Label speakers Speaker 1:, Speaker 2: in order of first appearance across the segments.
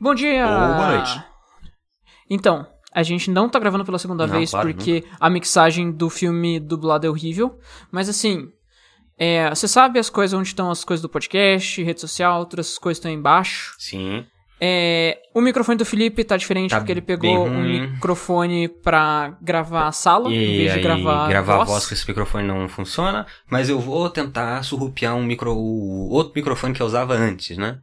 Speaker 1: Bom dia!
Speaker 2: Ou boa noite.
Speaker 1: Então, a gente não tá gravando pela segunda
Speaker 2: Não,
Speaker 1: vez
Speaker 2: claro, né?
Speaker 1: porque a mixagem do filme dublado é horrível. Mas assim, é, você sabe as coisas onde estão as coisas do podcast, rede social, todas essas coisas estão aí embaixo.
Speaker 2: Sim.
Speaker 1: É, o microfone do Felipe tá diferente
Speaker 2: Tá
Speaker 1: porque ele
Speaker 2: bem
Speaker 1: pegou um
Speaker 2: ruim.
Speaker 1: microfone pra gravar a sala em
Speaker 2: E
Speaker 1: vez
Speaker 2: aí,
Speaker 1: de gravar,
Speaker 2: a voz com esse microfone não funciona, mas eu vou tentar surrupiar um micro, o outro microfone que eu usava antes, né?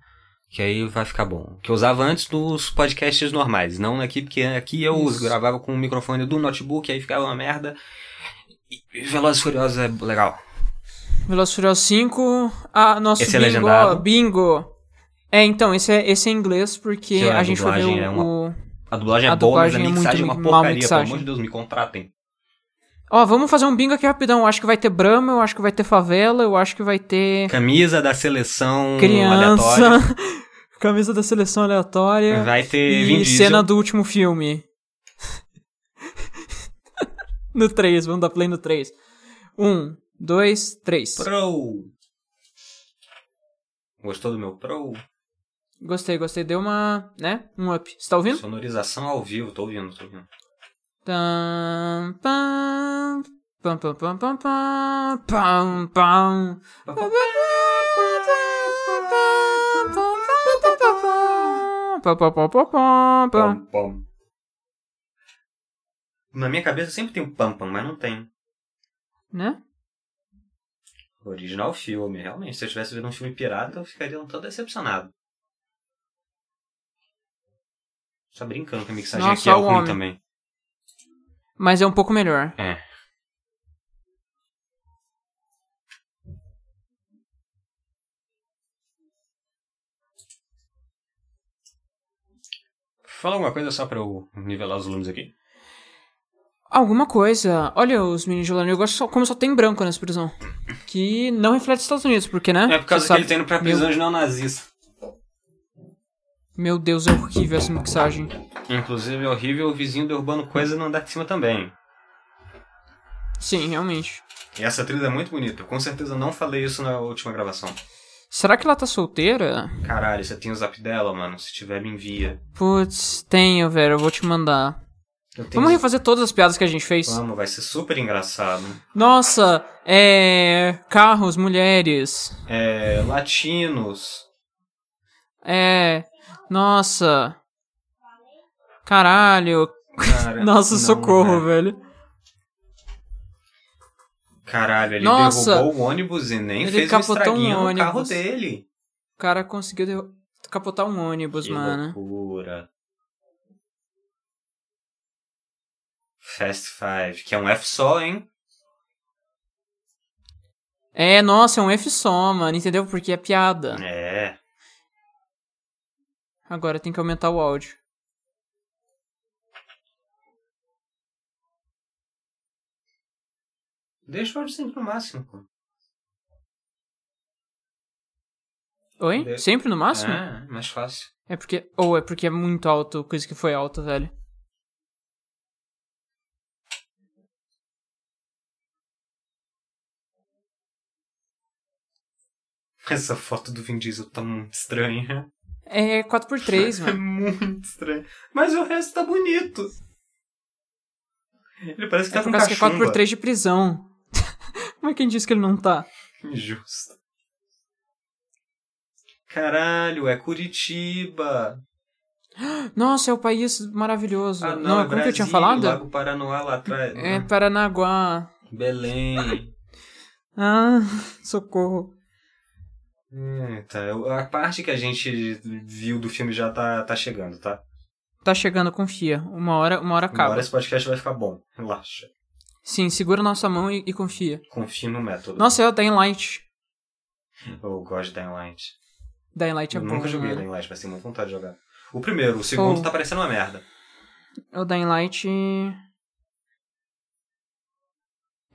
Speaker 2: Que aí vai ficar bom. Que eu usava antes dos podcasts normais, não aqui, porque aqui eu
Speaker 1: Isso.
Speaker 2: gravava com o microfone do notebook, aí ficava uma merda. E Velozes e Furiosos é legal.
Speaker 1: Velozes e Furiosos 5. Ah, nosso
Speaker 2: Esse é
Speaker 1: bingo,
Speaker 2: legendado.
Speaker 1: ó, bingo. É, então, esse é, esse é em inglês porque
Speaker 2: Que a
Speaker 1: a gente foi ver o,
Speaker 2: dublagem é uma-
Speaker 1: o-
Speaker 2: A dublagem é
Speaker 1: A
Speaker 2: boa, mas a
Speaker 1: dublagem é muito
Speaker 2: mixagem é uma
Speaker 1: mal
Speaker 2: porcaria, pelo
Speaker 1: mixagem.
Speaker 2: amor de Deus, me contratem.
Speaker 1: Ó, vamos fazer um bingo aqui rapidão. Eu acho que vai ter Brahma, eu acho que vai ter Favela, eu acho que vai ter
Speaker 2: Camisa da seleção aleatória.
Speaker 1: Criança, Camisa da Seleção Aleatória
Speaker 2: Vai ter Vin
Speaker 1: e
Speaker 2: Diesel.
Speaker 1: cena do último filme. no 3, vamos dar play no Um, 3. 1, 2, 3.
Speaker 2: Pro! Gostou do meu Pro?
Speaker 1: Gostei, gostei. Deu uma, né, um up. Você tá ouvindo?
Speaker 2: Sonorização ao vivo, tô ouvindo, tô ouvindo.
Speaker 1: Tam, pam, pam, pam, pam, pam, pam, pam, pam. Pam, pam, pam, pam, pam, pam.
Speaker 2: Pam, pam. Na minha cabeça sempre tem um pam, pam, mas não tem.
Speaker 1: Né?
Speaker 2: Original filme, realmente. Se eu tivesse vendo um filme pirata, eu ficaria um tanto decepcionado. Tá brincando que a mixagem
Speaker 1: Nossa,
Speaker 2: aqui é
Speaker 1: olha o
Speaker 2: ruim
Speaker 1: homem.
Speaker 2: também.
Speaker 1: Mas é um pouco melhor.
Speaker 2: É. Fala alguma coisa só pra eu nivelar os lumes aqui.
Speaker 1: Alguma coisa. Olha os meninos de Holanda. Eu gosto só, como só tem branco nessa prisão. Que não reflete os Estados Unidos, porque, né?
Speaker 2: É por causa
Speaker 1: Você
Speaker 2: que
Speaker 1: sabe.
Speaker 2: ele tá indo pra prisão de neonazista.
Speaker 1: Meu Deus, é horrível essa mixagem.
Speaker 2: Inclusive é horrível o vizinho derrubando coisa não dá de cima também.
Speaker 1: Sim, realmente.
Speaker 2: E essa trilha é muito bonita. Com certeza não falei isso na última gravação.
Speaker 1: Será que ela tá solteira?
Speaker 2: Caralho, você tem o zap dela, mano? Se tiver, me envia.
Speaker 1: Putz, tenho, velho. Eu vou te mandar.
Speaker 2: Eu tenho.
Speaker 1: Vamos refazer todas as piadas que a gente fez.
Speaker 2: Vamos, vai ser super engraçado.
Speaker 1: Nossa, é. Carros, mulheres.
Speaker 2: É. Latinos.
Speaker 1: É. Nossa. Caralho.
Speaker 2: Cara,
Speaker 1: Nossa,
Speaker 2: não, né?
Speaker 1: socorro,
Speaker 2: velho.
Speaker 1: velho.
Speaker 2: Caralho, ele
Speaker 1: Nossa.
Speaker 2: derrubou o ônibus e nem
Speaker 1: Ele
Speaker 2: fez um
Speaker 1: capotou um
Speaker 2: estraguinho no
Speaker 1: ônibus.
Speaker 2: carro dele.
Speaker 1: O cara conseguiu derru- capotar um ônibus,
Speaker 2: Que
Speaker 1: mano.
Speaker 2: loucura. Fast Five, que é um F só, hein?
Speaker 1: É, nossa, é um F só, mano, entendeu? Porque é piada.
Speaker 2: É.
Speaker 1: Agora tem que aumentar o áudio.
Speaker 2: Deixa o áudio sempre no máximo, pô.
Speaker 1: Oi?
Speaker 2: Entendeu?
Speaker 1: Sempre no máximo? É,
Speaker 2: É, mais fácil.
Speaker 1: porque. Ou é porque é muito alto, coisa que foi alta, velho.
Speaker 2: Essa foto do Vin Diesel tá muito estranha.
Speaker 1: É 4x3,
Speaker 2: É
Speaker 1: mano.
Speaker 2: muito estranha. Mas o resto tá bonito. Ele parece que
Speaker 1: É
Speaker 2: tá com
Speaker 1: por causa que é
Speaker 2: cachumba.
Speaker 1: 4x3 de prisão. Como é que a gente diz que ele não tá?
Speaker 2: Injusto. Caralho, é Curitiba.
Speaker 1: Nossa, é o país maravilhoso.
Speaker 2: Ah, não,
Speaker 1: não,
Speaker 2: é
Speaker 1: é como que eu tinha
Speaker 2: Brasília,
Speaker 1: falado?
Speaker 2: Lago Paranoá lá atrás. né?
Speaker 1: É Paranaguá.
Speaker 2: Belém.
Speaker 1: Ah, socorro.
Speaker 2: Hum, tá. eu- A parte que a gente viu do filme já tá, tá chegando, tá?
Speaker 1: Tá chegando, confia. Uma hora, uma hora acaba.
Speaker 2: Agora esse podcast vai ficar bom. Relaxa.
Speaker 1: Sim, segura nossa mão e, e confia.
Speaker 2: Confie no método.
Speaker 1: Nossa, é o Dying Light.
Speaker 2: Eu gosto de Dying Light.
Speaker 1: Dying Light é
Speaker 2: eu
Speaker 1: bom.
Speaker 2: nunca joguei
Speaker 1: mano.
Speaker 2: Dying Light, mas tenho muita vontade de jogar. O primeiro, o segundo
Speaker 1: Pô.
Speaker 2: tá parecendo uma merda.
Speaker 1: O Dying Light.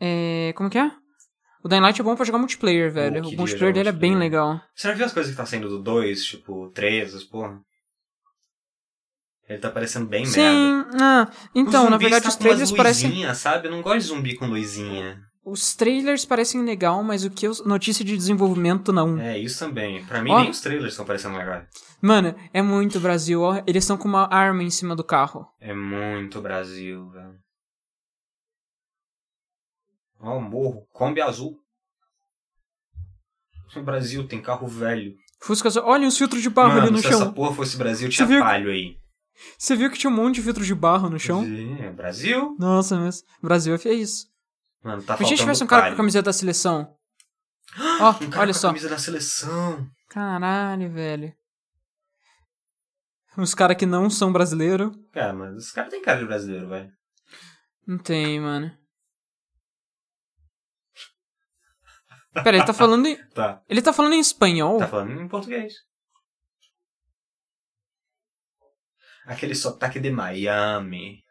Speaker 1: É. Como que é? O Dying Light é bom pra jogar multiplayer, velho.
Speaker 2: queria
Speaker 1: o multiplayer
Speaker 2: jogar
Speaker 1: dele é bem
Speaker 2: multiplayer.
Speaker 1: legal.
Speaker 2: Você já viu as coisas que tá saindo do 2, tipo, 3, as porra? Ele tá parecendo bem merda.
Speaker 1: Sim, ah,
Speaker 2: Os
Speaker 1: então, na
Speaker 2: zumbis
Speaker 1: verdade
Speaker 2: tá
Speaker 1: os
Speaker 2: com umas
Speaker 1: trailers parecem.
Speaker 2: luzinha, sabe? Eu não gosto de zumbi com luzinha.
Speaker 1: Os trailers parecem legal, mas o que eu... Notícia de desenvolvimento não.
Speaker 2: É, isso também. Pra mim,
Speaker 1: Ó.
Speaker 2: nem os trailers estão parecendo legais.
Speaker 1: Mano, é muito Brasil. ó. Eles estão com uma arma em cima do carro.
Speaker 2: É muito Brasil, velho. Ó, o morro. Kombi azul. No Brasil tem carro velho.
Speaker 1: Fusca, azul. olha os filtros de barro
Speaker 2: Mano,
Speaker 1: ali no
Speaker 2: se
Speaker 1: chão.
Speaker 2: essa porra fosse Brasil,
Speaker 1: Você
Speaker 2: tinha
Speaker 1: viu-
Speaker 2: palho aí.
Speaker 1: Você viu que tinha um monte de filtro de barro no chão?
Speaker 2: É, Brasil?
Speaker 1: Nossa, mas Brasil é isso.
Speaker 2: Mano, tá
Speaker 1: Imagina
Speaker 2: faltando
Speaker 1: se tivesse um cara com a
Speaker 2: palho.
Speaker 1: camiseta da seleção. Ó,
Speaker 2: Um cara
Speaker 1: olha
Speaker 2: com a
Speaker 1: só.
Speaker 2: camisa da seleção.
Speaker 1: Caralho, velho. Os caras que não são brasileiro.
Speaker 2: Cara, mas esse cara tem cara de brasileiro, velho.
Speaker 1: Não tem, mano. Pera, ele tá falando em...
Speaker 2: Tá.
Speaker 1: Ele tá falando em espanhol?
Speaker 2: Tá falando em português. Aquele sotaque de Miami.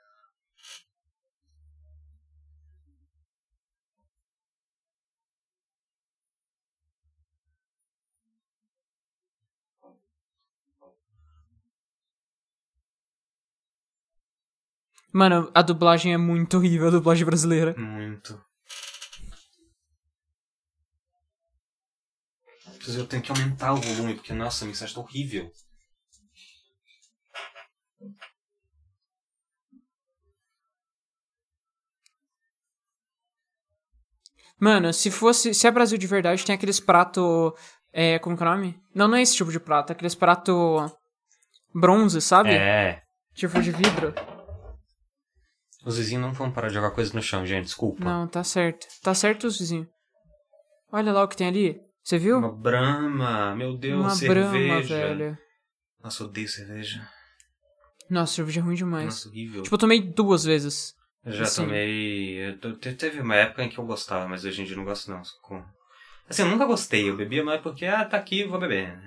Speaker 1: Mano, a dublagem é muito horrível, a dublagem brasileira.
Speaker 2: Muito. Mas eu tenho que aumentar o volume, porque nossa, a mensagem tá horrível.
Speaker 1: Mano, se fosse... Se é Brasil de verdade, tem aqueles prato... É, como que é o nome? Não, não é esse tipo de prato. é Aqueles prato... Bronze, sabe?
Speaker 2: É.
Speaker 1: Tipo de vidro.
Speaker 2: Os vizinhos não vão parar de jogar coisa no chão, gente, desculpa.
Speaker 1: Não, tá certo. Tá certo os vizinhos. Olha lá o que tem ali. Você viu?
Speaker 2: Uma brama, meu Deus,
Speaker 1: Uma
Speaker 2: cerveja.
Speaker 1: brama, velho.
Speaker 2: Nossa, eu odeio cerveja.
Speaker 1: Nossa, cerveja é ruim demais.
Speaker 2: Nossa, horrível.
Speaker 1: Tipo, eu tomei duas vezes.
Speaker 2: Eu já
Speaker 1: Assim.
Speaker 2: tomei. eu to- te- Teve uma época em que eu gostava, mas hoje em dia eu não gosto, não. socorro. Assim, eu nunca gostei. Eu bebia mais porque, ah, tá aqui, vou beber.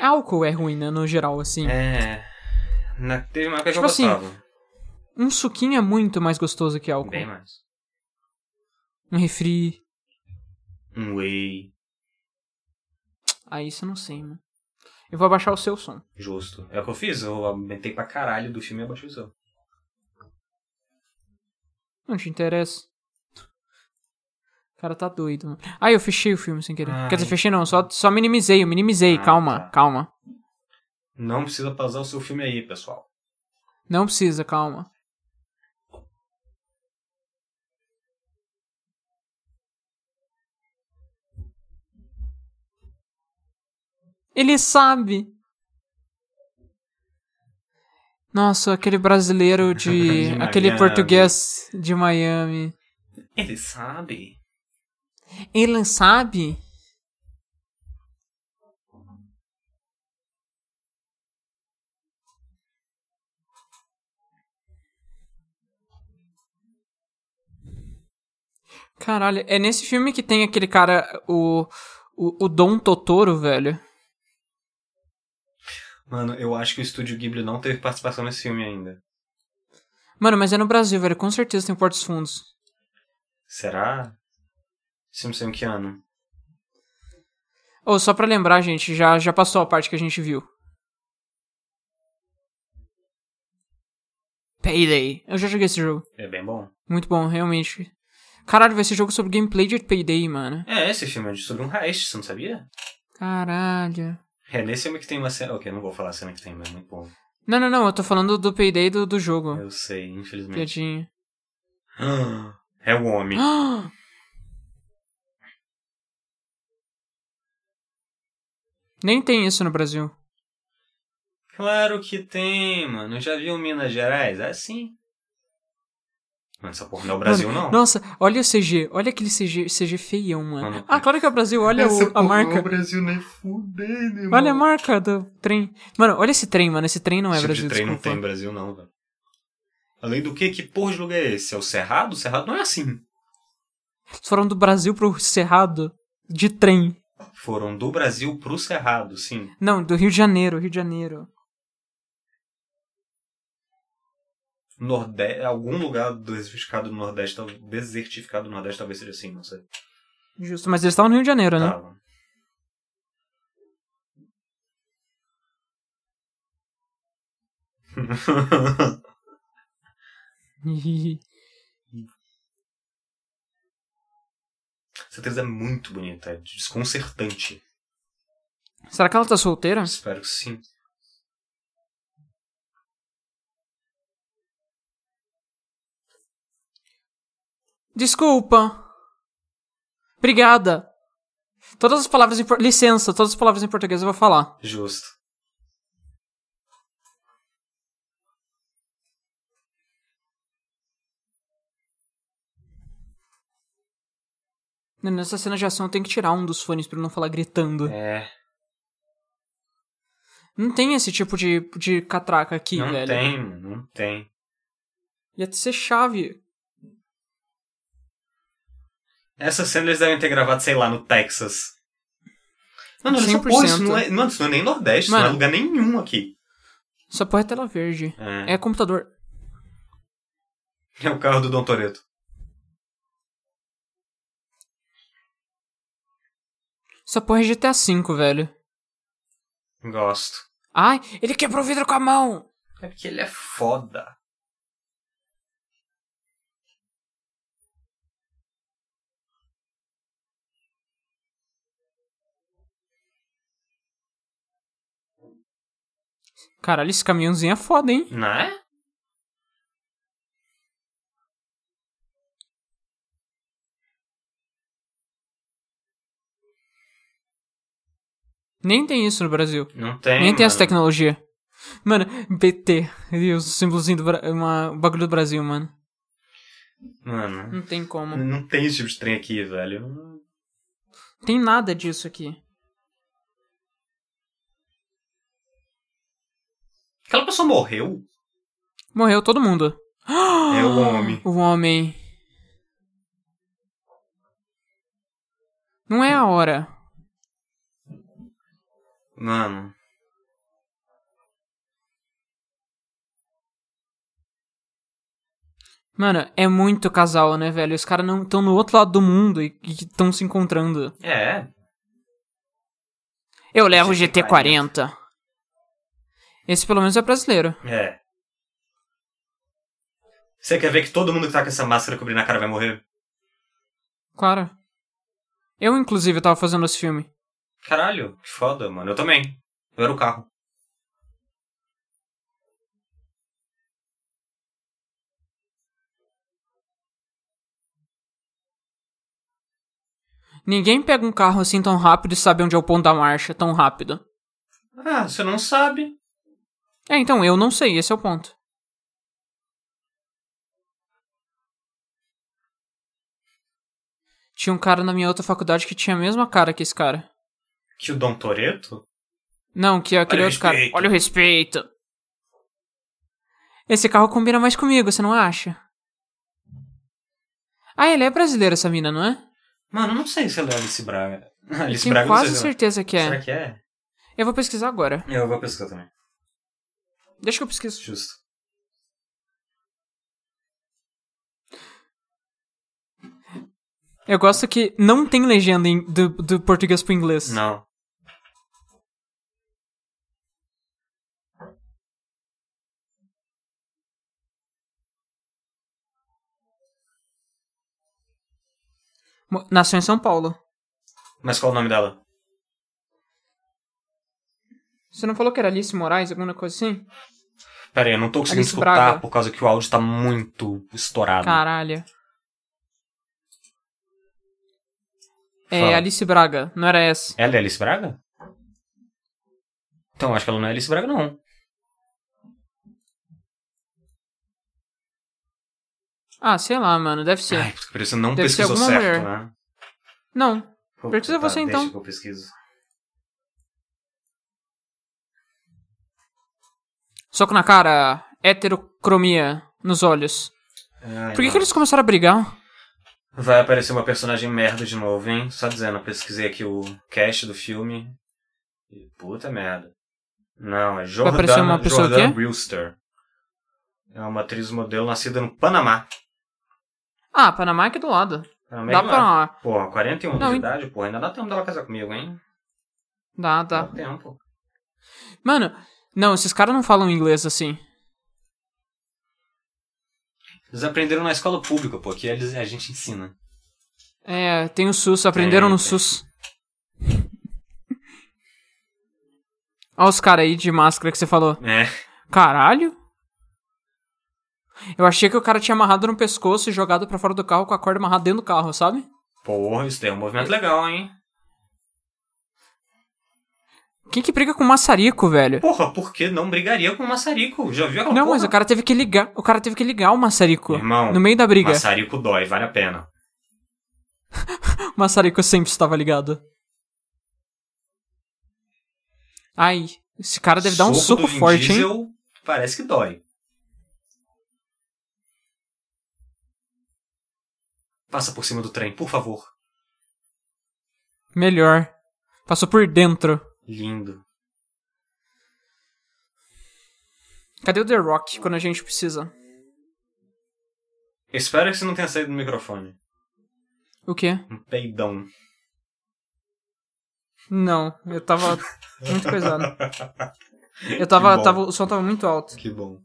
Speaker 1: Álcool é ruim, né? No geral, assim.
Speaker 2: É. Na, teve uma época
Speaker 1: Tipo
Speaker 2: que eu
Speaker 1: assim,
Speaker 2: gostava.
Speaker 1: Um suquinho é muito mais gostoso que álcool.
Speaker 2: Bem mais.
Speaker 1: Um refri.
Speaker 2: Um whey.
Speaker 1: Aí Ah, isso eu não sei, mano. Eu vou abaixar o seu som.
Speaker 2: Justo. É o que eu fiz. Eu aumentei pra caralho do filme e abaixei o seu.
Speaker 1: Não te interessa. O cara tá doido, mano. Ah, eu fechei o filme sem querer.
Speaker 2: Ai.
Speaker 1: Quer dizer, fechei não, só, só minimizei, eu minimizei.
Speaker 2: Ah,
Speaker 1: calma,
Speaker 2: tá.
Speaker 1: calma.
Speaker 2: Não precisa pausar o seu filme aí, pessoal.
Speaker 1: Não precisa, calma. Ele sabe. Nossa, aquele brasileiro de.
Speaker 2: De
Speaker 1: aquele
Speaker 2: Miami.
Speaker 1: português de Miami.
Speaker 2: Ele sabe.
Speaker 1: Ele sabe? Caralho, é nesse filme que tem aquele cara, o, o, o Dom Totoro, velho.
Speaker 2: Mano, eu acho que o estúdio Ghibli não teve participação nesse filme ainda.
Speaker 1: Mano, mas é no Brasil, velho, com certeza tem Portos Fundos.
Speaker 2: Será? Se não sei em que ano.
Speaker 1: Ou só pra lembrar, gente, já, já passou a parte que a gente viu. Payday. Eu já joguei esse jogo.
Speaker 2: É bem bom.
Speaker 1: Muito bom, realmente. Caralho, vai ser jogo sobre gameplay de Payday, mano.
Speaker 2: É, esse filme é de- sobre um heist, você não sabia?
Speaker 1: Caralho.
Speaker 2: É nesse filme que tem uma cena. Ok, não vou falar a cena que tem, mas é muito bom.
Speaker 1: Não, não, não, eu tô falando do Payday do, do jogo.
Speaker 2: Eu sei, infelizmente.
Speaker 1: Piadinha.
Speaker 2: Ah, É o homem.
Speaker 1: Ah! Nem tem isso no Brasil.
Speaker 2: Claro que tem, mano. Já viu Minas Gerais? É assim. Mano, essa porra não é o Brasil, não.
Speaker 1: Nossa, olha o CG. Olha aquele CG, CG feião, mano.
Speaker 2: Mano,
Speaker 1: Ah, claro que é o Brasil. Olha o- a marca.
Speaker 2: Brasil nem né, fudendo, irmão.
Speaker 1: Olha a marca do trem. Mano, olha esse trem, mano. Esse trem não é
Speaker 2: Esse tipo
Speaker 1: Brasil,
Speaker 2: de trem não
Speaker 1: desculpa.
Speaker 2: tem Brasil, não, velho. Além do que, que porra de lugar é esse? É o Cerrado? O Cerrado não é assim.
Speaker 1: Eles foram do Brasil pro Cerrado de trem.
Speaker 2: Foram do Brasil pro Cerrado, sim.
Speaker 1: Não, do Rio de Janeiro, Rio de Janeiro.
Speaker 2: Nordeste, algum lugar desertificado do Nordeste, tal- desertificado do Nordeste talvez seja assim, não sei. Tá,
Speaker 1: Justo, mas eles estavam no Rio de Janeiro, né?
Speaker 2: Tava. Essa atriz é muito bonita, é desconcertante.
Speaker 1: Será que ela tá solteira?
Speaker 2: Espero que sim.
Speaker 1: Desculpa. Obrigada. Todas as palavras em por... licença, todas as palavras em português eu vou falar.
Speaker 2: Justo.
Speaker 1: Nessa cena de ação tem que tirar um dos fones pra eu não falar gritando.
Speaker 2: É.
Speaker 1: Não tem esse tipo de, de catraca aqui,
Speaker 2: não
Speaker 1: velho.
Speaker 2: tem, mano, não tem.
Speaker 1: Ia ser chave.
Speaker 2: Essa cena eles devem ter gravado, sei lá, no Texas. Mano, olha essa porra, isso não é, mano, isso não é nem Nordeste, isso não é
Speaker 1: Mano.
Speaker 2: lugar nenhum aqui.
Speaker 1: Essa porra é tela verde.
Speaker 2: É,
Speaker 1: É computador.
Speaker 2: é o carro do Dom Toreto.
Speaker 1: Essa porra é GTA V, velho.
Speaker 2: Gosto.
Speaker 1: Ai, ele quebrou o vidro com a mão!
Speaker 2: É porque ele é foda.
Speaker 1: Caralho, esse caminhãozinho é foda, hein?
Speaker 2: Não é?
Speaker 1: Nem tem isso no Brasil.
Speaker 2: Não tem.
Speaker 1: Nem tem
Speaker 2: É, mano.
Speaker 1: essa tecnologia. Mano, BT. E o símbolozinho do Bra... uma... o bagulho do Brasil, mano.
Speaker 2: Mano,
Speaker 1: Não tem como.
Speaker 2: não tem esse tipo de trem aqui, velho.
Speaker 1: Tem nada disso aqui.
Speaker 2: Aquela pessoa morreu?
Speaker 1: Morreu todo mundo.
Speaker 2: É o homem.
Speaker 1: O homem. Não é a hora.
Speaker 2: Mano.
Speaker 1: Mano, é muito casal, né, velho? Os caras não estão no outro lado do mundo e estão se encontrando.
Speaker 2: É.
Speaker 1: Eu levo o
Speaker 2: GT40.
Speaker 1: GT40. Esse pelo menos é brasileiro.
Speaker 2: É. Você quer ver que todo mundo que tá com essa máscara cobrindo a cara vai morrer?
Speaker 1: Claro. Eu, inclusive, tava fazendo esse filme.
Speaker 2: Caralho, que foda, mano. Eu também. Eu era o carro.
Speaker 1: Ninguém pega um carro assim tão rápido e sabe onde é o ponto da marcha tão rápido.
Speaker 2: Ah, você não sabe.
Speaker 1: É, então, eu não sei, esse é o ponto. Tinha um cara na minha outra faculdade que tinha a mesma cara que esse cara.
Speaker 2: Que o Dom Toreto?
Speaker 1: Não, que é aquele
Speaker 2: Olha o
Speaker 1: outro cara.
Speaker 2: respeito.
Speaker 1: Olha o respeito. Esse carro combina mais comigo, você não acha? Ah, ele é brasileiro, essa mina, não é?
Speaker 2: Mano, eu não sei se ela é Alice Braga. Alice
Speaker 1: Tenho
Speaker 2: Braga, não sei
Speaker 1: quase
Speaker 2: se ela-
Speaker 1: certeza que
Speaker 2: Será
Speaker 1: é.
Speaker 2: que é?
Speaker 1: Eu vou pesquisar agora.
Speaker 2: Eu vou pesquisar também.
Speaker 1: Deixa que eu pesquiso.
Speaker 2: Justo.
Speaker 1: Eu gosto que não tem legenda em- do, do português pro inglês.
Speaker 2: Não.
Speaker 1: Mo- Nasceu em São Paulo.
Speaker 2: Mas qual o nome dela?
Speaker 1: Você não falou que era Alice Moraes, alguma coisa assim?
Speaker 2: Tá Pera aí, eu não tô conseguindo
Speaker 1: Alice
Speaker 2: escutar
Speaker 1: Braga.
Speaker 2: por causa que o áudio tá muito estourado.
Speaker 1: Caralho. É
Speaker 2: Fala.
Speaker 1: É Alice Braga, não era essa.
Speaker 2: Ela é Alice Braga? Então, acho que ela não é Alice Braga, não.
Speaker 1: Ah, sei lá, mano, deve ser.
Speaker 2: Ai, porque por isso não
Speaker 1: Deve ser
Speaker 2: pesquisou
Speaker 1: alguma
Speaker 2: certo, né?
Speaker 1: Não,
Speaker 2: Pô,
Speaker 1: Pesquisa você,
Speaker 2: deixa
Speaker 1: então.
Speaker 2: que eu pesquiso.
Speaker 1: Soco na cara, heterocromia nos olhos.
Speaker 2: Ai,
Speaker 1: Por que,
Speaker 2: não.
Speaker 1: que eles começaram a brigar?
Speaker 2: Vai aparecer uma personagem merda de novo, hein? Só dizendo, eu pesquisei aqui o cast do filme. E Puta merda. Não, é
Speaker 1: aparecer
Speaker 2: Jordana,
Speaker 1: uma pessoa o
Speaker 2: Jordana
Speaker 1: quê?
Speaker 2: Brewster. É uma atriz modelo nascida no Panamá.
Speaker 1: Ah, Panamá é aqui do lado.
Speaker 2: Panamá
Speaker 1: Dá
Speaker 2: de
Speaker 1: pra
Speaker 2: lá.
Speaker 1: Panamá.
Speaker 2: Porra, 41 anos
Speaker 1: Não,
Speaker 2: de
Speaker 1: hein?
Speaker 2: idade, porra, ainda dá tempo dela casar comigo, hein?
Speaker 1: Dá,
Speaker 2: Dá
Speaker 1: dá.
Speaker 2: tempo.
Speaker 1: Mano, não, esses caras não falam inglês assim.
Speaker 2: Eles aprenderam na escola pública, pô, que eles, a gente ensina.
Speaker 1: É, tem o SUS, aprenderam
Speaker 2: Tem,
Speaker 1: no
Speaker 2: tem.
Speaker 1: SUS. Olha os caras aí de máscara que você falou.
Speaker 2: É.
Speaker 1: Caralho? Eu achei que o cara tinha amarrado no pescoço e jogado pra fora do carro com a corda amarrada dentro do carro, sabe?
Speaker 2: Porra, isso daí é um movimento legal, hein?
Speaker 1: Quem que briga com maçarico, velho?
Speaker 2: Porra, por que não brigaria com o maçarico? Já viu aquela
Speaker 1: Não,
Speaker 2: porra?
Speaker 1: mas o cara teve que ligar. O cara teve que ligar o maçarico
Speaker 2: Irmão,
Speaker 1: no meio da briga.
Speaker 2: Maçarico dói, vale a pena.
Speaker 1: O maçarico sempre estava ligado. Ai, esse cara deve dar um
Speaker 2: do
Speaker 1: soco
Speaker 2: Vin
Speaker 1: forte, hein?
Speaker 2: Diesel, Parece que dói. Passa por cima do trem, por favor.
Speaker 1: Melhor. Passou por dentro.
Speaker 2: Lindo.
Speaker 1: Cadê o The Rock quando a gente precisa?
Speaker 2: Espero que você não tenha saído do microfone.
Speaker 1: O quê?
Speaker 2: Um peidão.
Speaker 1: Não, eu tava muito pesado. Eu tava,
Speaker 2: Que bom.
Speaker 1: tava. O som tava muito alto.
Speaker 2: Que bom.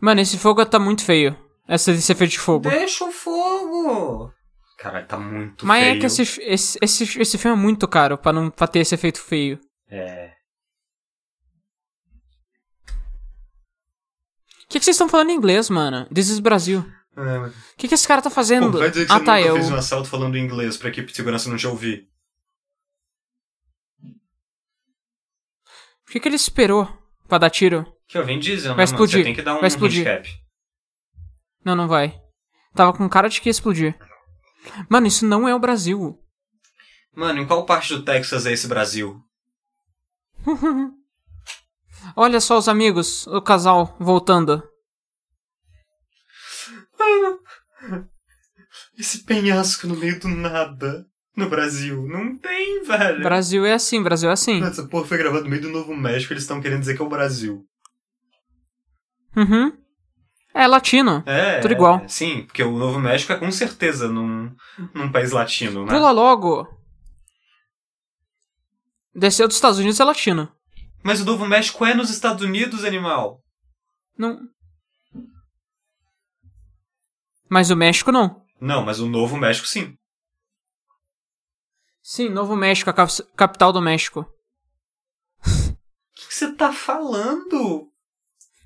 Speaker 1: Mano, esse fogo tá muito feio. Essa, esse efeito de fogo.
Speaker 2: Deixa o fogo! Caralho, tá muito
Speaker 1: Mas
Speaker 2: feio.
Speaker 1: é que esse, esse, esse, esse filme é muito caro pra, não, pra ter esse efeito feio.
Speaker 2: É.
Speaker 1: O que, que vocês estão falando em inglês, mano? This is Brasil. O
Speaker 2: É, mas-
Speaker 1: que, que esse cara tá
Speaker 2: Pô,
Speaker 1: fazendo?
Speaker 2: vai dizer que
Speaker 1: ah,
Speaker 2: você
Speaker 1: tá,
Speaker 2: nunca
Speaker 1: eu.
Speaker 2: fez um assalto falando inglês pra equipe de segurança não te ouvir.
Speaker 1: Por que, que ele esperou pra dar tiro?
Speaker 2: Que eu vim dizendo,
Speaker 1: Vai
Speaker 2: né, mano?
Speaker 1: explodir,
Speaker 2: Você tem que dar um
Speaker 1: vai explodir.
Speaker 2: handicap.
Speaker 1: Não, não vai. Tava com cara de que ia explodir. Mano, isso não é o Brasil.
Speaker 2: Mano, em qual parte do Texas é esse Brasil?
Speaker 1: Olha só os amigos, o casal voltando.
Speaker 2: Esse penhasco no meio do nada no Brasil. Não tem, velho.
Speaker 1: Brasil é assim, Brasil é assim.
Speaker 2: Essa porra foi gravada no meio do Novo México, eles estão querendo dizer que é o Brasil.
Speaker 1: Uhum. É latino.
Speaker 2: É.
Speaker 1: Tudo igual.
Speaker 2: é, Sim, porque o Novo México é com certeza num, num país latino, né?
Speaker 1: Pula logo. Desceu dos Estados Unidos é latino.
Speaker 2: Mas o Novo México é nos Estados Unidos, animal.
Speaker 1: Não. Mas o México não.
Speaker 2: Não, mas o Novo México sim.
Speaker 1: Sim, Novo México, a cap- capital do México.
Speaker 2: O que que você tá falando?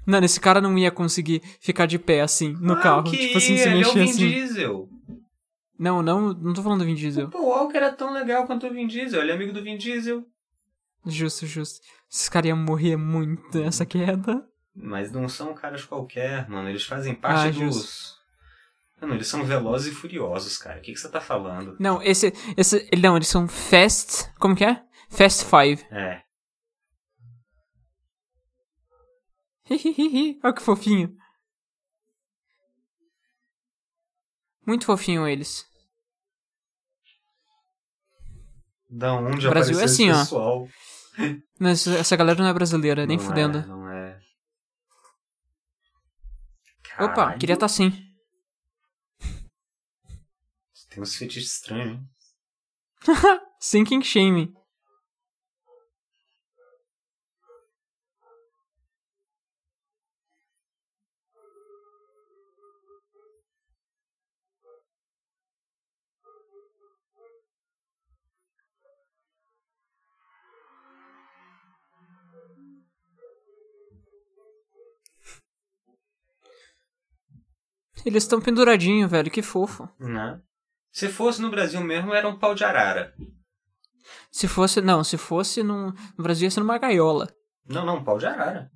Speaker 1: Mano, esse cara não ia conseguir ficar de pé assim, no
Speaker 2: Claro
Speaker 1: carro.
Speaker 2: Ah, que
Speaker 1: Tipo assim,
Speaker 2: ia,
Speaker 1: se
Speaker 2: ele é o
Speaker 1: mexer
Speaker 2: Vin
Speaker 1: assim.
Speaker 2: Diesel.
Speaker 1: Não, não, não tô falando do Vin Diesel.
Speaker 2: Pô, o Walker é tão legal quanto o Vin Diesel. Ele é amigo do Vin Diesel.
Speaker 1: Justo, justo. Esses caras iam morrer muito nessa queda.
Speaker 2: Mas não são caras qualquer, mano. Eles fazem parte
Speaker 1: Ah,
Speaker 2: dos. Mano, eles são velozes e furiosos, cara. O que, que você tá falando?
Speaker 1: Não, esse, esse. ele- Não, eles são Fast. Como que é? Fast Five.
Speaker 2: É.
Speaker 1: Hihihihi. Olha que fofinho. Muito fofinho eles.
Speaker 2: Da onde
Speaker 1: O Brasil
Speaker 2: apareceu
Speaker 1: é assim,
Speaker 2: esse
Speaker 1: ó.
Speaker 2: pessoal?
Speaker 1: Mas essa galera não é brasileira, nem
Speaker 2: não
Speaker 1: fudendo.
Speaker 2: É, não é.
Speaker 1: Opa,
Speaker 2: Caralho,
Speaker 1: queria estar sim.
Speaker 2: Tem uns fetiches estranhos, hein?
Speaker 1: Sinking Shame. Eles estão penduradinho, velho. Que fofo.
Speaker 2: Né? Se fosse no Brasil mesmo, era um pau de arara.
Speaker 1: Se fosse, não, se fosse num, no Brasil ia ser numa gaiola.
Speaker 2: Não, não, um pau de arara.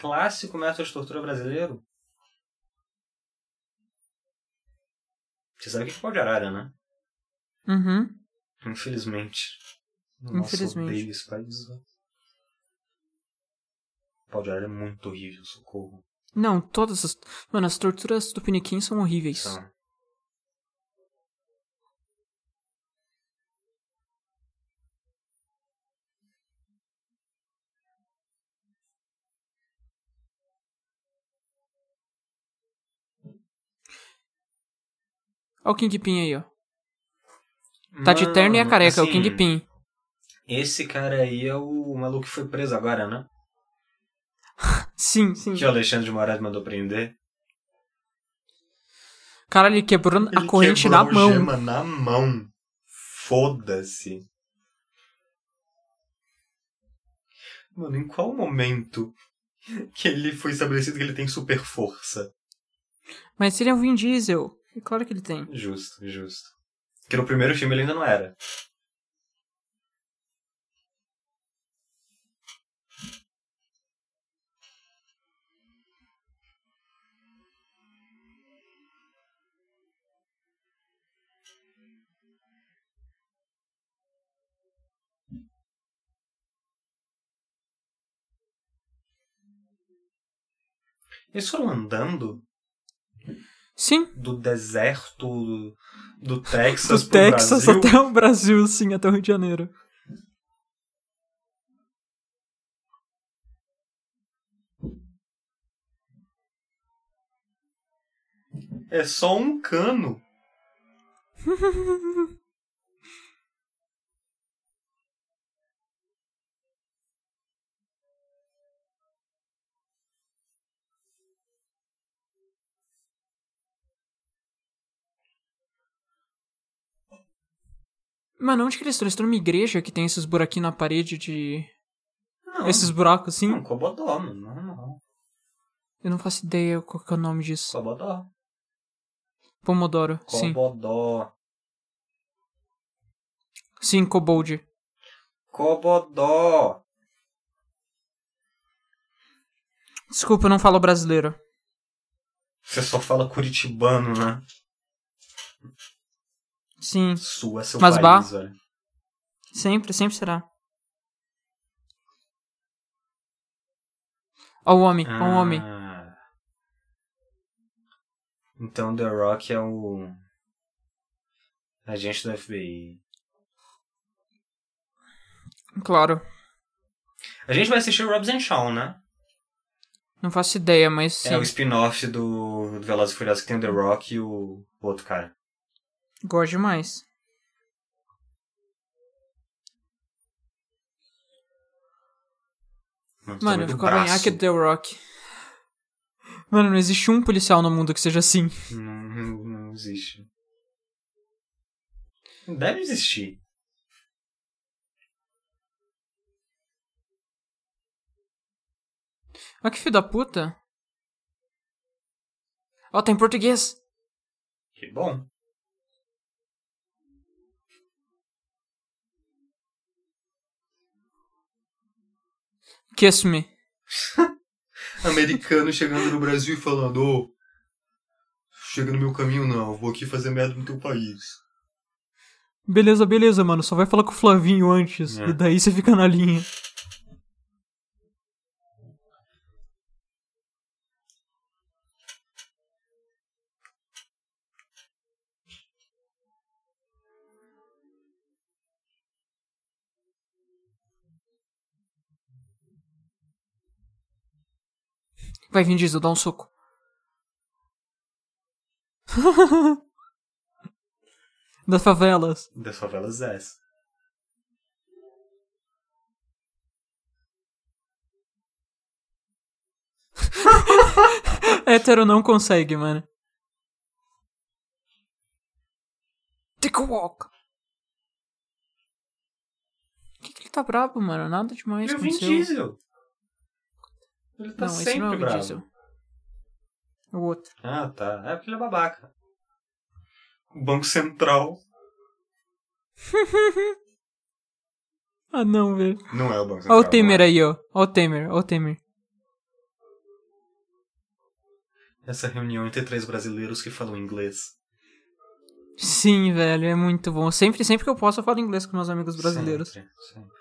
Speaker 2: Clássico método de tortura brasileiro. Você sabe o que é pau de arara, né?
Speaker 1: Uhum.
Speaker 2: Infelizmente. Nossa,
Speaker 1: Infelizmente.
Speaker 2: odeio esse país. velho. né? Pau de arara é muito horrível, socorro.
Speaker 1: Não, todas as. Mano, as torturas do Piniquim são horríveis.
Speaker 2: São.
Speaker 1: Olha o Kingpin aí, ó. Tá de terno e é
Speaker 2: Então, Mano,
Speaker 1: careca, é o
Speaker 2: assim,
Speaker 1: Kingpin.
Speaker 2: Esse cara aí é o maluco que foi preso agora, né?
Speaker 1: Sim, sim.
Speaker 2: Que o Alexandre de Moraes mandou prender.
Speaker 1: Cara, ele quebrou a
Speaker 2: Ele
Speaker 1: corrente
Speaker 2: quebrou
Speaker 1: na
Speaker 2: o
Speaker 1: mão.
Speaker 2: Gema na mão. Foda-se. Mano, em qual momento que ele foi estabelecido que ele tem super força?
Speaker 1: Mas se ele é o Vin Diesel, é claro que ele tem.
Speaker 2: Justo, justo. Que no primeiro filme ele ainda não era. Eles foram andando
Speaker 1: Sim,
Speaker 2: do deserto do, do Texas
Speaker 1: do
Speaker 2: pro
Speaker 1: Texas
Speaker 2: Brasil.
Speaker 1: até o Brasil, sim, até o Rio de Janeiro.
Speaker 2: É só um cano.
Speaker 1: Mano, onde que eles estão? Eles estão numa igreja que tem esses buraquinhos na parede de.
Speaker 2: Não,
Speaker 1: Esses buracos,
Speaker 2: não, um
Speaker 1: sim?
Speaker 2: Cobodó, mano. Não, não.
Speaker 1: Eu não faço ideia qual que é o nome disso.
Speaker 2: Cobodó.
Speaker 1: Pomodoro, sim.
Speaker 2: Cobodó.
Speaker 1: Sim, Cobold.
Speaker 2: Cobodó.
Speaker 1: Desculpa, eu não falo brasileiro.
Speaker 2: Você só fala curitibano, né?
Speaker 1: Sim,
Speaker 2: Sua seu
Speaker 1: Mas
Speaker 2: país, olha.
Speaker 1: sempre, sempre será. Ó o homem, ó o um homem.
Speaker 2: Ah. Então The Rock é o agente do FBI. Ah.
Speaker 1: Claro.
Speaker 2: A gente vai assistir o Robs and Shaw, né?
Speaker 1: Não faço ideia, mas sim.
Speaker 2: É o spin-off do, do Velozes e Furiosos que tem o The Rock e o outro cara.
Speaker 1: Gosto demais. Mano,
Speaker 2: Mano, tamanho
Speaker 1: eu
Speaker 2: do
Speaker 1: ficava em
Speaker 2: braço.
Speaker 1: Aki The Rock. Mano, não existe um policial no mundo que seja assim.
Speaker 2: Não, não, não existe. Deve existir.
Speaker 1: Olha que filho da puta. Ó, tá em português.
Speaker 2: Que bom.
Speaker 1: Kiss me.
Speaker 2: Americano chegando no Brasil e falando: Ô, chega no meu caminho não, vou aqui fazer merda no teu país.
Speaker 1: Beleza, beleza, mano. Só vai falar com o Flavinho antes.
Speaker 2: É.
Speaker 1: E daí você fica na linha. Vai, Vin Diesel, dá um soco. Das favelas.
Speaker 2: Das favelas essa.
Speaker 1: Hétero não consegue, mano. Take a walk. Por que, que ele tá brabo, mano? Nada demais
Speaker 2: Ele é o Vin
Speaker 1: aconteceu.
Speaker 2: Diesel. Ele tá
Speaker 1: não, esse
Speaker 2: sempre
Speaker 1: não é o Vin
Speaker 2: bravo.
Speaker 1: Diesel. É o outro.
Speaker 2: Ah, tá. É porque ele é babaca. O Banco Central.
Speaker 1: Ah, não, velho.
Speaker 2: Não é o Banco Central.
Speaker 1: Ó o Temer aí, ó. Ó o Temer, ó o Temer.
Speaker 2: Essa reunião entre três brasileiros que falam inglês.
Speaker 1: Sim, velho, é muito bom. Sempre, sempre que eu posso, eu falo inglês com meus amigos brasileiros.
Speaker 2: Sempre, sempre.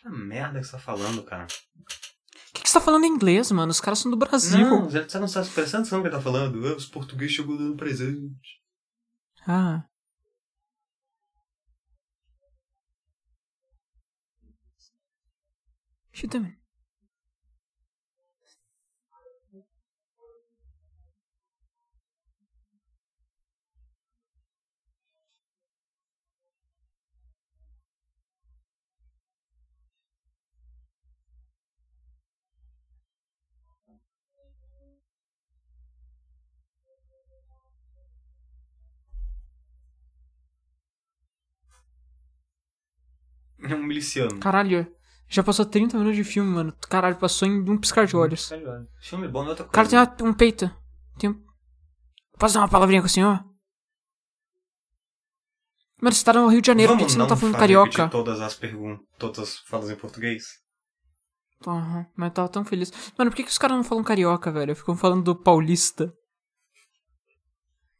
Speaker 2: Que merda que você tá falando, cara? tá
Speaker 1: O que, que que você tá falando em inglês, mano? Os caras são do Brasil.
Speaker 2: Não, já você não está prestando atenção no que ele tá falando. Ah, Os portugueses chegou dando presente.
Speaker 1: Ah. Shoot them.
Speaker 2: É um miliciano.
Speaker 1: Caralho, já passou 30 minutos de filme, mano. Caralho, passou em um piscar
Speaker 2: Hum.
Speaker 1: de olhos.
Speaker 2: Caralho. Filme bom é outra
Speaker 1: O cara
Speaker 2: coisa.
Speaker 1: tem uma- um peito. Tem um... Posso dar uma palavrinha com o senhor? Mano, você tá no Rio de Janeiro, por que que
Speaker 2: Vamos
Speaker 1: você não tá falando
Speaker 2: fazer
Speaker 1: carioca?
Speaker 2: repetir todas as perguntas, todas as falas em português.
Speaker 1: Aham, mas eu tava tão feliz. Mano, por que, que os caras não falam carioca, velho? Ficam falando do paulista.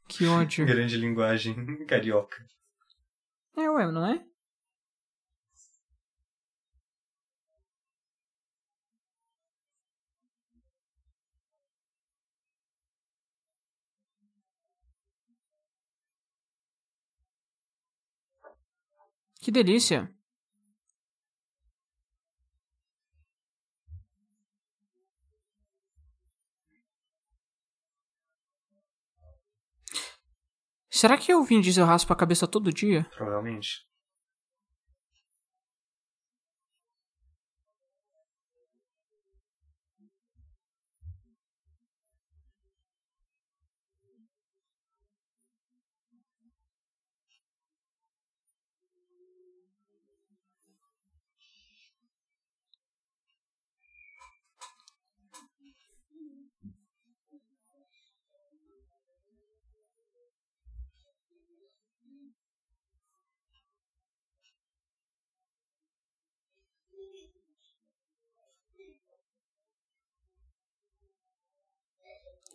Speaker 1: Que ódio.
Speaker 2: Grande linguagem carioca.
Speaker 1: É, ué, não é? Que delícia. Será que eu vim diesel raspa a cabeça todo dia?
Speaker 2: Provavelmente.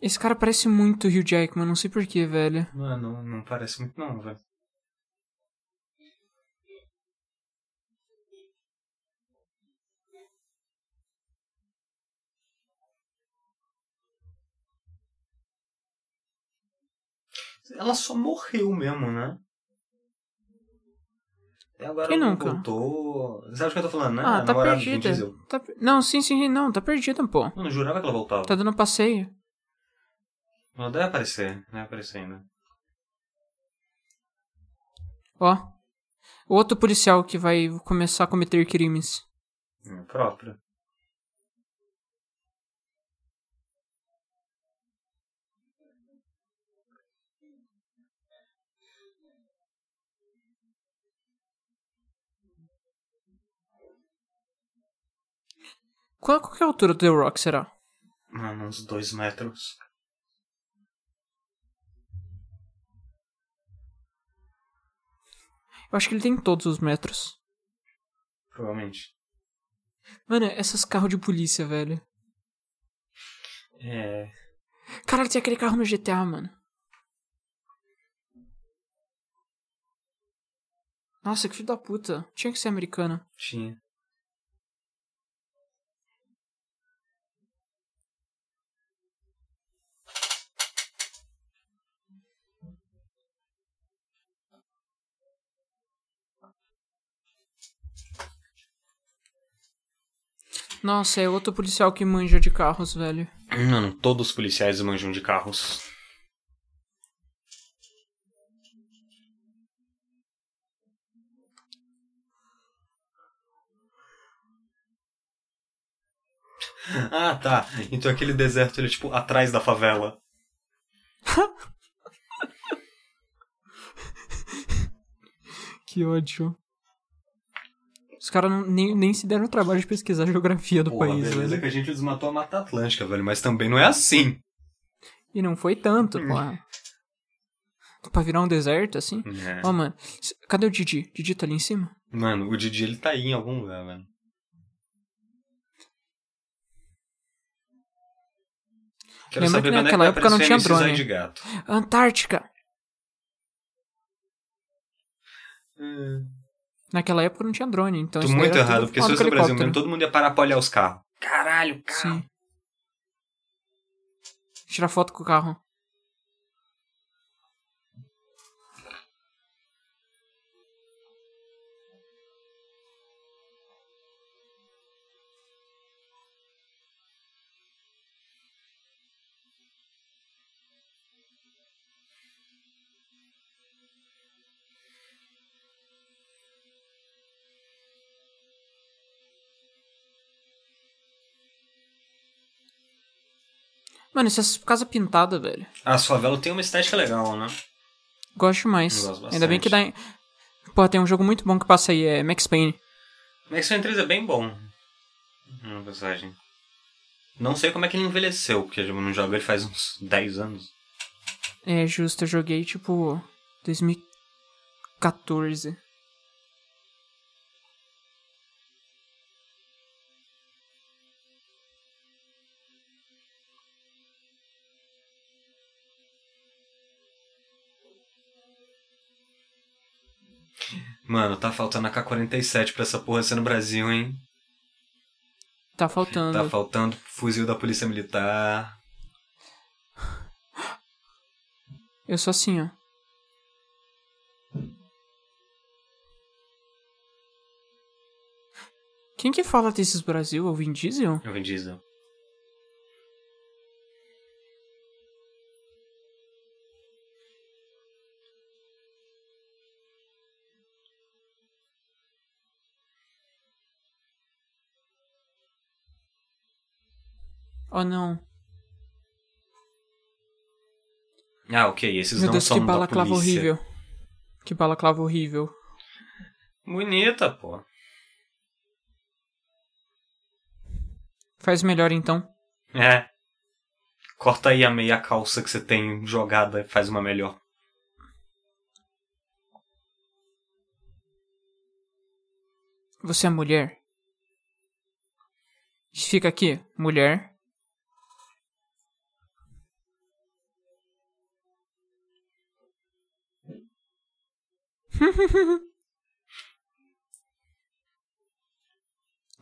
Speaker 1: Esse cara parece muito o Hugh Jackman, não sei porquê, velho.
Speaker 2: Mano, não parece muito não, velho. Ela só morreu mesmo, né? E agora
Speaker 1: Quem
Speaker 2: ela
Speaker 1: nunca?
Speaker 2: voltou. Sabe o que eu tô falando, né?
Speaker 1: Ah,
Speaker 2: A
Speaker 1: tá
Speaker 2: namorada do Vin
Speaker 1: perdida.
Speaker 2: Diesel.
Speaker 1: Tá per- Não, sim, sim, não, tá perdida, pô.
Speaker 2: Mano, eu jurava que ela voltava.
Speaker 1: Tá dando passeio.
Speaker 2: Ela deve aparecer, né? deve aparecer ainda.
Speaker 1: Ó. O outro policial que vai começar a cometer crimes.
Speaker 2: Minha própria.
Speaker 1: Qual, qual que é a altura do The Rock, será?
Speaker 2: Mano, uns dois metros.
Speaker 1: Eu acho que ele tem todos os metros.
Speaker 2: Provavelmente.
Speaker 1: Mano, esses carros de polícia, velho.
Speaker 2: É.
Speaker 1: Caralho, tem aquele carro no GTA, mano. Nossa, que filho da puta. Tinha que ser americano.
Speaker 2: Tinha.
Speaker 1: Nossa, é outro policial que manja de carros, velho.
Speaker 2: Mano, todos os policiais manjam de carros. Ah, tá. Então aquele deserto, ele é tipo atrás da favela.
Speaker 1: Que ódio. Os caras não- nem, nem se deram o trabalho de pesquisar a geografia do
Speaker 2: Porra,
Speaker 1: país, né?
Speaker 2: beleza
Speaker 1: velho.
Speaker 2: que a gente desmatou a Mata Atlântica, velho, mas também não é assim.
Speaker 1: E não foi tanto,
Speaker 2: Hum.
Speaker 1: porra. Pra virar um deserto, assim?
Speaker 2: É.
Speaker 1: Ó, mano, s- cadê o Didi? Didi tá ali em cima?
Speaker 2: Mano, o Didi ele tá aí em algum lugar, velho. Quero
Speaker 1: Lembra
Speaker 2: saber
Speaker 1: que
Speaker 2: quando é
Speaker 1: naquela
Speaker 2: vai
Speaker 1: época não
Speaker 2: aparecer
Speaker 1: tinha
Speaker 2: Mrs.
Speaker 1: drone.
Speaker 2: Zóio de gato.
Speaker 1: Antártica!
Speaker 2: Hum,
Speaker 1: Naquela época não tinha drone, então
Speaker 2: Tô
Speaker 1: isso daí
Speaker 2: muito
Speaker 1: era tudo
Speaker 2: errado, porque
Speaker 1: fumado
Speaker 2: se fosse
Speaker 1: com então
Speaker 2: no Brasil mesmo,
Speaker 1: um helicóptero.
Speaker 2: todo mundo ia parar pra olhar os carros. Caralho, carro.
Speaker 1: Sim. Tirar foto com o carro. Mano, isso é casa pintada, velho.
Speaker 2: As favelas Ah, tem uma estética legal, né?
Speaker 1: Gosto mais.
Speaker 2: Eu gosto bastante.
Speaker 1: Ainda bem que dá. em- Pô, tem um jogo muito bom que passa aí, é Max Payne.
Speaker 2: Max Payne 3 é bem bom. Uma passagem. Não sei como é que ele envelheceu, porque eu não jogo ele faz uns 10 anos.
Speaker 1: É justo, eu joguei tipo 2014.
Speaker 2: Mano, tá faltando a K-47 pra essa porra ser no Brasil, hein?
Speaker 1: Tá faltando.
Speaker 2: Tá faltando fuzil da polícia militar.
Speaker 1: Eu sou assim, ó. Quem que fala desses Brasil? É o Vin Diesel?
Speaker 2: Eu Vin Diesel.
Speaker 1: Oh, não.
Speaker 2: Ah, ok, esses
Speaker 1: Meu
Speaker 2: não
Speaker 1: Deus,
Speaker 2: são
Speaker 1: que
Speaker 2: da
Speaker 1: balaclava
Speaker 2: polícia.
Speaker 1: horrível. Que balaclava horrível.
Speaker 2: Bonita, pô.
Speaker 1: Faz melhor então.
Speaker 2: É. Corta aí a meia calça que você tem jogada e faz uma melhor.
Speaker 1: Você é mulher? Fica aqui, mulher.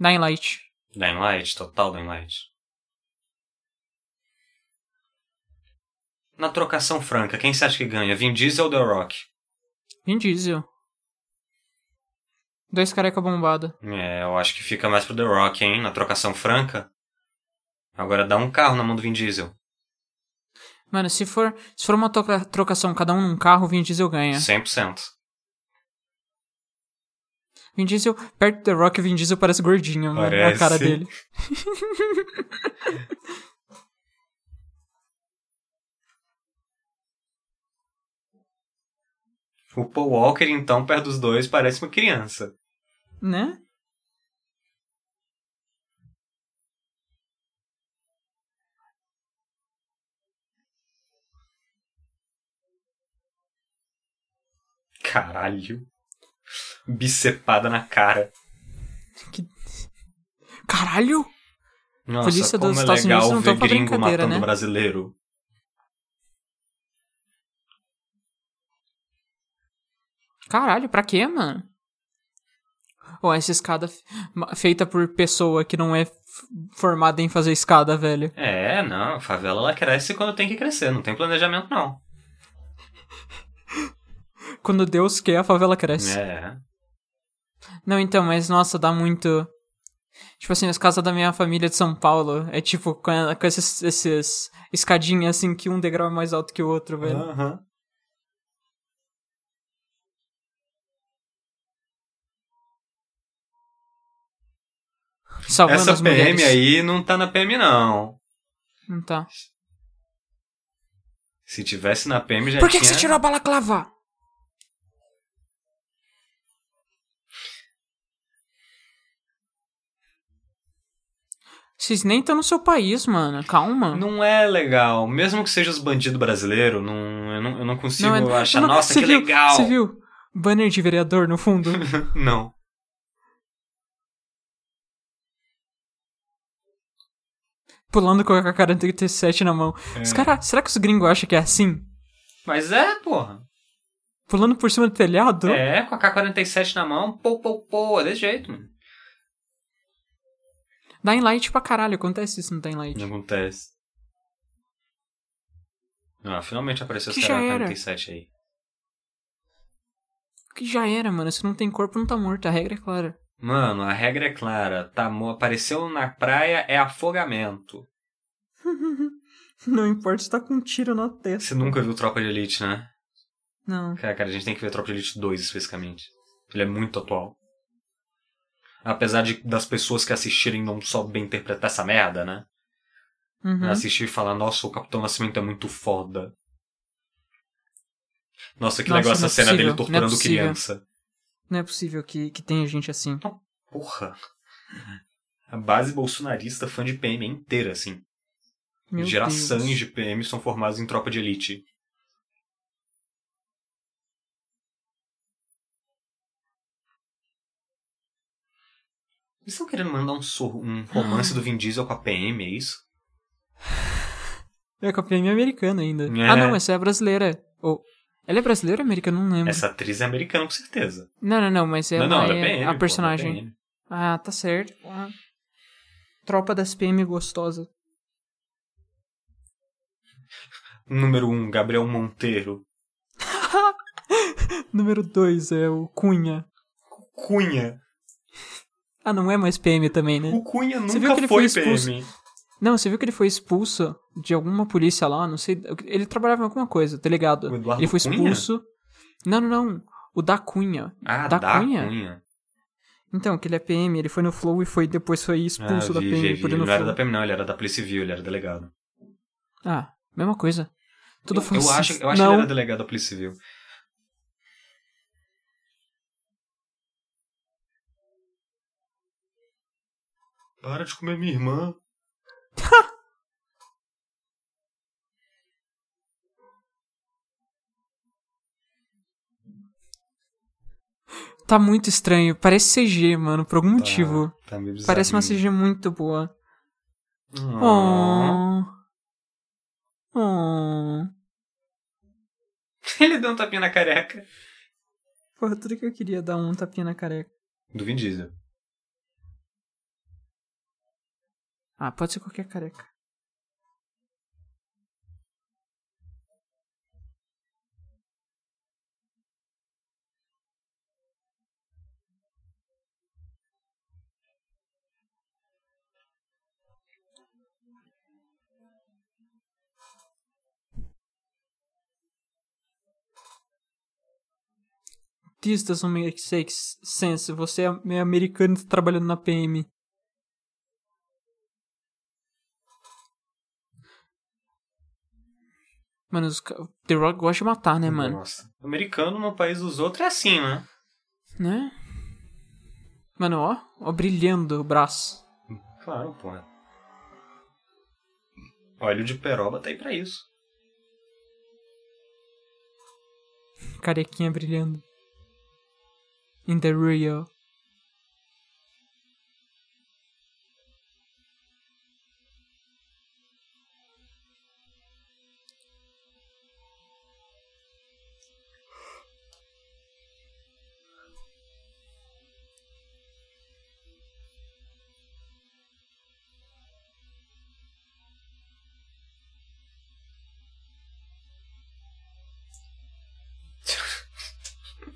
Speaker 1: Nine Light.
Speaker 2: Limelight, total Limelight. Na trocação franca, quem você acha que ganha? Vin Diesel ou The Rock?
Speaker 1: Vin Diesel. Dois careca bombada.
Speaker 2: É, eu acho que fica mais pro The Rock, hein? Na trocação franca. Agora dá um carro na mão do Vin Diesel.
Speaker 1: Mano, se for, se for uma troca- trocação, cada um num carro, Vin Diesel ganha.
Speaker 2: 100%.
Speaker 1: Vin Diesel, perto do The Rock, Vin Diesel parece gordinho, mano. É A cara
Speaker 2: Parece.
Speaker 1: dele.
Speaker 2: O Paul Walker, então, perto dos dois, parece uma criança.
Speaker 1: Né?
Speaker 2: Caralho. Bicepada na cara.
Speaker 1: Caralho!
Speaker 2: Nossa,
Speaker 1: Polícia
Speaker 2: como
Speaker 1: dos
Speaker 2: é
Speaker 1: Estados
Speaker 2: legal
Speaker 1: Unidos não
Speaker 2: ver
Speaker 1: tão pra
Speaker 2: gringo
Speaker 1: brincadeira,
Speaker 2: matando
Speaker 1: né?
Speaker 2: brasileiro.
Speaker 1: Caralho, pra quê, mano? Ó, essa escada fe- ma- feita por pessoa que não é f- formada em fazer escada, velho.
Speaker 2: É, não, a favela ela cresce quando tem que crescer, não tem planejamento não.
Speaker 1: Quando Deus quer, a favela cresce.
Speaker 2: É.
Speaker 1: Não, então, mas nossa, dá muito. Tipo assim, as casas da minha família de São Paulo é tipo com, a- com esses, esses escadinhas assim que um degrau é mais alto que o outro, velho.
Speaker 2: Aham.
Speaker 1: Salvando
Speaker 2: Ah. Essa
Speaker 1: as
Speaker 2: PM
Speaker 1: mulheres.
Speaker 2: aí não tá na PM não.
Speaker 1: Não tá.
Speaker 2: Se tivesse na PM já
Speaker 1: Por que, que
Speaker 2: tinha...
Speaker 1: você tirou a balaclava? Vocês nem estão no seu país, mano. Calma.
Speaker 2: Não é legal. Mesmo que seja os bandidos brasileiros, não, eu, não, eu não consigo
Speaker 1: Não é-
Speaker 2: achar,
Speaker 1: Não,
Speaker 2: nossa,
Speaker 1: você
Speaker 2: que
Speaker 1: viu-
Speaker 2: legal.
Speaker 1: Você viu? Banner de vereador no fundo.
Speaker 2: Não.
Speaker 1: pulando com a cara 37 na mão.
Speaker 2: É.
Speaker 1: Os cara, será que os gringos acham que é assim?
Speaker 2: Mas é, porra.
Speaker 1: Pulando por cima do telhado?
Speaker 2: É, com a K-47 na mão, pô, pô, pô, é desse jeito, mano.
Speaker 1: Dying Light pra caralho, acontece isso no Dying Light.
Speaker 2: Não acontece. Ah, finalmente apareceu
Speaker 1: Que
Speaker 2: os caras
Speaker 1: já era.
Speaker 2: 47 aí.
Speaker 1: Que já era, mano. Se não tem corpo, não tá morto. A regra é clara.
Speaker 2: Mano, a regra é clara. Tá, mo- apareceu na praia é afogamento.
Speaker 1: Não importa se tá com um tiro na testa.
Speaker 2: Você nunca viu Tropa de Elite, né?
Speaker 1: Não.
Speaker 2: Cara, cara, a gente tem que ver Tropa de Elite 2 especificamente. Ele é muito atual. Apesar de, das pessoas que assistirem não souberem interpretar essa merda, né?
Speaker 1: Uhum.
Speaker 2: Assistir e falar, nossa, o Capitão Nascimento é muito foda. Nossa, que
Speaker 1: Nossa,
Speaker 2: legal
Speaker 1: não
Speaker 2: essa
Speaker 1: é
Speaker 2: cena
Speaker 1: possível,
Speaker 2: dele
Speaker 1: não é
Speaker 2: torturando
Speaker 1: possível.
Speaker 2: criança.
Speaker 1: Não é possível que, que tenha gente assim.
Speaker 2: Porra. A base bolsonarista fã de PM é inteira, assim.
Speaker 1: Meu
Speaker 2: Gerações
Speaker 1: Deus.
Speaker 2: de PM são formadas em tropa de elite. Eles estão querendo mandar um, sor- um romance do Vin Diesel com a PM, é isso?
Speaker 1: É com a PM americana ainda.
Speaker 2: É.
Speaker 1: Ah, não, essa é brasileira. Ou. Ela é brasileira ou americana? Não lembro.
Speaker 2: Essa atriz é americana, com certeza.
Speaker 1: Não, não, não, mas ela
Speaker 2: não, não, ela
Speaker 1: é,
Speaker 2: é PM. pô, ela
Speaker 1: a
Speaker 2: é
Speaker 1: personagem.
Speaker 2: PM.
Speaker 1: ah, tá certo. Ah. Tropa das PM gostosa.
Speaker 2: Número 1, um, Gabriel Monteiro.
Speaker 1: Número 2 é o Cunha.
Speaker 2: Cunha.
Speaker 1: Ah, não é mais PM também, né?
Speaker 2: O Cunha
Speaker 1: Você
Speaker 2: nunca
Speaker 1: viu que ele
Speaker 2: foi,
Speaker 1: foi expulso?
Speaker 2: PM.
Speaker 1: Não, você viu que ele foi expulso de alguma polícia lá, não sei. Ele trabalhava em alguma coisa, delegado.
Speaker 2: O Eduardo
Speaker 1: ele foi
Speaker 2: Cunha?
Speaker 1: expulso. Não, não, não. O da Cunha.
Speaker 2: Ah,
Speaker 1: Da
Speaker 2: da,
Speaker 1: Cunha?
Speaker 2: Cunha?
Speaker 1: Então, que ele é PM, ele foi no Flow e foi depois foi expulso
Speaker 2: ah,
Speaker 1: da
Speaker 2: vi,
Speaker 1: PM
Speaker 2: vi, vi.
Speaker 1: por ir
Speaker 2: Ele
Speaker 1: no
Speaker 2: não era
Speaker 1: Flow.
Speaker 2: da PM, não. Ele era da Polícia Civil, ele era delegado.
Speaker 1: Ah, mesma coisa. Tudo
Speaker 2: eu, eu
Speaker 1: fascista.
Speaker 2: acho, eu acho que
Speaker 1: não,
Speaker 2: ele era delegado da Polícia Civil. Para de comer minha irmã.
Speaker 1: tá muito estranho. Parece CG, mano, por algum motivo.
Speaker 2: Tá meio bizarro.
Speaker 1: Parece uma CG muito boa.
Speaker 2: Oh.
Speaker 1: Oh. Oh.
Speaker 2: Ele deu um tapinha na careca.
Speaker 1: Porra, tudo que eu queria é dar um tapinha na careca.
Speaker 2: Do Vin Diesel.
Speaker 1: Ah, pode ser qualquer careca. This doesn't make sense. Você é americano e tá trabalhando na PM. Mano, os ca- The Rock gosta de matar, né, mano?
Speaker 2: Nossa. Americano no país dos outros é assim, né?
Speaker 1: Né? Mano, ó, ó, brilhando o braço.
Speaker 2: Claro, porra. Óleo de peroba tá aí pra isso.
Speaker 1: Carequinha brilhando. In the real.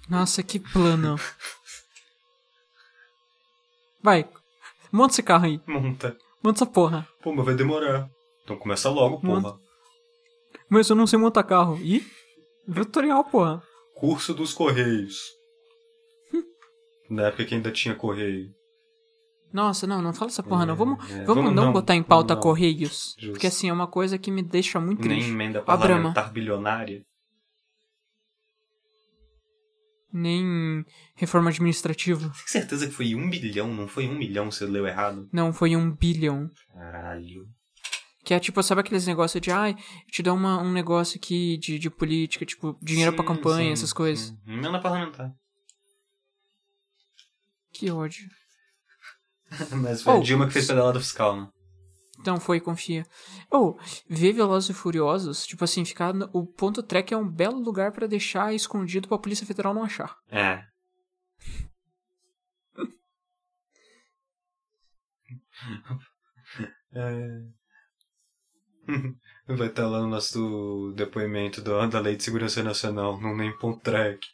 Speaker 1: Nossa, que plano. Vai. Monta esse carro aí.
Speaker 2: Monta.
Speaker 1: Monta essa porra.
Speaker 2: Pô, mas vai demorar. Então começa logo,
Speaker 1: Monta.
Speaker 2: porra.
Speaker 1: Mas eu não sei montar carro. Ih, tutorial, porra.
Speaker 2: Curso dos Correios. Na época que ainda tinha correio.
Speaker 1: Nossa, não, não fala essa porra, não.
Speaker 2: É,
Speaker 1: Vamos,
Speaker 2: é,
Speaker 1: vamos,
Speaker 2: vamos
Speaker 1: não
Speaker 2: não,
Speaker 1: botar em pauta
Speaker 2: vamos não.
Speaker 1: Correios.
Speaker 2: Justo.
Speaker 1: Porque assim, é uma coisa que me deixa muito
Speaker 2: Nem
Speaker 1: triste.
Speaker 2: emenda
Speaker 1: A Brahma.
Speaker 2: parlamentar bilionária.
Speaker 1: Nem reforma administrativa.
Speaker 2: Tem certeza que foi um bilhão, não foi um milhão, você leu errado?
Speaker 1: Não, foi um bilhão.
Speaker 2: Caralho.
Speaker 1: Que é tipo, sabe aqueles negócios de, ai, eu te dá uma, um negócio aqui de, de política, tipo, dinheiro pra
Speaker 2: Sim,
Speaker 1: campanha,
Speaker 2: sim,
Speaker 1: essas coisas.
Speaker 2: sim. Emenda parlamentar.
Speaker 1: Que ódio.
Speaker 2: Mas foi
Speaker 1: Oh.
Speaker 2: a Dilma que fez pedalada fiscal, né?
Speaker 1: Então foi, confia. Ou, ver Velozes e Furiosos, tipo assim, ficar. no- O ponto track é um belo lugar pra deixar escondido pra Polícia Federal não achar.
Speaker 2: É. Vai estar lá no nosso depoimento do, da Lei de Segurança Nacional, no Nempon um Track.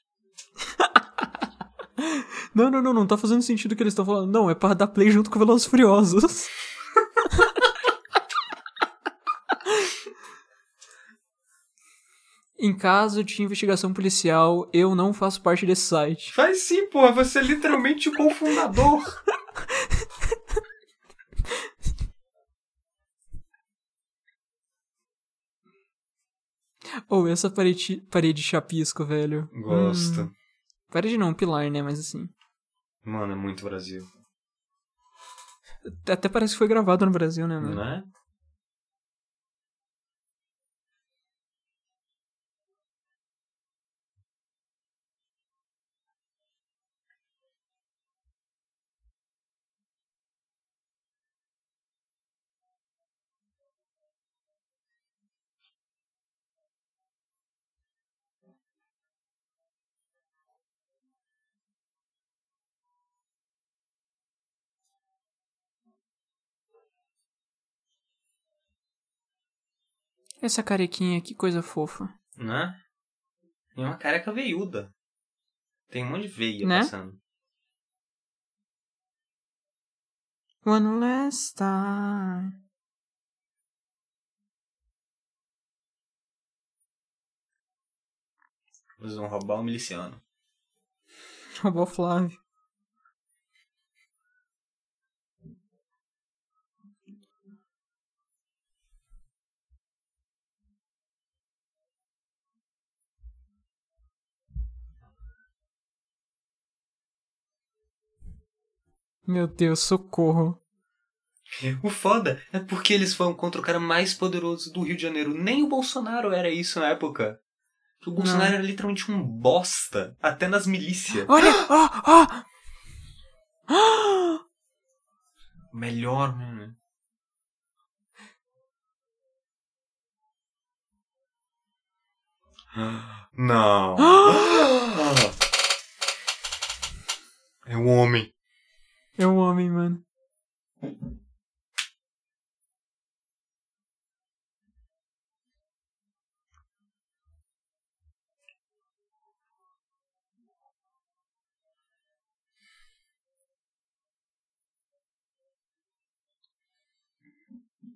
Speaker 1: Não, não, não, não tá fazendo sentido o que eles estão falando. Não, é pra dar play junto com Velozes e Furiosos. em caso de investigação policial, eu não faço parte desse site.
Speaker 2: Faz sim, porra, você é literalmente o cofundador.
Speaker 1: Ou essa parede, parede chapisco, velho.
Speaker 2: Gosto.
Speaker 1: Hum, parede não, pilar, né? Mas assim.
Speaker 2: Mano, é muito Brasil.
Speaker 1: Até parece que foi gravado no Brasil, né, mano?
Speaker 2: Não é?
Speaker 1: Essa carequinha, que coisa fofa.
Speaker 2: Né? E uma careca veiuda. Tem um monte de veia
Speaker 1: Né?
Speaker 2: passando.
Speaker 1: One last time.
Speaker 2: Eles vão roubar o miliciano.
Speaker 1: Roubou o Flávio. Meu Deus, socorro.
Speaker 2: O foda é porque eles foram contra o cara mais poderoso do Rio de Janeiro. Nem o Bolsonaro era isso na época. O Bolsonaro era literalmente um bosta. Até nas milícias.
Speaker 1: Olha! Ah! Ah!
Speaker 2: Melhor, mano. Não. É um homem.
Speaker 1: É um homem, mano.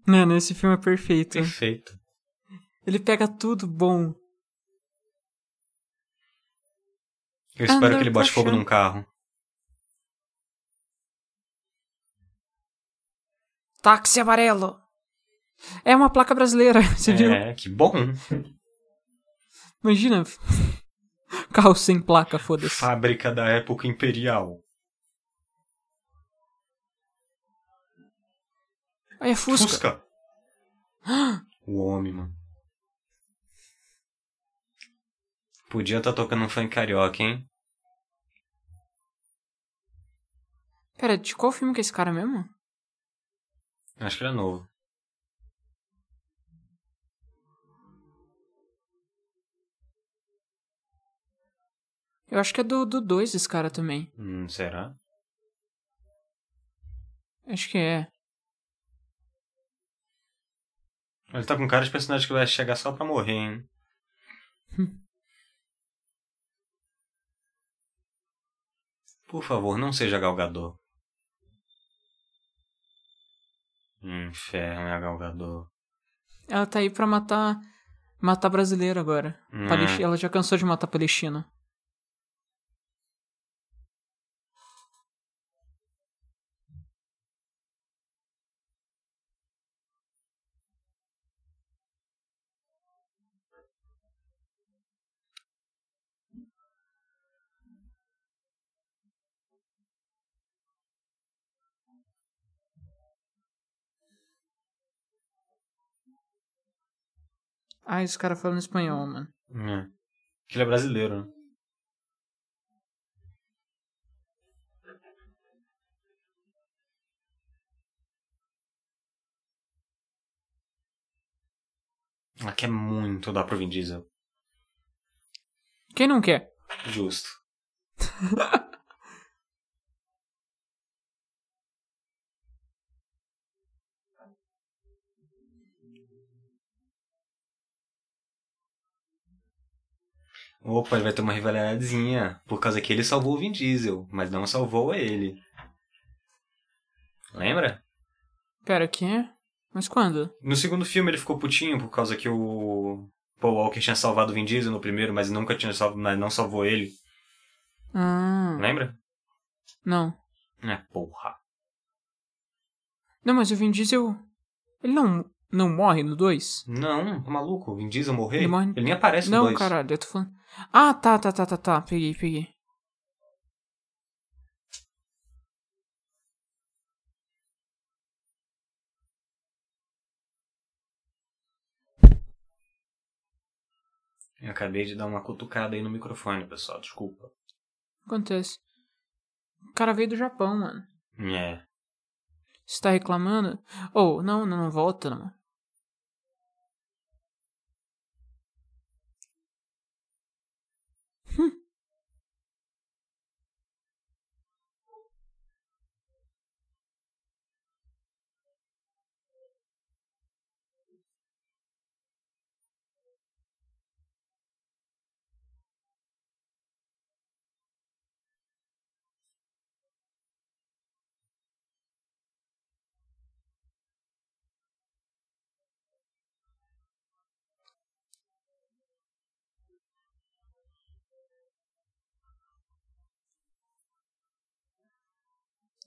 Speaker 1: Mano, esse filme é perfeito.
Speaker 2: Perfeito.
Speaker 1: Ele pega tudo bom.
Speaker 2: Eu espero
Speaker 1: Anda
Speaker 2: que ele bote
Speaker 1: puxando.
Speaker 2: fogo num carro.
Speaker 1: Táxi amarelo. É uma placa brasileira, você viu?
Speaker 2: É, que bom.
Speaker 1: Imagina. Carro sem placa, foda-se.
Speaker 2: Fábrica da época imperial.
Speaker 1: Aí é Fusca.
Speaker 2: o homem, mano. Podia estar tocando um funk carioca, hein?
Speaker 1: Pera, de qual filme que é esse cara mesmo?
Speaker 2: Acho que era novo.
Speaker 1: Eu acho que é do 2 dois esse cara também.
Speaker 2: Hum, será?
Speaker 1: Acho que é.
Speaker 2: Ele tá com cara de personagem que vai chegar só pra morrer, hein? Por favor, não seja galgador. Inferno, é galgador.
Speaker 1: Ela tá aí pra matar. Matar brasileiro agora.
Speaker 2: Hum.
Speaker 1: Palesti- Ela já cansou de matar palestino. Ah, esse cara falando espanhol, mano.
Speaker 2: É. Porque ele é brasileiro, né? Ela quer é muito dar pro Vin Diesel.
Speaker 1: Quem não quer?
Speaker 2: Justo. Opa, ele vai ter uma rivalidadezinha. Por causa que ele salvou o Vin Diesel, mas não salvou ele. Lembra?
Speaker 1: Pera, o quê? Mas quando?
Speaker 2: No segundo filme ele ficou putinho por causa que o Paul Walker tinha salvado o Vin Diesel no primeiro, mas nunca tinha salvo, mas não salvou ele.
Speaker 1: Ah,
Speaker 2: Lembra?
Speaker 1: não.
Speaker 2: É, porra.
Speaker 1: Não, mas o Vin Diesel. Ele não, não morre no 2?
Speaker 2: Não, tá maluco? O Vin Diesel morreu?
Speaker 1: Ele
Speaker 2: Ele,
Speaker 1: morre-
Speaker 2: nem aparece no
Speaker 1: Não,
Speaker 2: dois.
Speaker 1: caralho, eu tô falando. Ah, tá, tá, tá, tá, tá. Peguei, peguei.
Speaker 2: Eu acabei de dar uma cutucada aí no microfone, pessoal, desculpa.
Speaker 1: Acontece. O cara veio do Japão, mano.
Speaker 2: É.
Speaker 1: Você tá reclamando? Ou, não, não, não, volta, não.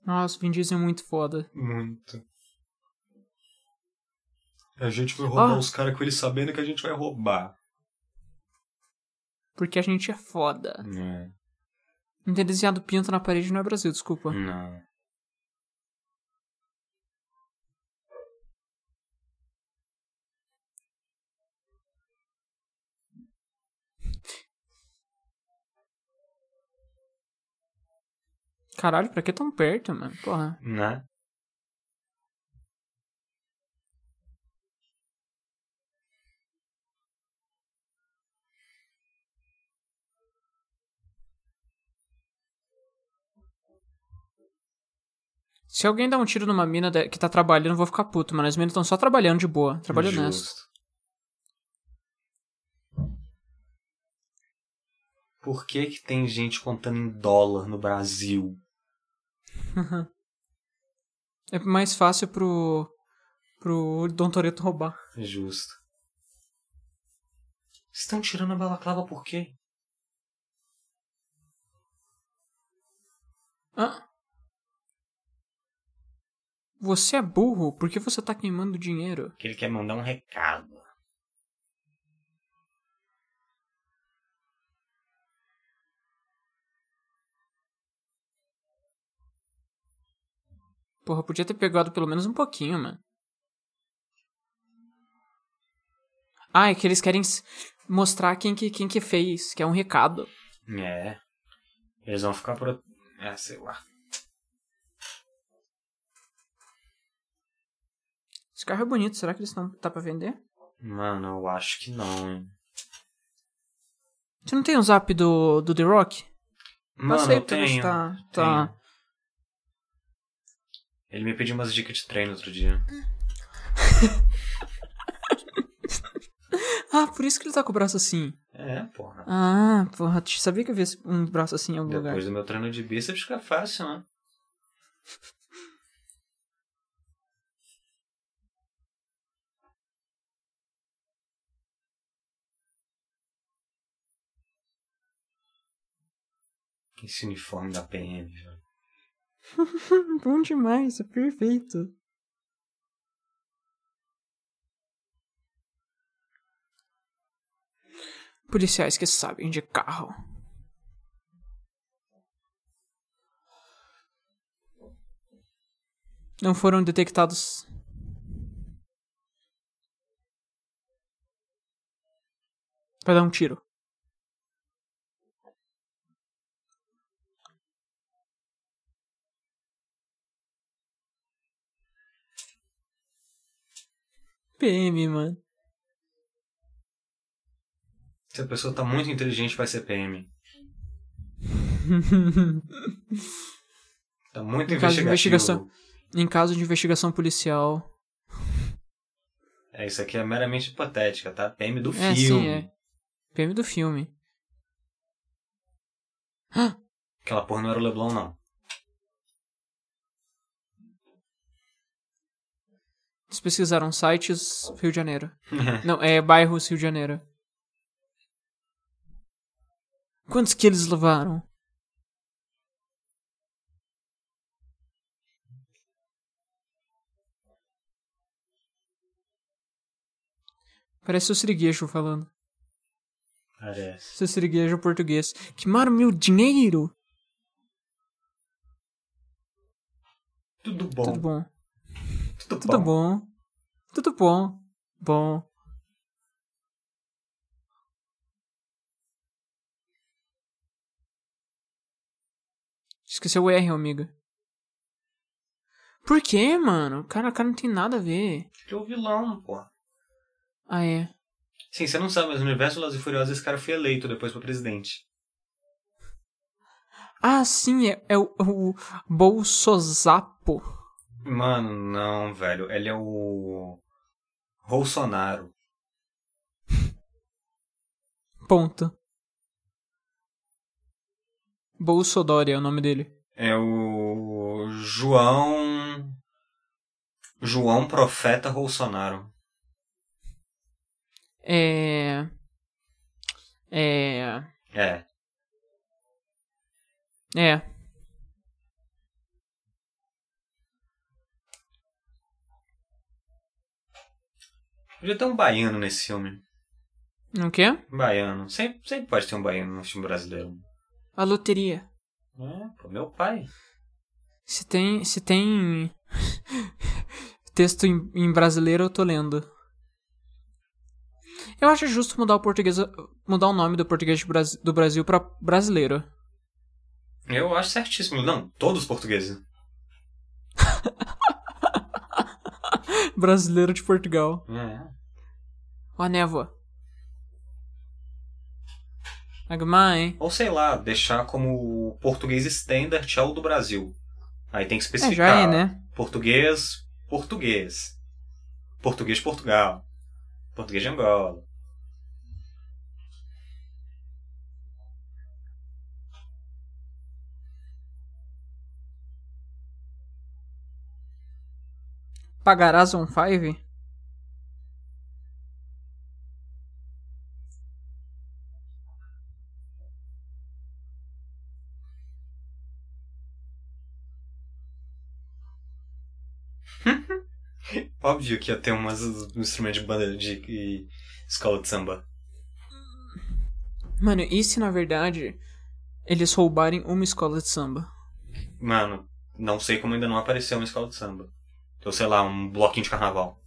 Speaker 1: Nossa, o Vin Diesel é muito foda.
Speaker 2: Muito. A gente vai
Speaker 1: roubar Ah.
Speaker 2: os caras com ele sabendo que a gente vai roubar.
Speaker 1: Porque a gente é foda.
Speaker 2: É.
Speaker 1: Não ter desenhado pinto na parede não é Brasil,
Speaker 2: Hum.
Speaker 1: desculpa.
Speaker 2: Não.
Speaker 1: Caralho, pra que tão perto, mano? Porra.
Speaker 2: Né?
Speaker 1: Se alguém dá um tiro numa mina de- que tá trabalhando, eu vou ficar puto, mano. As minas estão só trabalhando de boa. Trabalho honesto.
Speaker 2: Justo. Por que que tem gente contando em dólar no Brasil?
Speaker 1: É mais fácil pro. pro Dom Toreto roubar.
Speaker 2: É Justo. Estão tirando a balaclava por quê?
Speaker 1: Hã? Você é burro? Por que você tá queimando dinheiro?
Speaker 2: Porque ele quer mandar um recado.
Speaker 1: Porra, podia ter pegado pelo menos um pouquinho, mano. Ah, é que eles querem s- mostrar quem que, quem que fez, que é um recado.
Speaker 2: É. Eles vão ficar pro... É, sei lá.
Speaker 1: Esse carro é bonito, será que eles não tá pra vender?
Speaker 2: Mano, eu acho que não, hein.
Speaker 1: Você não tem o zap do, do The Rock?
Speaker 2: Mano,
Speaker 1: Passa aí
Speaker 2: eu
Speaker 1: pra ver se
Speaker 2: tenho.
Speaker 1: Tá, tá.
Speaker 2: Ele me pediu umas dicas de treino outro dia.
Speaker 1: Ah, por isso que ele tá com o braço assim.
Speaker 2: É, porra.
Speaker 1: Ah, porra, te- sabia que eu vi esse- um braço assim em algum lugar.
Speaker 2: Depois do meu treino de bíceps fica fácil, né? Esse uniforme da PM, velho.
Speaker 1: Bom demais, é perfeito. Policiais que sabem de carro. Não foram detectados. Vai dar um tiro. PM, mano.
Speaker 2: Se a pessoa tá muito inteligente, vai ser PM. Tá muito
Speaker 1: No caso de
Speaker 2: investigativo.
Speaker 1: investigação. Em caso de investigação policial.
Speaker 2: É, isso aqui é meramente hipotética, tá? PM do
Speaker 1: É,
Speaker 2: filme.
Speaker 1: sim, é. PM do filme.
Speaker 2: Aquela porra não era o Leblon, não.
Speaker 1: Eles pesquisaram sites Rio de Janeiro. Não, é bairros Rio de Janeiro. Quantos que eles levaram? Parece o Siriguejo falando.
Speaker 2: Parece.
Speaker 1: Seu siriguejo português. Queimaram meu dinheiro?
Speaker 2: Tudo bom.
Speaker 1: Tudo bom.
Speaker 2: Tudo
Speaker 1: Tudo bom. Tudo bom. Bom. Esqueceu o R, amiga. Por que, mano? Cara, cara não tem nada a ver.
Speaker 2: Que é o vilão, pô.
Speaker 1: Ah, é.
Speaker 2: Sim, você não sabe, mas no universo Las e Furiosas esse cara foi eleito depois pra presidente.
Speaker 1: Ah, sim, é, é o, o Bolsozapo.
Speaker 2: Mano, não, velho. Ele é o. Bolsonaro.
Speaker 1: Ponto. Bolsodori é o nome dele.
Speaker 2: É o. João. João Profeta Bolsonaro.
Speaker 1: É. É.
Speaker 2: É.
Speaker 1: É.
Speaker 2: Podia ter um baiano nesse filme.
Speaker 1: O quê?
Speaker 2: Um baiano. Sempre, sempre pode ter um baiano no filme brasileiro.
Speaker 1: A loteria.
Speaker 2: É, pô, meu pai.
Speaker 1: Se tem. Se tem. texto em, em brasileiro, eu tô lendo. Eu acho justo mudar o português. Mudar o nome do português de Bras- do Brasil pra brasileiro.
Speaker 2: Eu acho certíssimo. Não, todos portugueses.
Speaker 1: brasileiro de Portugal.
Speaker 2: É.
Speaker 1: Ó, a névoa. Agma, hein?
Speaker 2: Ou sei lá, deixar como o português standard é o do Brasil. Aí tem que
Speaker 1: É,
Speaker 2: especificar.
Speaker 1: já é, né?
Speaker 2: Português, português. Português de Portugal. Português de Angola.
Speaker 1: Pagarás on five?
Speaker 2: Óbvio que ia ter umas, um instrumento de banda de, de escola de samba.
Speaker 1: Mano, e se na verdade eles roubarem uma escola de samba?
Speaker 2: Mano, não sei como ainda não apareceu uma escola de samba. Ou sei lá, um bloquinho de carnaval.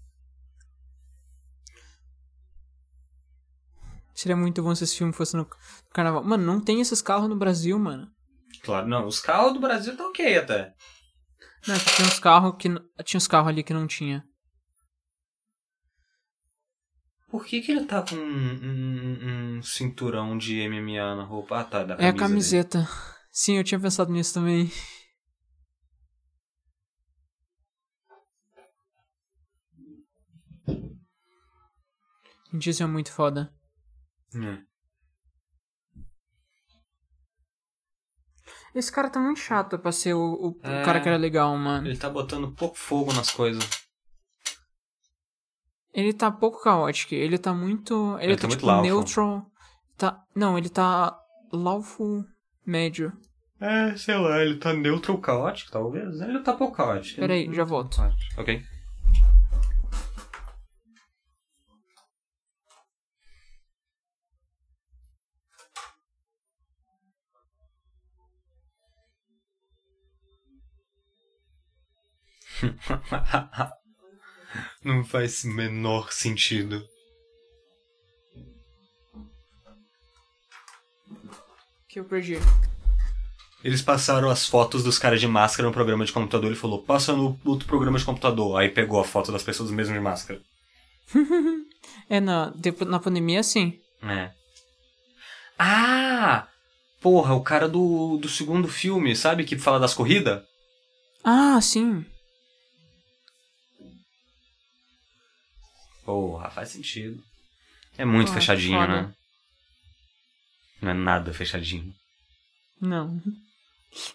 Speaker 1: Seria muito bom se esse filme fosse no carnaval. Mano, não tem esses carros no Brasil, mano.
Speaker 2: Claro, não. Os carros do Brasil estão ok até.
Speaker 1: Não, é que tinha uns carros que. n- Tinha uns carros ali que não tinha.
Speaker 2: Por que, que ele tá com um, um- um cinturão de MMA na roupa? Ah, tá, da
Speaker 1: É a
Speaker 2: camisa dele.
Speaker 1: camiseta. Sim, eu tinha pensado nisso também. Indício é muito foda.
Speaker 2: Hum.
Speaker 1: Esse cara tá muito chato pra ser o, o- o
Speaker 2: É.
Speaker 1: cara que era legal, mano.
Speaker 2: Ele tá botando pouco fogo nas coisas.
Speaker 1: Ele tá pouco caótico. Ele tá muito. Ele,
Speaker 2: Ele
Speaker 1: tá,
Speaker 2: tá muito
Speaker 1: tipo,
Speaker 2: lawful.
Speaker 1: neutral. Tá, não, ele tá lawful médio.
Speaker 2: É, sei lá, ele tá neutro ou caótico, talvez. Ele tá pouco caótico.
Speaker 1: Peraí, já volto.
Speaker 2: Ok. Não faz menor sentido.
Speaker 1: Que eu perdi.
Speaker 2: Eles passaram as fotos dos caras de máscara no programa de computador. Ele falou, passa no outro programa de computador. Aí pegou a foto das pessoas mesmo de máscara.
Speaker 1: É, na, depo- na pandemia, sim.
Speaker 2: É. Ah! Porra, o cara do, do segundo filme, sabe? Que fala das corridas?
Speaker 1: Ah, sim.
Speaker 2: Porra, faz sentido. É muito
Speaker 1: Porra,
Speaker 2: fechadinho,
Speaker 1: foda.
Speaker 2: né? Não é nada fechadinho.
Speaker 1: Não.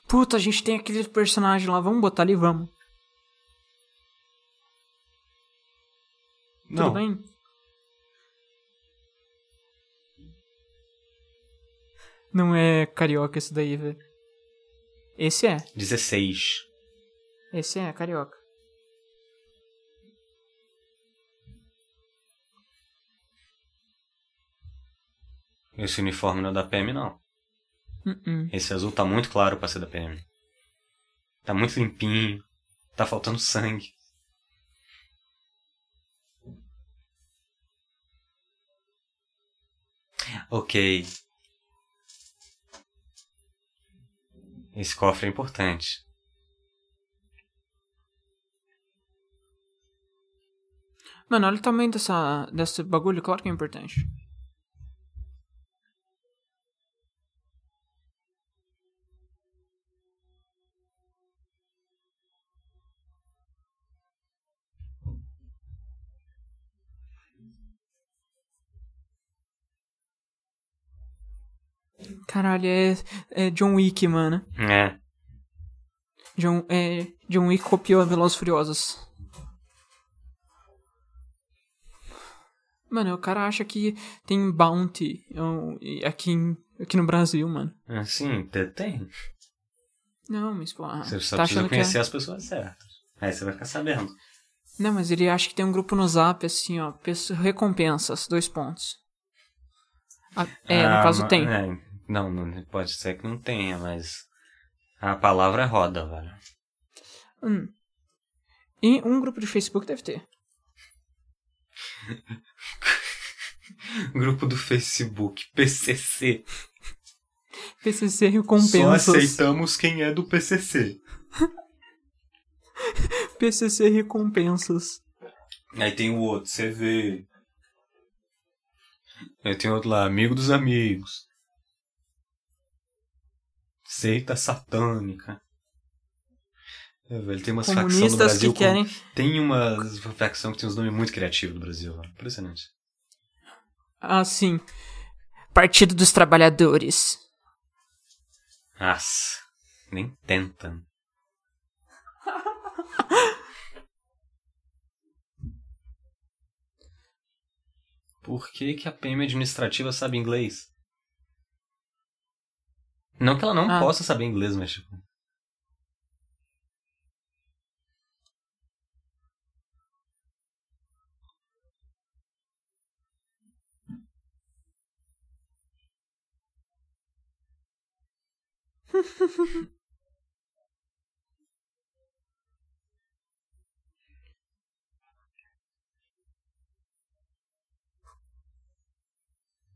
Speaker 1: Puta, a gente tem aquele personagem lá, vamos botar ali, vamos.
Speaker 2: Não.
Speaker 1: Tudo bem? Não é carioca esse daí, velho. Esse é.
Speaker 2: 16.
Speaker 1: Esse é carioca.
Speaker 2: Esse uniforme não é da PM, não.
Speaker 1: Uh-uh.
Speaker 2: Esse azul tá muito claro pra ser da PM. Tá muito limpinho. Tá faltando sangue. Ok. Esse cofre é importante.
Speaker 1: Mano, olha o tamanho dessa, desse bagulho, claro que é importante. Caralho, é, é John Wick, mano.
Speaker 2: É.
Speaker 1: John, é, John Wick copiou a Velozes e Furiosos. Mano, o cara acha que tem bounty eu- e aqui, em- aqui no Brasil, mano.
Speaker 2: Assim, te- tem.
Speaker 1: Não, mas pô, ah,
Speaker 2: Você só
Speaker 1: tá
Speaker 2: precisa
Speaker 1: achando que é.
Speaker 2: conhecer as pessoas certas. Aí você vai ficar sabendo.
Speaker 1: Não, mas ele acha que tem um grupo no Zap, assim, ó. pesso- Recompensas, dois pontos. Ah, é,
Speaker 2: Ah,
Speaker 1: no caso
Speaker 2: ma-
Speaker 1: tem.
Speaker 2: é, não, não- pode ser que não tenha, mas a palavra é roda, velho.
Speaker 1: Hum. E um grupo de Facebook deve ter.
Speaker 2: Grupo do Facebook, PCC.
Speaker 1: PCC recompensas.
Speaker 2: Só aceitamos quem é do PCC.
Speaker 1: PCC recompensas.
Speaker 2: Aí tem o outro, CV. Aí tem outro lá, amigo dos amigos. Seita satânica. É, velho, tem umas facções no
Speaker 1: Comunistas
Speaker 2: Brasil
Speaker 1: que
Speaker 2: com-
Speaker 1: querem
Speaker 2: Tem uma facção que tem uns nomes muito criativos no Brasil, velho. Impressionante.
Speaker 1: Assim. Partido dos Trabalhadores.
Speaker 2: Nossa, nem tenta. Por que, que a PM administrativa sabe inglês? Não que ela não
Speaker 1: Ah.
Speaker 2: possa saber inglês, mas tipo.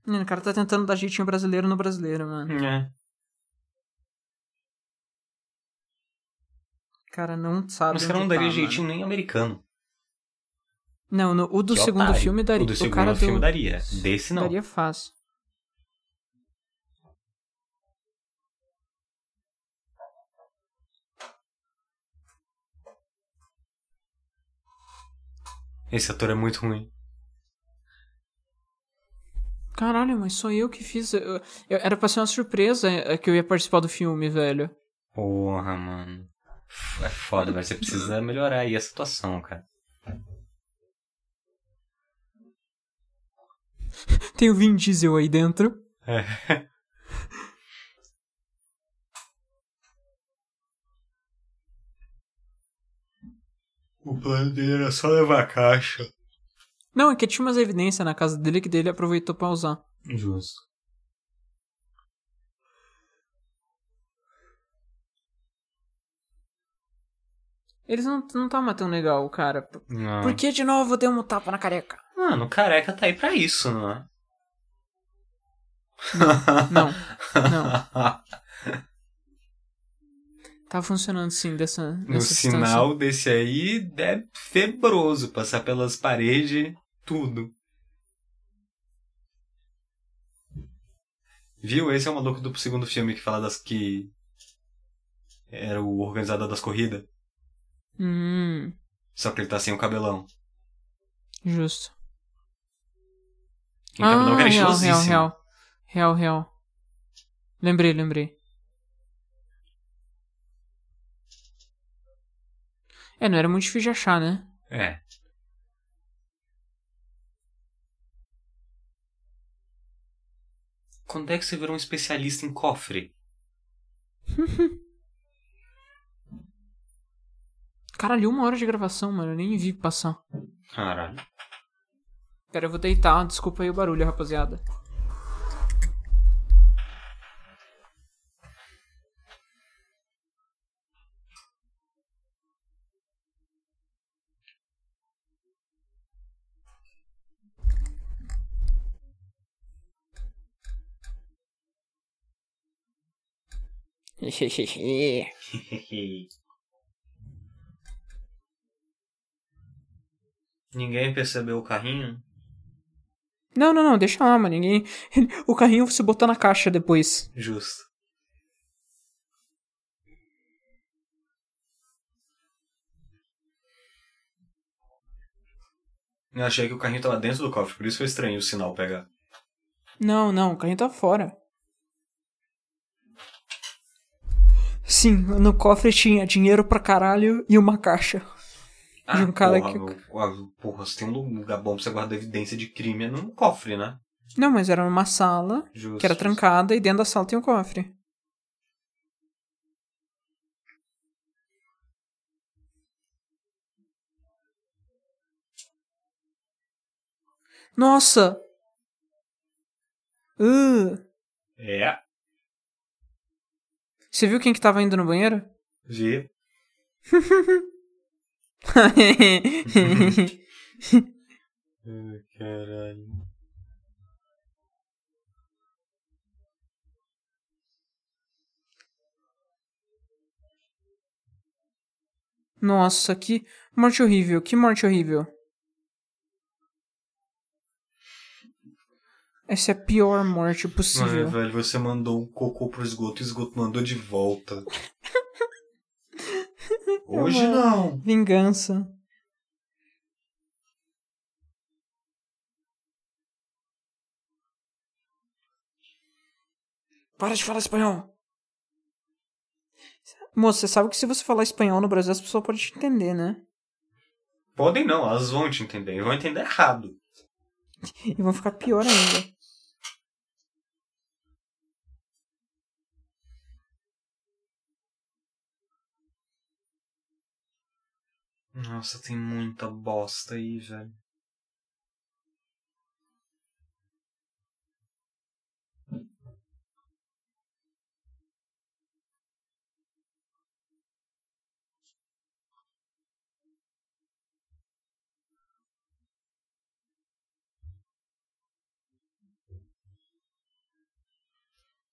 Speaker 1: Mano, o cara tá tentando dar jeitinho brasileiro no brasileiro, mano.
Speaker 2: É.
Speaker 1: O cara não sabe.
Speaker 2: Mas o cara
Speaker 1: onde tá,
Speaker 2: não daria
Speaker 1: mano.
Speaker 2: jeitinho nem americano.
Speaker 1: Não, no- o do
Speaker 2: Que
Speaker 1: segundo
Speaker 2: otário.
Speaker 1: filme daria.
Speaker 2: O do segundo
Speaker 1: cara
Speaker 2: filme
Speaker 1: do...
Speaker 2: daria. Desse não.
Speaker 1: Daria fácil.
Speaker 2: Esse ator é muito ruim.
Speaker 1: Caralho, mas sou eu que fiz. eu- eu- era pra ser uma surpresa é, que eu ia participar do filme, velho.
Speaker 2: Porra, mano. F- É foda, velho. Você precisa melhorar aí a situação, cara.
Speaker 1: Tem o Vin Diesel aí dentro.
Speaker 2: É. O plano dele era só levar a caixa.
Speaker 1: Não, é que tinha umas evidências na casa dele que dele aproveitou pra usar.
Speaker 2: Justo.
Speaker 1: Eles não, não tá matando legal o cara. Por
Speaker 2: Não.
Speaker 1: por que de novo deu um tapa na careca?
Speaker 2: Mano, o careca tá aí pra isso, não é?
Speaker 1: Não. Não. Tá funcionando sim dessa.
Speaker 2: No
Speaker 1: dessa distância.
Speaker 2: sinal desse aí é febroso passar pelas paredes, tudo. Viu? Esse é o maluco do segundo filme que fala das que. Era o organizador das corridas.
Speaker 1: Hum,
Speaker 2: Só que ele tá sem o cabelão.
Speaker 1: justo.
Speaker 2: Ele tá tava numa
Speaker 1: ah,
Speaker 2: cara
Speaker 1: real, real,
Speaker 2: estilosíssima.
Speaker 1: real. Real, real. Lembrei, lembrei. É, não era muito difícil de achar, né?
Speaker 2: É. Quando é que você virou um especialista em cofre?
Speaker 1: Caralho, uma hora de gravação, mano. Eu nem vi passar.
Speaker 2: Caralho.
Speaker 1: Cara, eu vou deitar. Desculpa aí o barulho, rapaziada.
Speaker 2: Ninguém percebeu o carrinho?
Speaker 1: Não, não, não. Deixa lá, mano. Ninguém... O carrinho se botou na caixa depois.
Speaker 2: Justo. Eu achei que o carrinho tava dentro do cofre, por isso foi estranho o sinal pegar.
Speaker 1: Não, não, o carrinho tá fora. Sim, no cofre tinha dinheiro pra caralho e uma caixa. De um cara
Speaker 2: porra,
Speaker 1: que-
Speaker 2: meu- ah, porra, você tem um lugar bom pra você guardar evidência de crime é num cofre, né?
Speaker 1: Não, mas era numa sala
Speaker 2: Justo.
Speaker 1: que era trancada e dentro da sala tem um cofre. Nossa! Uh,
Speaker 2: É,
Speaker 1: você viu quem que tava indo no banheiro?
Speaker 2: vi. Ai, Caralho.
Speaker 1: Nossa, que morte horrível, que morte horrível. Essa é a pior morte
Speaker 2: Ai,
Speaker 1: possível.
Speaker 2: velho, você mandou um cocô pro esgoto e o esgoto mandou de volta. Hoje
Speaker 1: Mano.
Speaker 2: não.
Speaker 1: Vingança. Para de falar espanhol. Moça, você sabe que se você falar espanhol no Brasil, as pessoas podem te entender, né?
Speaker 2: Podem não, elas vão te entender. E vão entender errado.
Speaker 1: E vão ficar pior ainda.
Speaker 2: Nossa, tem muita bosta aí, velho.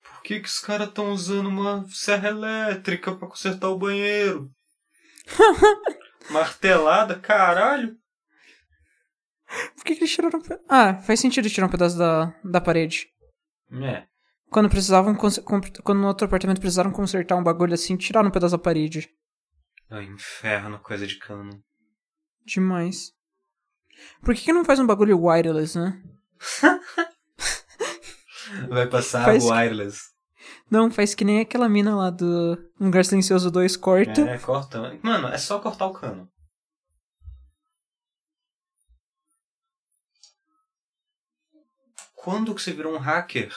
Speaker 2: Por que, que os caras estão usando uma serra elétrica pra consertar o banheiro? Martelada, caralho!
Speaker 1: Por que, que eles tiraram. um pe- Ah, faz sentido tirar um pedaço da, da parede.
Speaker 2: É.
Speaker 1: Quando precisavam. cons- com- Quando no outro apartamento precisaram consertar um bagulho assim, tiraram um pedaço da parede.
Speaker 2: Ai, É um inferno, coisa de cano.
Speaker 1: Demais. Por que, que não faz um bagulho wireless, né?
Speaker 2: Vai passar
Speaker 1: Faz-
Speaker 2: o wireless.
Speaker 1: Não, faz que nem aquela mina lá do Um Lugar Silencioso 2 corta.
Speaker 2: É, corta. Mano, é só cortar o cano. Quando que você virou um hacker?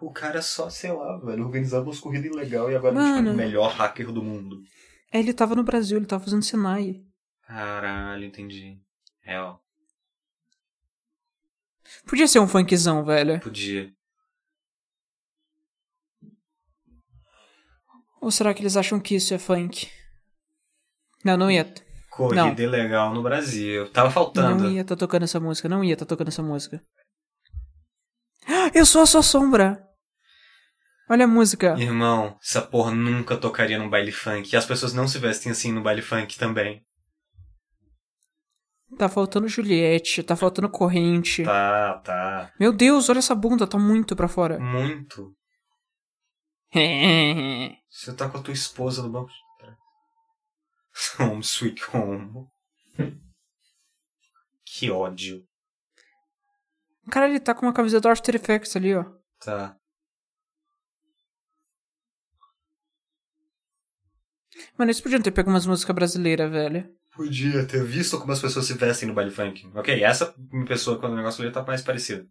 Speaker 2: O cara só, sei lá, velho, organizava umas corridas ilegal e agora tipo,
Speaker 1: Mano.
Speaker 2: é o melhor hacker do mundo.
Speaker 1: É, Ele tava no Brasil, ele tava fazendo Senai.
Speaker 2: Caralho, entendi. É, ó.
Speaker 1: Podia ser um funkzão, velho.
Speaker 2: Podia.
Speaker 1: Ou será que eles acham que isso é funk? Não, não ia.
Speaker 2: Corrida
Speaker 1: Não.
Speaker 2: ilegal no Brasil. Tava faltando.
Speaker 1: Não ia tá tocando essa música, não ia tá tocando essa música. Ah, Eu sou a sua sombra! Olha a música.
Speaker 2: Irmão, essa porra nunca tocaria num baile funk. E as pessoas não se vestem assim no baile funk também.
Speaker 1: Tá faltando Juliette, tá faltando corrente.
Speaker 2: Tá, tá.
Speaker 1: Meu Deus, olha essa bunda, tá muito pra fora.
Speaker 2: Muito. Você tá com a tua Um esposa no banco de trás. Home sweet home. Que ódio.
Speaker 1: Cara, ele tá com uma camisa do After Effects ali, ó.
Speaker 2: Tá.
Speaker 1: Mano, eles podiam ter pego umas músicas brasileiras, velho.
Speaker 2: Podia ter visto como as pessoas se vestem no baile funk. Ok, essa pessoa quando o negócio ali tá mais parecida.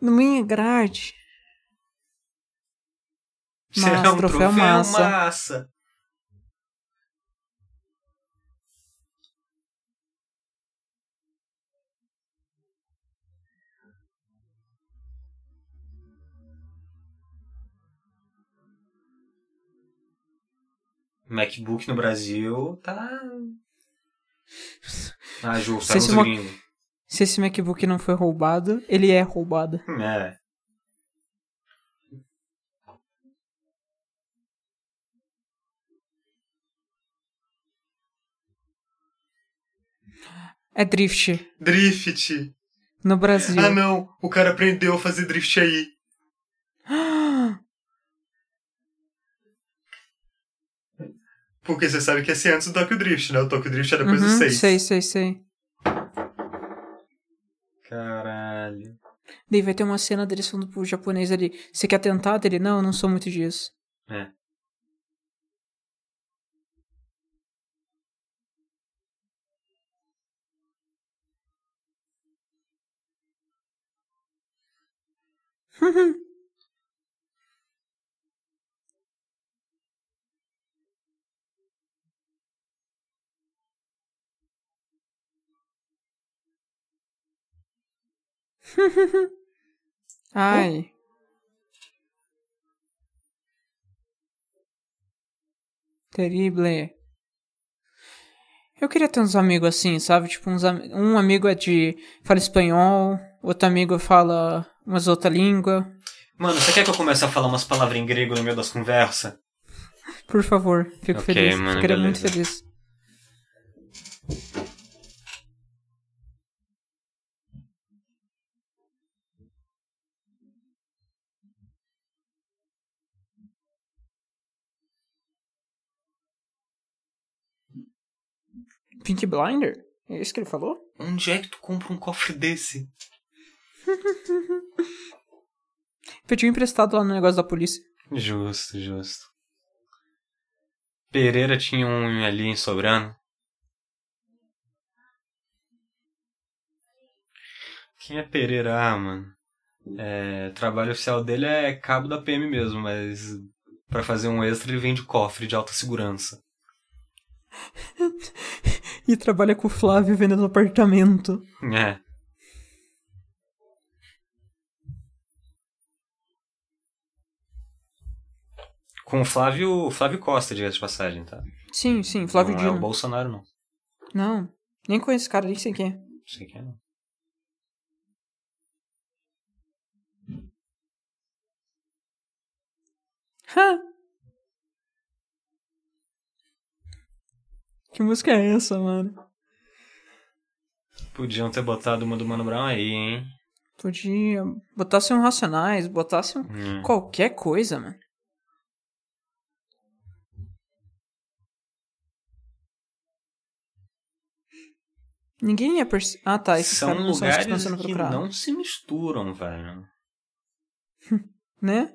Speaker 1: Não me agrade. Massa,
Speaker 2: Será um
Speaker 1: troféu
Speaker 2: troféu,
Speaker 1: massa.
Speaker 2: massa. MacBook no Brasil tá. Ah, Ju,
Speaker 1: Se
Speaker 2: tá
Speaker 1: esse
Speaker 2: nos
Speaker 1: mo-
Speaker 2: gringos.
Speaker 1: Se esse MacBook não foi roubado, ele é roubado.
Speaker 2: É.
Speaker 1: É drift.
Speaker 2: Drift!
Speaker 1: No Brasil.
Speaker 2: Ah não, o cara aprendeu a fazer drift aí. Porque você sabe que esse é antes do Tokyo Drift, né? O Tokyo Drift é depois
Speaker 1: Uhum,
Speaker 2: do 6.
Speaker 1: Sei, sei, sei.
Speaker 2: Caralho.
Speaker 1: Daí vai ter uma cena deles falando pro japonês ali: Você quer tentar dele? Não, eu não sou muito disso.
Speaker 2: É.
Speaker 1: Ai. Terrible. Eu queria ter uns amigos assim, sabe? Tipo, uns am- um amigo é de. fala espanhol, outro amigo fala umas outra língua.
Speaker 2: Mano, você quer que eu comece a falar umas palavras em grego no meio das conversas?
Speaker 1: Por favor, fico
Speaker 2: Ok,
Speaker 1: feliz.
Speaker 2: mano,
Speaker 1: Ficaria muito
Speaker 2: beleza.
Speaker 1: feliz. Pink Blinder? É isso que ele falou?
Speaker 2: Onde é que tu compra um cofre desse?
Speaker 1: Pediu tipo, emprestado lá no negócio da polícia.
Speaker 2: Justo, justo. Pereira tinha um ali em Sobrano. Quem é Pereira, Ah, mano? É, o trabalho oficial dele é cabo da PM mesmo, mas pra fazer um extra ele vende cofre de alta segurança.
Speaker 1: E trabalha com o Flávio vendendo apartamento.
Speaker 2: É. Com o Flávio, Flávio Costa, diga de passagem, tá?
Speaker 1: Sim, sim, Flávio
Speaker 2: não é o
Speaker 1: Dino.
Speaker 2: Bolsonaro, não. Não
Speaker 1: Não, nem conheço esse cara, nem sei quem é.
Speaker 2: sei quem é, não.
Speaker 1: Ha! Que música é essa, mano?
Speaker 2: Podiam ter botado uma do Mano Brown aí, hein?
Speaker 1: Podia. Botasse um Racionais, botasse um.
Speaker 2: Hum.
Speaker 1: Qualquer coisa, mano. Ninguém ia perceber. Ah, tá. Esses
Speaker 2: São
Speaker 1: caras não são os que estão
Speaker 2: lugares
Speaker 1: sendo
Speaker 2: que
Speaker 1: procurados.
Speaker 2: não se misturam, velho.
Speaker 1: Né?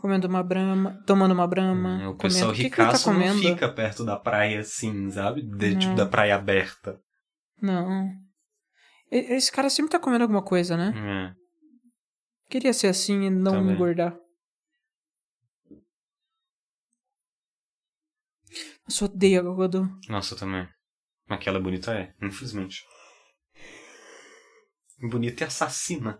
Speaker 1: Comendo uma brama, tomando uma brama.
Speaker 2: Hum, é o pessoal
Speaker 1: comendo. que que ele tá
Speaker 2: ricaço não
Speaker 1: comendo?
Speaker 2: fica perto da praia assim, sabe? De-
Speaker 1: Não.
Speaker 2: Tipo, da praia aberta.
Speaker 1: Não. E- Esse cara sempre tá comendo alguma coisa, né?
Speaker 2: É.
Speaker 1: Queria ser assim e não
Speaker 2: Também.
Speaker 1: engordar. Eu só odeio a Gal Gadot.
Speaker 2: Nossa, eu também. Mas que ela é bonita é, infelizmente. Bonita e assassina.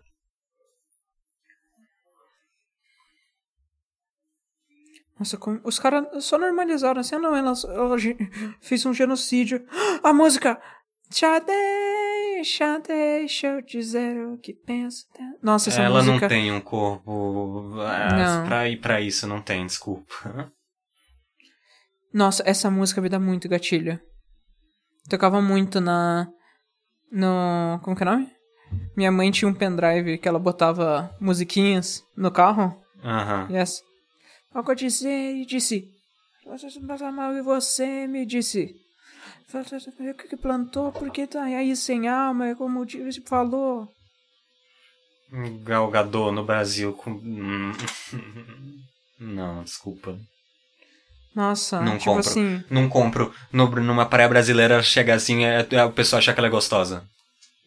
Speaker 1: Nossa, como... os caras só normalizaram assim, ah, não, ela, ela ge- fez um genocídio. A música! Já deixa, deixa eu dizer o que penso. dela. Nossa, essa
Speaker 2: ela
Speaker 1: é música.
Speaker 2: não tem um corpo ah,
Speaker 1: Não.
Speaker 2: pra ir pra isso, não tem, desculpa.
Speaker 1: Nossa, essa música me dá muito gatilho. Tocava muito na. No. Como que é o nome? Minha mãe tinha um pendrive que ela botava musiquinhas no carro.
Speaker 2: Aham.
Speaker 1: Yes. Algo a dizer e disse. Você se passa mal e você me disse. Você sabe O que que plantou? Porque tá aí sem alma, é como o Tio falou.
Speaker 2: Galgador no Brasil com. Hum. Não, desculpa.
Speaker 1: Nossa,
Speaker 2: Não
Speaker 1: tipo
Speaker 2: compro.
Speaker 1: assim.
Speaker 2: Não compro no, numa praia brasileira chegar assim é, é o pessoal achar que ela é gostosa.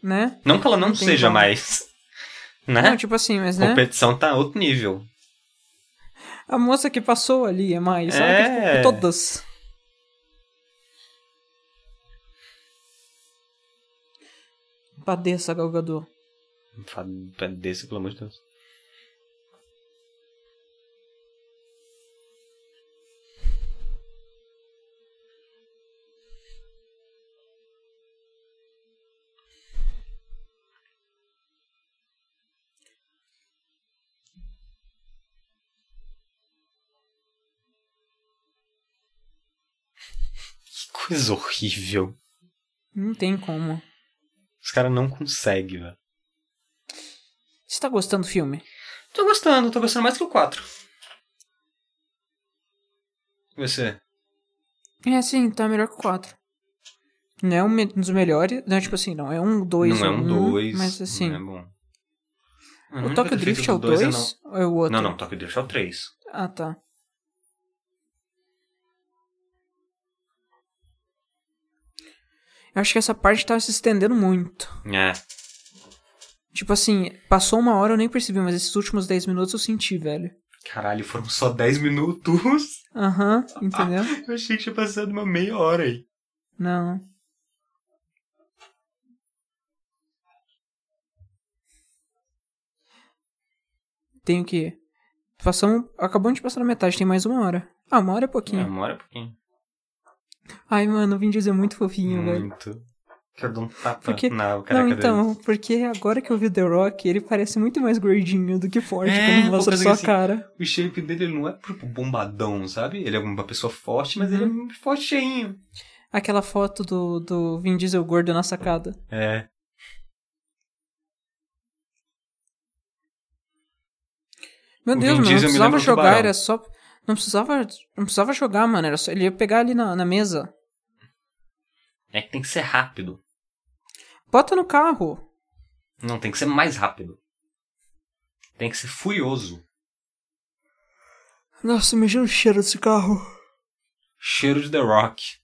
Speaker 1: Né?
Speaker 2: Não que ela não,
Speaker 1: Não tem
Speaker 2: seja
Speaker 1: como.
Speaker 2: mais. Né?
Speaker 1: Não, tipo assim, mas né?
Speaker 2: Competição tá outro nível.
Speaker 1: A moça que passou ali é mais. sabe?
Speaker 2: É.
Speaker 1: Tipo, todas. Padeça, Galgador.
Speaker 2: Fa- fa- Desse, pelo amor de Deus. Que Coisa horrível.
Speaker 1: Não tem como.
Speaker 2: Os caras não conseguem, velho.
Speaker 1: Você tá gostando do filme?
Speaker 2: Tô gostando, tô gostando mais que o 4. Você?
Speaker 1: É, sim, tá melhor que o 4. Não é um me- dos melhores. Não, é tipo assim, não. É um 2.
Speaker 2: não é um 2.
Speaker 1: Mas assim.
Speaker 2: É bom. A
Speaker 1: O
Speaker 2: única
Speaker 1: Tokyo
Speaker 2: defeito
Speaker 1: Drift é o
Speaker 2: do dois
Speaker 1: 2? Ou é o
Speaker 2: não.
Speaker 1: outro?
Speaker 2: não, não, Tokyo Drift é o 3.
Speaker 1: Ah, tá. Eu acho que essa parte tá se estendendo muito.
Speaker 2: É.
Speaker 1: Tipo assim, passou uma hora eu nem percebi, mas esses últimos 10 minutos eu senti, velho.
Speaker 2: Caralho, foram só 10 minutos.
Speaker 1: Aham, entendeu?
Speaker 2: Eu achei que tinha passado uma meia hora aí.
Speaker 1: Não. Tenho que. Passamos. Acabamos de passar na metade, tem mais uma hora. Ah, uma hora é
Speaker 2: É,
Speaker 1: pouquinho.
Speaker 2: uma hora e pouquinho.
Speaker 1: Ai, mano, o Vin Diesel é muito fofinho,
Speaker 2: Hum,
Speaker 1: velho.
Speaker 2: Muito. Quero dar um tapa
Speaker 1: Porque-
Speaker 2: na careca
Speaker 1: Não,
Speaker 2: dele.
Speaker 1: então, porque agora que eu vi The Rock, ele parece muito mais gordinho do que forte
Speaker 2: É,
Speaker 1: quando mostra
Speaker 2: por causa
Speaker 1: sua
Speaker 2: desse-
Speaker 1: cara.
Speaker 2: O shape dele ele não é tipo bombadão, sabe? Ele é uma pessoa forte, mas ele é
Speaker 1: Uhum.
Speaker 2: um forte cheinho.
Speaker 1: Aquela foto do, do Vin Diesel gordo na sacada.
Speaker 2: É.
Speaker 1: Meu Deus, mano, não
Speaker 2: O Vin Diesel me
Speaker 1: precisava
Speaker 2: lembra do
Speaker 1: jogar,
Speaker 2: Barão.
Speaker 1: era só. Não precisava, não precisava jogar, mano. Era só, ele ia pegar ali na, na mesa.
Speaker 2: É que tem que ser rápido.
Speaker 1: Bota no carro.
Speaker 2: Não, tem que ser mais rápido. Tem que ser furioso.
Speaker 1: Nossa, imagina o cheiro desse carro.
Speaker 2: Cheiro de The Rock.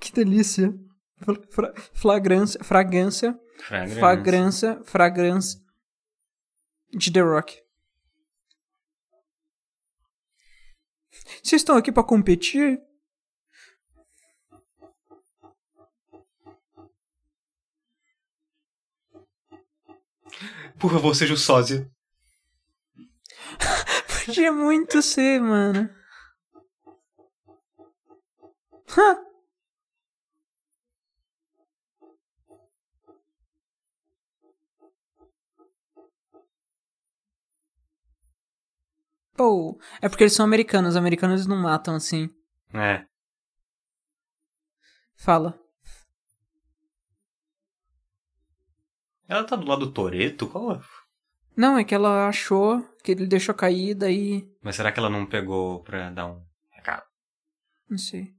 Speaker 1: Que delícia. Fra- fra- Flagrância, fragrância,
Speaker 2: Fragrância.
Speaker 1: fragrância, fragrância de The Rock. Vocês estão aqui pra competir?
Speaker 2: Por favor, seja o sósia.
Speaker 1: Podia muito ser, mano. Hã? Pô, é porque eles são americanos. Os americanos não matam assim.
Speaker 2: É.
Speaker 1: Fala.
Speaker 2: Ela tá do lado do Toreto? Qual é?
Speaker 1: Não, é que ela achou que ele deixou cair, daí.
Speaker 2: Mas será que ela não pegou pra dar um recado?
Speaker 1: Não sei.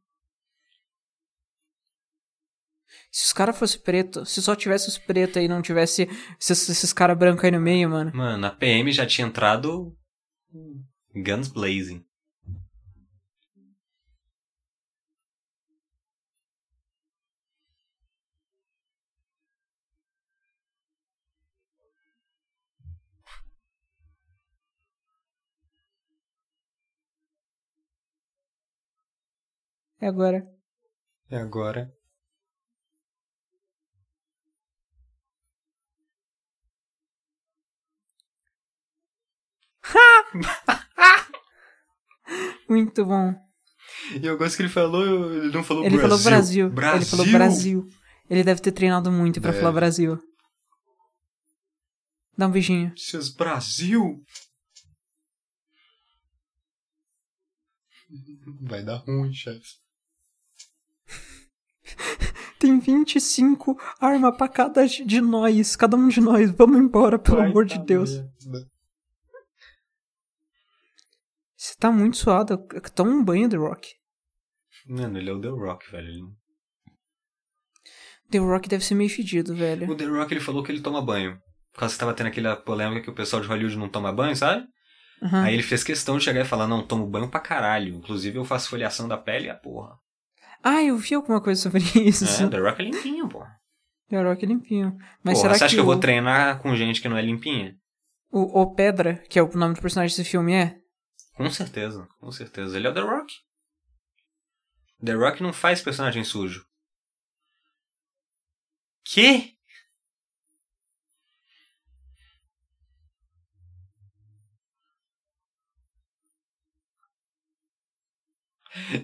Speaker 1: Se os caras fossem preto, se só tivesse os pretos aí, não tivesse esses, esses caras brancos aí no meio, mano.
Speaker 2: Mano, a PM já tinha entrado. Guns blazing.
Speaker 1: E agora?
Speaker 2: E É agora?
Speaker 1: Muito bom.
Speaker 2: E eu gosto que ele falou, ele não falou
Speaker 1: Ele
Speaker 2: Brasil.
Speaker 1: falou Brasil.
Speaker 2: Brasil.
Speaker 1: Ele falou Brasil. Ele deve ter treinado muito pra
Speaker 2: Deve.
Speaker 1: falar Brasil. Dá um beijinho.
Speaker 2: Seus Brasil. Vai dar ruim, chefe.
Speaker 1: Tem 25 arma pra cada de nós, cada um de nós. Vamos embora, pelo
Speaker 2: Vai
Speaker 1: amor
Speaker 2: dar
Speaker 1: de Deus.
Speaker 2: merda.
Speaker 1: Você tá muito suado. Toma um banho, The Rock.
Speaker 2: Mano, ele é o The Rock, velho. Ele-
Speaker 1: The Rock deve ser meio fedido, velho.
Speaker 2: O The Rock, ele falou que ele toma banho. Por causa que tava tendo aquela polêmica que o pessoal de Hollywood não toma banho, sabe?
Speaker 1: Aham.
Speaker 2: Aí ele fez questão de chegar e falar, não, tomo banho pra caralho. Inclusive eu faço foliação da pele e a porra.
Speaker 1: Ah, eu vi alguma coisa sobre isso.
Speaker 2: É, o The Rock é limpinho, porra.
Speaker 1: The Rock limpinho. Mas
Speaker 2: porra,
Speaker 1: será
Speaker 2: você acha que, eu
Speaker 1: o,
Speaker 2: vou treinar com gente que não é limpinha?
Speaker 1: o, o Pedra, que é o nome do personagem desse filme, é?
Speaker 2: Com certeza, com certeza. Ele é o The Rock. The Rock não faz personagem sujo. Que?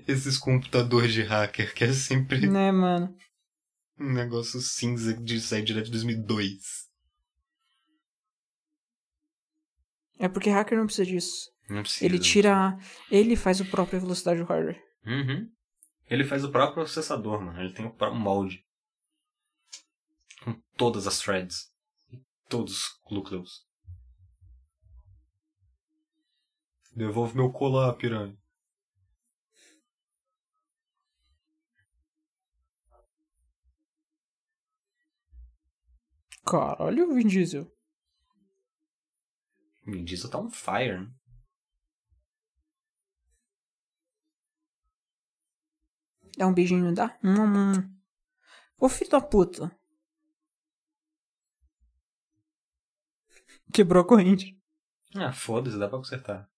Speaker 2: Esses computadores de hacker que é sempre
Speaker 1: Né, mano?
Speaker 2: um negócio cinza de sair direto de 2002.
Speaker 1: É porque hacker não precisa disso.
Speaker 2: Não é precisa.
Speaker 1: Ele tira. Ele faz a própria velocidade do hardware.
Speaker 2: Uhum. Ele faz o próprio processador, mano. Ele tem o próprio molde. Com todas as threads. E todos os núcleos. Devolve meu colar, piranha.
Speaker 1: Caralho, Vin Diesel.
Speaker 2: Vin Diesel tá on fire. né?
Speaker 1: Dá um beijinho, dá? Hum, hum. hum. Ô filho da puta. Quebrou a corrente.
Speaker 2: Ah, foda-se, dá pra consertar.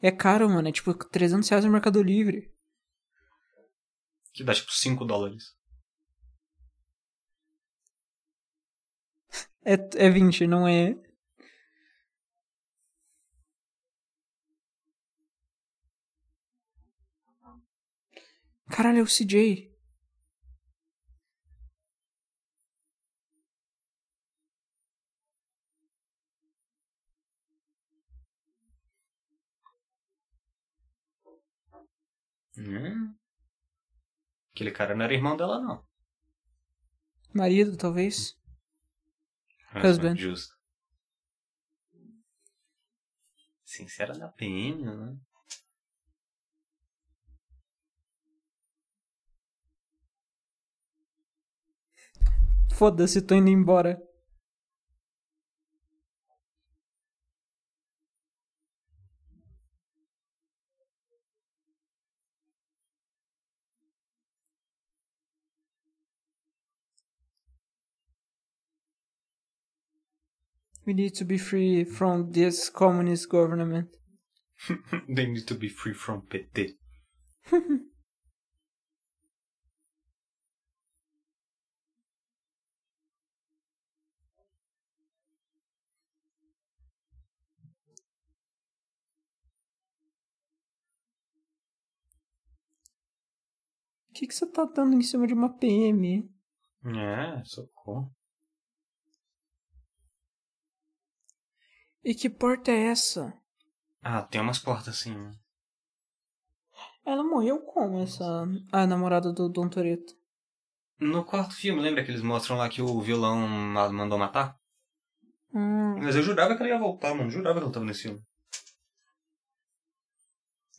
Speaker 1: É caro, mano. É tipo 300 reais no Mercado Livre.
Speaker 2: Que dá tipo 5 dólares.
Speaker 1: É, é 20, não é. Caralho, é o CJ.
Speaker 2: Hum. Aquele cara não era irmão dela, não.
Speaker 1: Marido, talvez.
Speaker 2: Hum.
Speaker 1: Husband.
Speaker 2: Justo. Sincera da PM, né?
Speaker 1: Foda-se, tô indo embora. We need to be free from this communist government.
Speaker 2: They need to be free from PT.
Speaker 1: O que que você tá dando em cima de uma PM?
Speaker 2: É, socorro.
Speaker 1: E que porta é essa?
Speaker 2: Ah, tem umas portas assim. né?
Speaker 1: Ela morreu como essa a namorada do Dom Toreto?
Speaker 2: No quarto filme, lembra que eles mostram lá que o vilão ma- mandou matar?
Speaker 1: Hum,
Speaker 2: Mas eu jurava que ela ia voltar, mano. Jurava que ela tava nesse filme.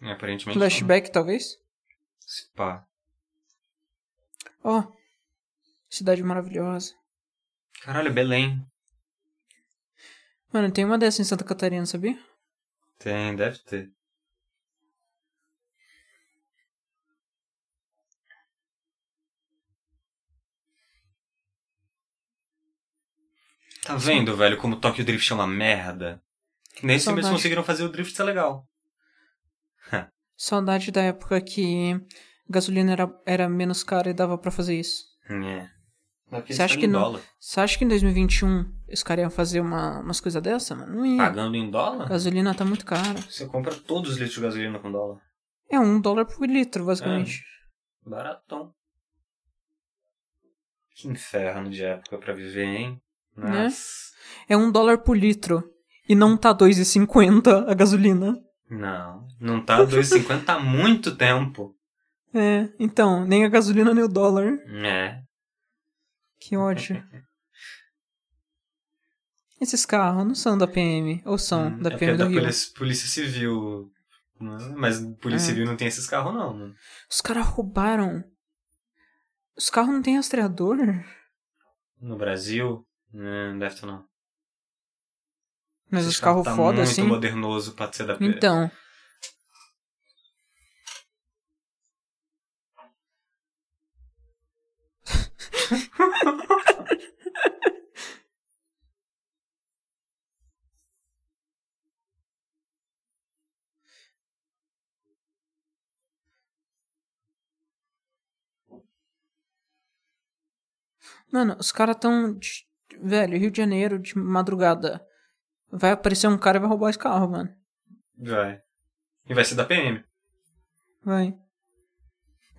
Speaker 2: E aparentemente. não.
Speaker 1: flashback talvez?
Speaker 2: Se pá.
Speaker 1: Ó, cidade maravilhosa.
Speaker 2: Caralho, Belém.
Speaker 1: Mano, tem uma dessa em Santa Catarina, sabia?
Speaker 2: Tem, deve ter. Tá vendo, velho, como Tokyo Drift é uma merda? Nesse filme eles
Speaker 1: Saudade.
Speaker 2: conseguiram fazer o Drift ser legal.
Speaker 1: Saudade da época que gasolina era, era menos cara e dava pra fazer isso.
Speaker 2: É. Aqui
Speaker 1: Você acha
Speaker 2: tá
Speaker 1: que
Speaker 2: em
Speaker 1: não-
Speaker 2: dólar.
Speaker 1: Você acha que em 2021 os caras iam fazer uma, umas coisas dessa, mano? Não ia.
Speaker 2: Pagando em dólar?
Speaker 1: Gasolina tá muito cara.
Speaker 2: Você compra todos os litros de gasolina com dólar. É.
Speaker 1: É um dólar por litro, basicamente.
Speaker 2: Baratão. Que inferno de época pra viver, hein?
Speaker 1: Né?
Speaker 2: Nossa.
Speaker 1: É um dólar por litro. E não tá 2,50 a gasolina.
Speaker 2: Não. Não tá 2,50 há muito tempo.
Speaker 1: É, então, nem a gasolina nem o dólar.
Speaker 2: É.
Speaker 1: Que ódio. Esses carros não são da PM, ou são
Speaker 2: Hum,
Speaker 1: da
Speaker 2: é porque
Speaker 1: PM
Speaker 2: é
Speaker 1: do
Speaker 2: da
Speaker 1: Rio.
Speaker 2: polícia, polícia Civil. né? Mas Polícia
Speaker 1: É.
Speaker 2: Civil não tem esses carros, não. né?
Speaker 1: Os caras roubaram. Os carros não têm rastreador?
Speaker 2: No Brasil, né, não deve ter, não.
Speaker 1: Mas os
Speaker 2: Esse
Speaker 1: carros
Speaker 2: tá
Speaker 1: foda,
Speaker 2: muito
Speaker 1: assim.
Speaker 2: modernoso pra ser da P.
Speaker 1: Então. Mano, os caras tão. de- Velho, Rio de Janeiro, de madrugada. Vai aparecer um cara e vai roubar esse carro, mano.
Speaker 2: Vai. E vai ser da PM.
Speaker 1: Vai.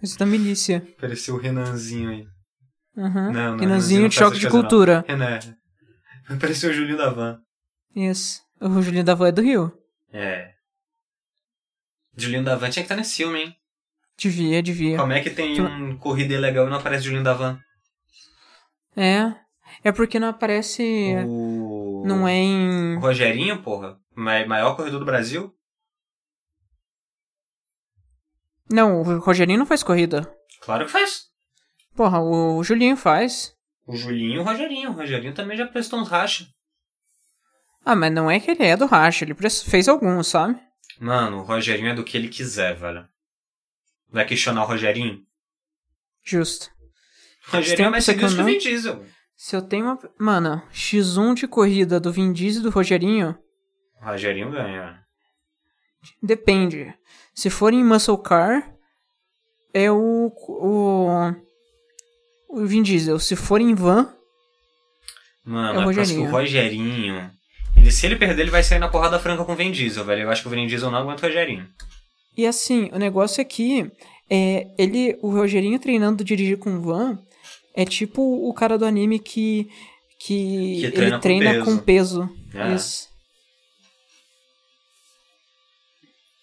Speaker 1: Isso da milícia.
Speaker 2: Apareceu o Renanzinho aí.
Speaker 1: Uhum.
Speaker 2: Não, não, Renanzinho
Speaker 1: Renanzinho
Speaker 2: não
Speaker 1: de
Speaker 2: faz
Speaker 1: choque de
Speaker 2: essas coisas, não.
Speaker 1: cultura.
Speaker 2: Renan. Apareceu o Julinho da Van.
Speaker 1: Isso. O Julinho da Vó é do Rio.
Speaker 2: É. Julinho da Van tinha que estar nesse filme, hein?
Speaker 1: Devia, devia.
Speaker 2: Como é que tem um corrida ilegal e não aparece Julinho da Van? Ah.
Speaker 1: É. É porque não aparece.
Speaker 2: O...
Speaker 1: Não é
Speaker 2: O
Speaker 1: em.
Speaker 2: Rogerinho, porra. ma- Maior corredor do Brasil?
Speaker 1: Não, o Rogerinho não faz corrida.
Speaker 2: Claro que faz.
Speaker 1: Porra, o Julinho faz.
Speaker 2: O Julinho e o Rogerinho. O Rogerinho também já prestou uns racha.
Speaker 1: Ah, mas não é que ele é do racha, ele pres- fez alguns, sabe?
Speaker 2: Mano, o Rogerinho é do que ele quiser, velho. Vai questionar o Rogerinho?
Speaker 1: Justo.
Speaker 2: O
Speaker 1: Tem
Speaker 2: Rogerinho é
Speaker 1: uma
Speaker 2: mais
Speaker 1: pessoa que eu
Speaker 2: seguido que o
Speaker 1: não-
Speaker 2: Vin Diesel.
Speaker 1: Se eu tenho uma. Mano, X1 de corrida do Vin Diesel e do Rogerinho,
Speaker 2: O Rogerinho ganha.
Speaker 1: Depende. Se for em Muscle Car, é o. o. o Vin Diesel. Se for em van, É o
Speaker 2: Mano, é por isso que o Rogerinho. Ele, se ele perder, ele vai sair na porrada franca com o Vin Diesel, velho. Eu acho que o Vin Diesel não aguenta o Rogerinho.
Speaker 1: E assim, o negócio aqui é ele, o Rogerinho treinando dirigir com van é tipo o cara do anime que que,
Speaker 2: Que
Speaker 1: ele
Speaker 2: treina com
Speaker 1: treina com
Speaker 2: peso.
Speaker 1: peso.
Speaker 2: É.
Speaker 1: Isso.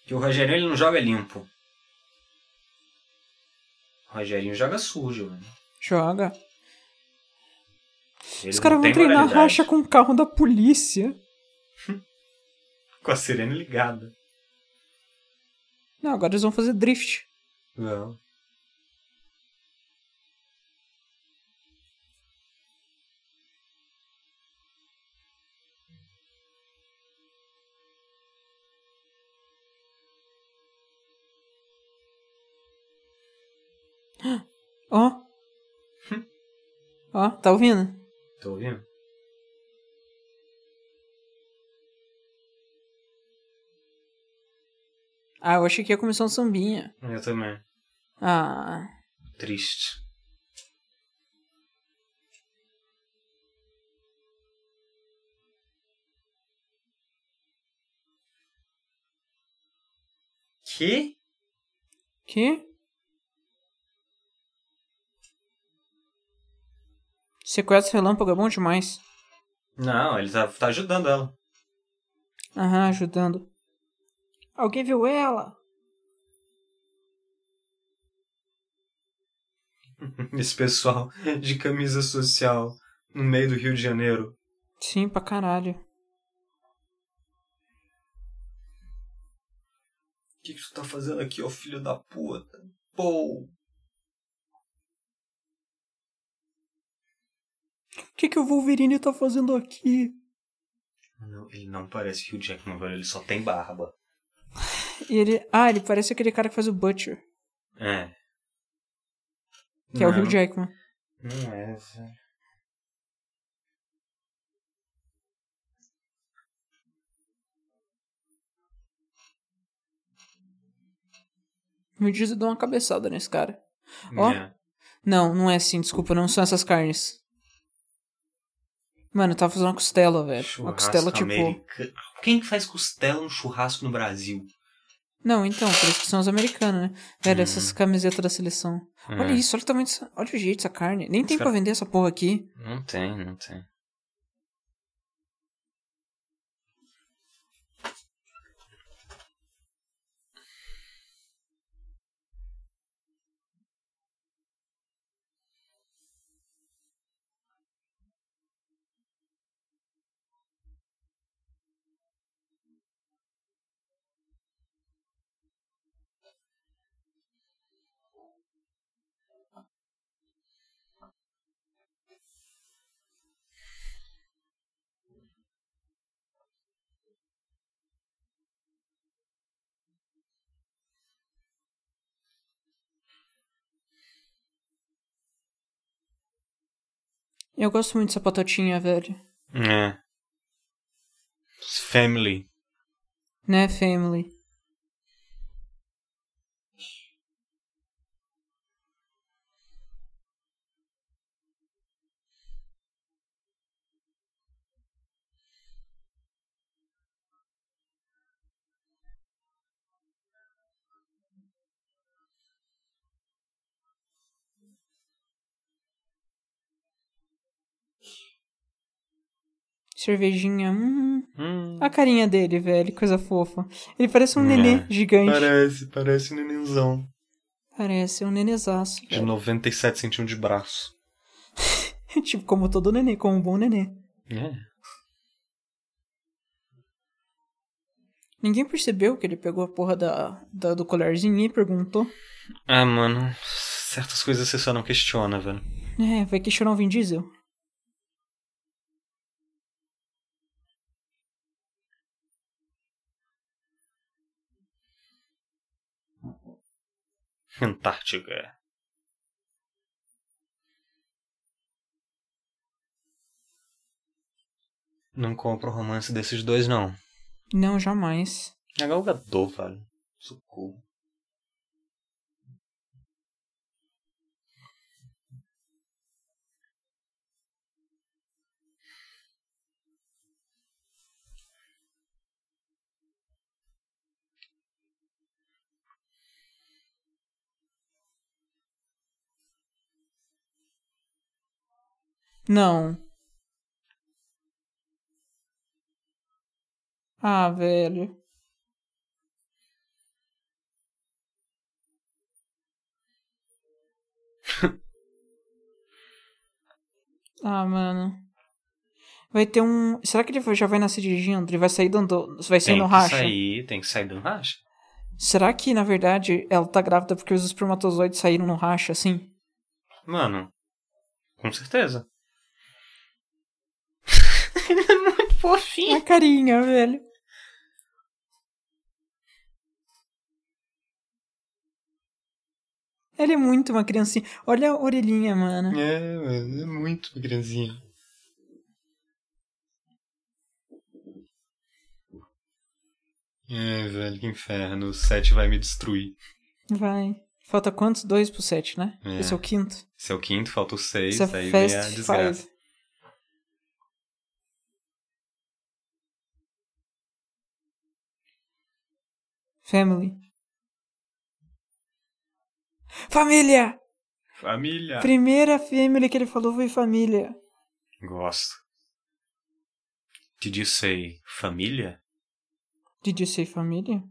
Speaker 2: Que o Rogerinho ele não joga limpo. O Rogerinho joga sujo, mano.
Speaker 1: Joga.
Speaker 2: Ele
Speaker 1: Os caras
Speaker 2: não
Speaker 1: vão
Speaker 2: tem
Speaker 1: treinar
Speaker 2: moralidade.
Speaker 1: racha com o carro da polícia.
Speaker 2: com a sirene ligada.
Speaker 1: Não, agora eles vão fazer drift.
Speaker 2: Não.
Speaker 1: Ó. Ó, tá ouvindo?
Speaker 2: Tô ouvindo?
Speaker 1: Ah, eu achei que ia começar um sambinha.
Speaker 2: Eu também.
Speaker 1: Ah,
Speaker 2: Triste. Que?
Speaker 1: que? Sequestro relâmpago é bom demais.
Speaker 2: Não, ele tá, tá ajudando ela.
Speaker 1: Aham, ajudando. Alguém viu ela?
Speaker 2: Esse pessoal de camisa social no meio do Rio de Janeiro.
Speaker 1: Sim, pra caralho.
Speaker 2: O que, que tu tá fazendo aqui, ô filho da puta? Pô!
Speaker 1: O que, que o Wolverine tá fazendo aqui?
Speaker 2: Não, ele não parece Hugh Jackman, velho. Ele só tem barba.
Speaker 1: E ele. Ah, ele parece aquele cara que faz o Butcher,
Speaker 2: É.
Speaker 1: que é o Hugh Jackman.
Speaker 2: Não é, velho.
Speaker 1: Me diz eu dou uma cabeçada nesse cara. Ó. Não, não é assim, desculpa, não são essas carnes. Mano, eu tava fazendo uma costela, velho. Uma costela tipo.
Speaker 2: americano. Quem que faz costela no churrasco no Brasil?
Speaker 1: Não, então, por isso que são os americanos, né? Velho, essas camisetas da seleção. Olha
Speaker 2: Uhum. É,
Speaker 1: isso, olha o tamanho dessa... Olha o jeito dessa carne. Nem tem
Speaker 2: Esse
Speaker 1: pra
Speaker 2: cara-
Speaker 1: vender essa porra aqui.
Speaker 2: Não tem, não tem.
Speaker 1: Eu gosto muito dessa patotinha, velho.
Speaker 2: É. Family.
Speaker 1: Né, family? Cervejinha, hum.
Speaker 2: Hum.
Speaker 1: A carinha dele, velho, que coisa fofa. Ele parece um
Speaker 2: É.
Speaker 1: nenê gigante.
Speaker 2: Parece, parece um nenenzão.
Speaker 1: Parece um nenezaço.
Speaker 2: De 97 centímetros de braço.
Speaker 1: velho. tipo, como todo nenê, como um bom nenê.
Speaker 2: É.
Speaker 1: Ninguém percebeu que ele pegou a porra da, da- do colarzinho e perguntou.
Speaker 2: Ah, mano. Certas coisas você só não questiona, velho.
Speaker 1: É, vai questionar o Vin Diesel?
Speaker 2: Antártica. é. Não compro romance desses dois, não.
Speaker 1: Não, jamais.
Speaker 2: É galgador, velho. Socorro.
Speaker 1: Não. Ah, velho. ah, mano. Vai ter um. Será que ele vai- já vai nascer dirigindo? Ele vai sair dando. Vai sair
Speaker 2: Tem
Speaker 1: no
Speaker 2: que
Speaker 1: racha?
Speaker 2: sair, tem que sair do racha.
Speaker 1: Será que, na verdade, ela tá grávida porque os espermatozoides saíram no racha, assim?
Speaker 2: Mano, com certeza. Ele é muito fofinho.
Speaker 1: A carinha, velho. Ela é muito uma criancinha. Olha a orelhinha, mano.
Speaker 2: É, mano, é muito grandinho. É, velho, que inferno. O 7 vai me destruir.
Speaker 1: Vai. Falta quantos? Dois pro sete, né?
Speaker 2: É.
Speaker 1: Esse é o quinto.
Speaker 2: Esse é o quinto, falta o seis,
Speaker 1: Esse é
Speaker 2: aí vem a
Speaker 1: Fast
Speaker 2: desgraça.
Speaker 1: Five. Family. Família!
Speaker 2: Família!
Speaker 1: Primeira family que ele falou foi família.
Speaker 2: Gosto. Te disse família?
Speaker 1: Did say família?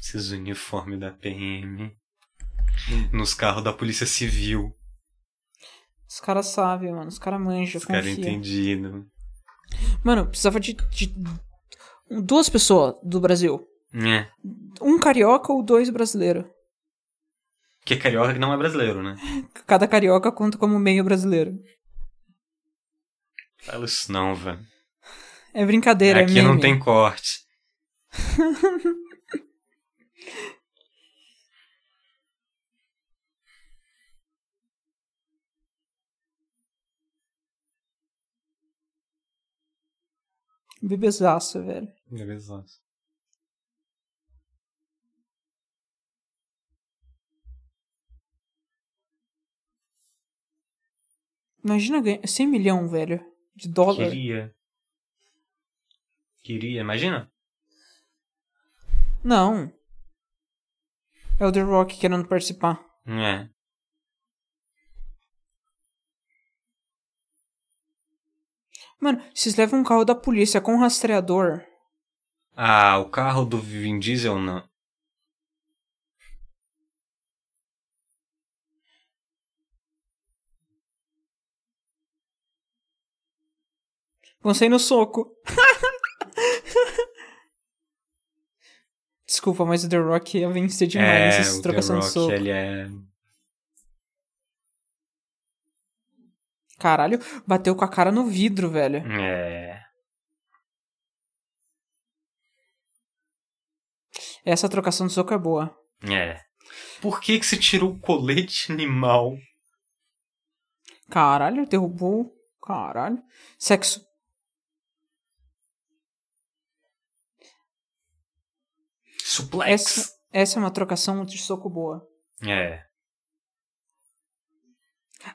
Speaker 2: Esses uniformes da PM.
Speaker 1: Hum.
Speaker 2: Nos carros da Polícia Civil.
Speaker 1: Os caras sabem, mano. Os caras manjam,
Speaker 2: Os caras
Speaker 1: confia.
Speaker 2: entendido.
Speaker 1: Mano, precisava de, de duas pessoas do Brasil.
Speaker 2: É.
Speaker 1: Um carioca ou dois brasileiros.
Speaker 2: Porque carioca que não é brasileiro, né?
Speaker 1: Cada carioca conta como meio brasileiro.
Speaker 2: Fala isso não, velho.
Speaker 1: É brincadeira, é
Speaker 2: Aqui
Speaker 1: meme.
Speaker 2: não tem corte.
Speaker 1: Bebezaço, velho.
Speaker 2: Beleza.
Speaker 1: Imagina ganhar 100 milhão, velho, de dólar.
Speaker 2: Queria. Queria, imagina?
Speaker 1: Não. É o The Rock querendo participar.
Speaker 2: É.
Speaker 1: Mano, vocês levam um carro da polícia com um rastreador.
Speaker 2: Ah, o carro do Vin Diesel não.
Speaker 1: Vão sair no soco. Desculpa, mas o The Rock ia vencer demais
Speaker 2: é,
Speaker 1: essas
Speaker 2: o The
Speaker 1: trocações de
Speaker 2: Rock,
Speaker 1: soco.
Speaker 2: ele é...
Speaker 1: Caralho, bateu com a cara no vidro, velho.
Speaker 2: É...
Speaker 1: Essa trocação de soco é boa.
Speaker 2: É. Por que que você tirou o colete animal?
Speaker 1: Caralho, derrubou. Caralho. Sexo.
Speaker 2: Suplex.
Speaker 1: Essa, essa é uma trocação de soco boa.
Speaker 2: É.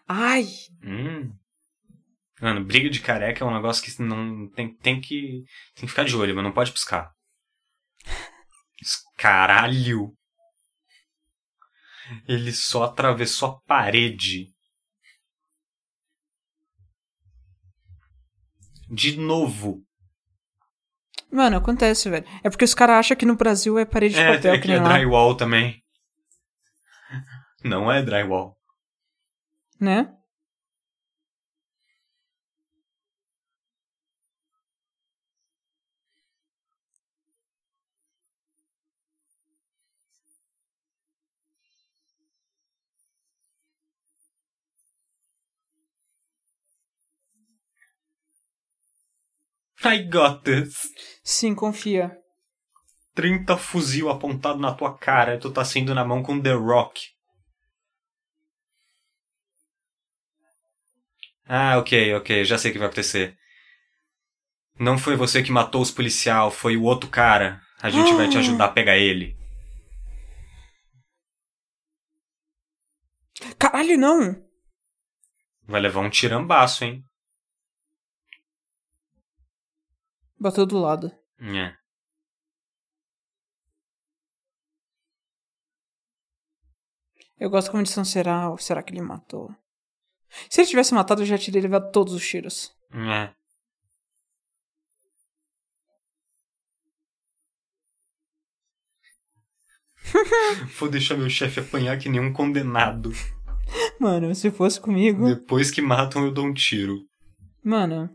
Speaker 1: Ai!
Speaker 2: Hum. Mano, briga de careca é um negócio que não tem, tem que tem que ficar de olho, mas não pode piscar. Isso, Caralho. Ele só atravessou a parede. De novo.
Speaker 1: Mano, acontece, velho. É porque os caras acham que no Brasil é parede de
Speaker 2: É,
Speaker 1: papel
Speaker 2: é
Speaker 1: que
Speaker 2: que
Speaker 1: nem
Speaker 2: é
Speaker 1: lá.
Speaker 2: drywall também. Não é drywall.
Speaker 1: Né?
Speaker 2: I got this.
Speaker 1: Sim, confia.
Speaker 2: 30 fuzil apontado na tua cara e tu tá sendo na mão com The Rock. Ah, ok, ok, já sei o que vai acontecer. Não foi você que matou os policial, foi o outro cara. A gente vai te ajudar a pegar ele.
Speaker 1: Caralho, não!
Speaker 2: Vai levar um tirambaço, hein?
Speaker 1: Bateu do lado.
Speaker 2: É.
Speaker 1: Eu gosto como edição será. Ou será que ele matou? Se ele tivesse matado, eu já teria levado todos os tiros.
Speaker 2: É. Vou deixar meu chefe apanhar que nenhum condenado.
Speaker 1: Mano, se fosse comigo.
Speaker 2: Depois que matam, eu dou um tiro.
Speaker 1: Mano,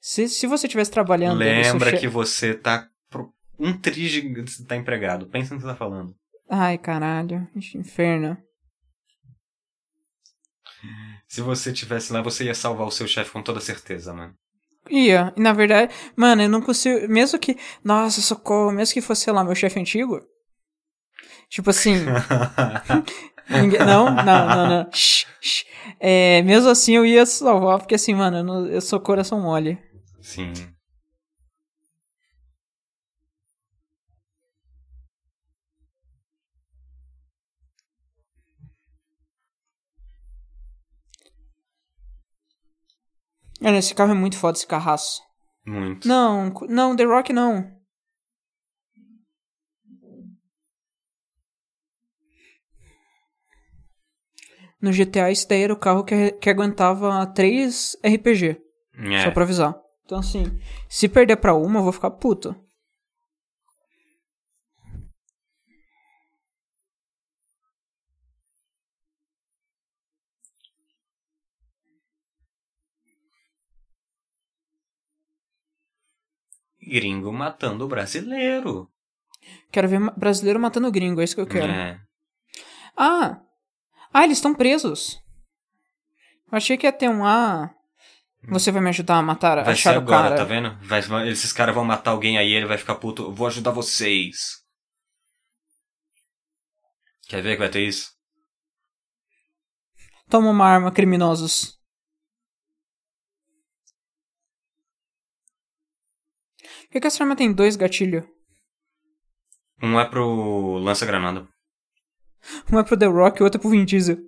Speaker 1: se, se você estivesse trabalhando. eu sou
Speaker 2: Lembra
Speaker 1: che-
Speaker 2: que você tá. pro- Um tri de- você tá empregado. Pensa no que você tá falando.
Speaker 1: Ai, caralho. Ixi, Inferno.
Speaker 2: Se você tivesse lá, você ia salvar o seu chefe com toda certeza, mano.
Speaker 1: Ia. E na verdade, mano, eu não consigo. Mesmo que. Nossa, socorro. Mesmo que fosse, sei lá, meu chefe antigo. Tipo assim. Ninguém- Não, não, não, não. Shh, shh. É, mesmo assim eu ia salvar, porque assim, mano, eu, não- eu sou coração mole.
Speaker 2: Sim.
Speaker 1: Mano, esse carro é muito foda, esse carraço.
Speaker 2: Muito.
Speaker 1: Não, cu- não, The Rock não. No GTA, isso daí era o carro que, que aguentava 3 RPG.
Speaker 2: É.
Speaker 1: Só pra avisar. Então, assim, se perder pra uma, eu vou ficar puto.
Speaker 2: Gringo matando o brasileiro.
Speaker 1: Quero ver ma- brasileiro matando gringo, é isso que eu quero.
Speaker 2: É.
Speaker 1: Ah! Ah, eles estão presos. Eu achei que ia ter um ah. Você vai me ajudar a matar,
Speaker 2: Vai ser
Speaker 1: achar o
Speaker 2: agora,
Speaker 1: cara.
Speaker 2: tá vendo? Vai- vai- esses caras vão matar alguém aí, ele vai ficar puto. Eu vou ajudar vocês. Quer ver que vai ter isso?
Speaker 1: Toma uma arma, criminosos. Por que, que essa arma tem dois gatilhos?
Speaker 2: Um é pro lança-granada.
Speaker 1: Um é pro The Rock e o outro é pro Vin Diesel.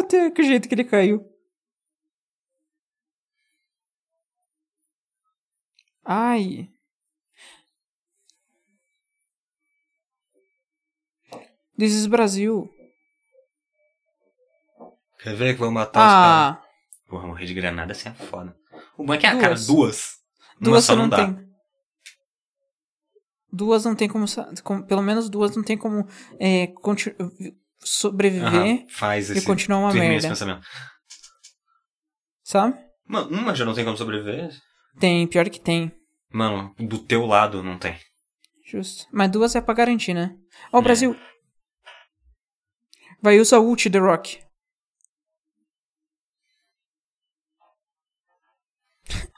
Speaker 1: até que jeito que ele caiu. Ai. This is Brasil.
Speaker 2: Quer ver que vão matar Tá, os caras?
Speaker 1: Ah,
Speaker 2: Porra, morrer de granada assim é foda. O bom é que a
Speaker 1: Duas.
Speaker 2: cara duas. Uma
Speaker 1: duas
Speaker 2: só
Speaker 1: só
Speaker 2: não,
Speaker 1: não,
Speaker 2: dá.
Speaker 1: tem. Duas não tem como, sa- como- Pelo menos duas não tem como é, conti- sobreviver
Speaker 2: Aham, faz
Speaker 1: e
Speaker 2: esse.
Speaker 1: continuar uma
Speaker 2: termina esse
Speaker 1: merda.
Speaker 2: pensamento.
Speaker 1: Sabe?
Speaker 2: Mano, uma já não tem como sobreviver.
Speaker 1: Tem, pior que tem.
Speaker 2: Mano, do teu lado não tem.
Speaker 1: Justo. Mas duas é pra garantir, né? Ó, o
Speaker 2: É.
Speaker 1: Brasil. Vai usar ult The Rock.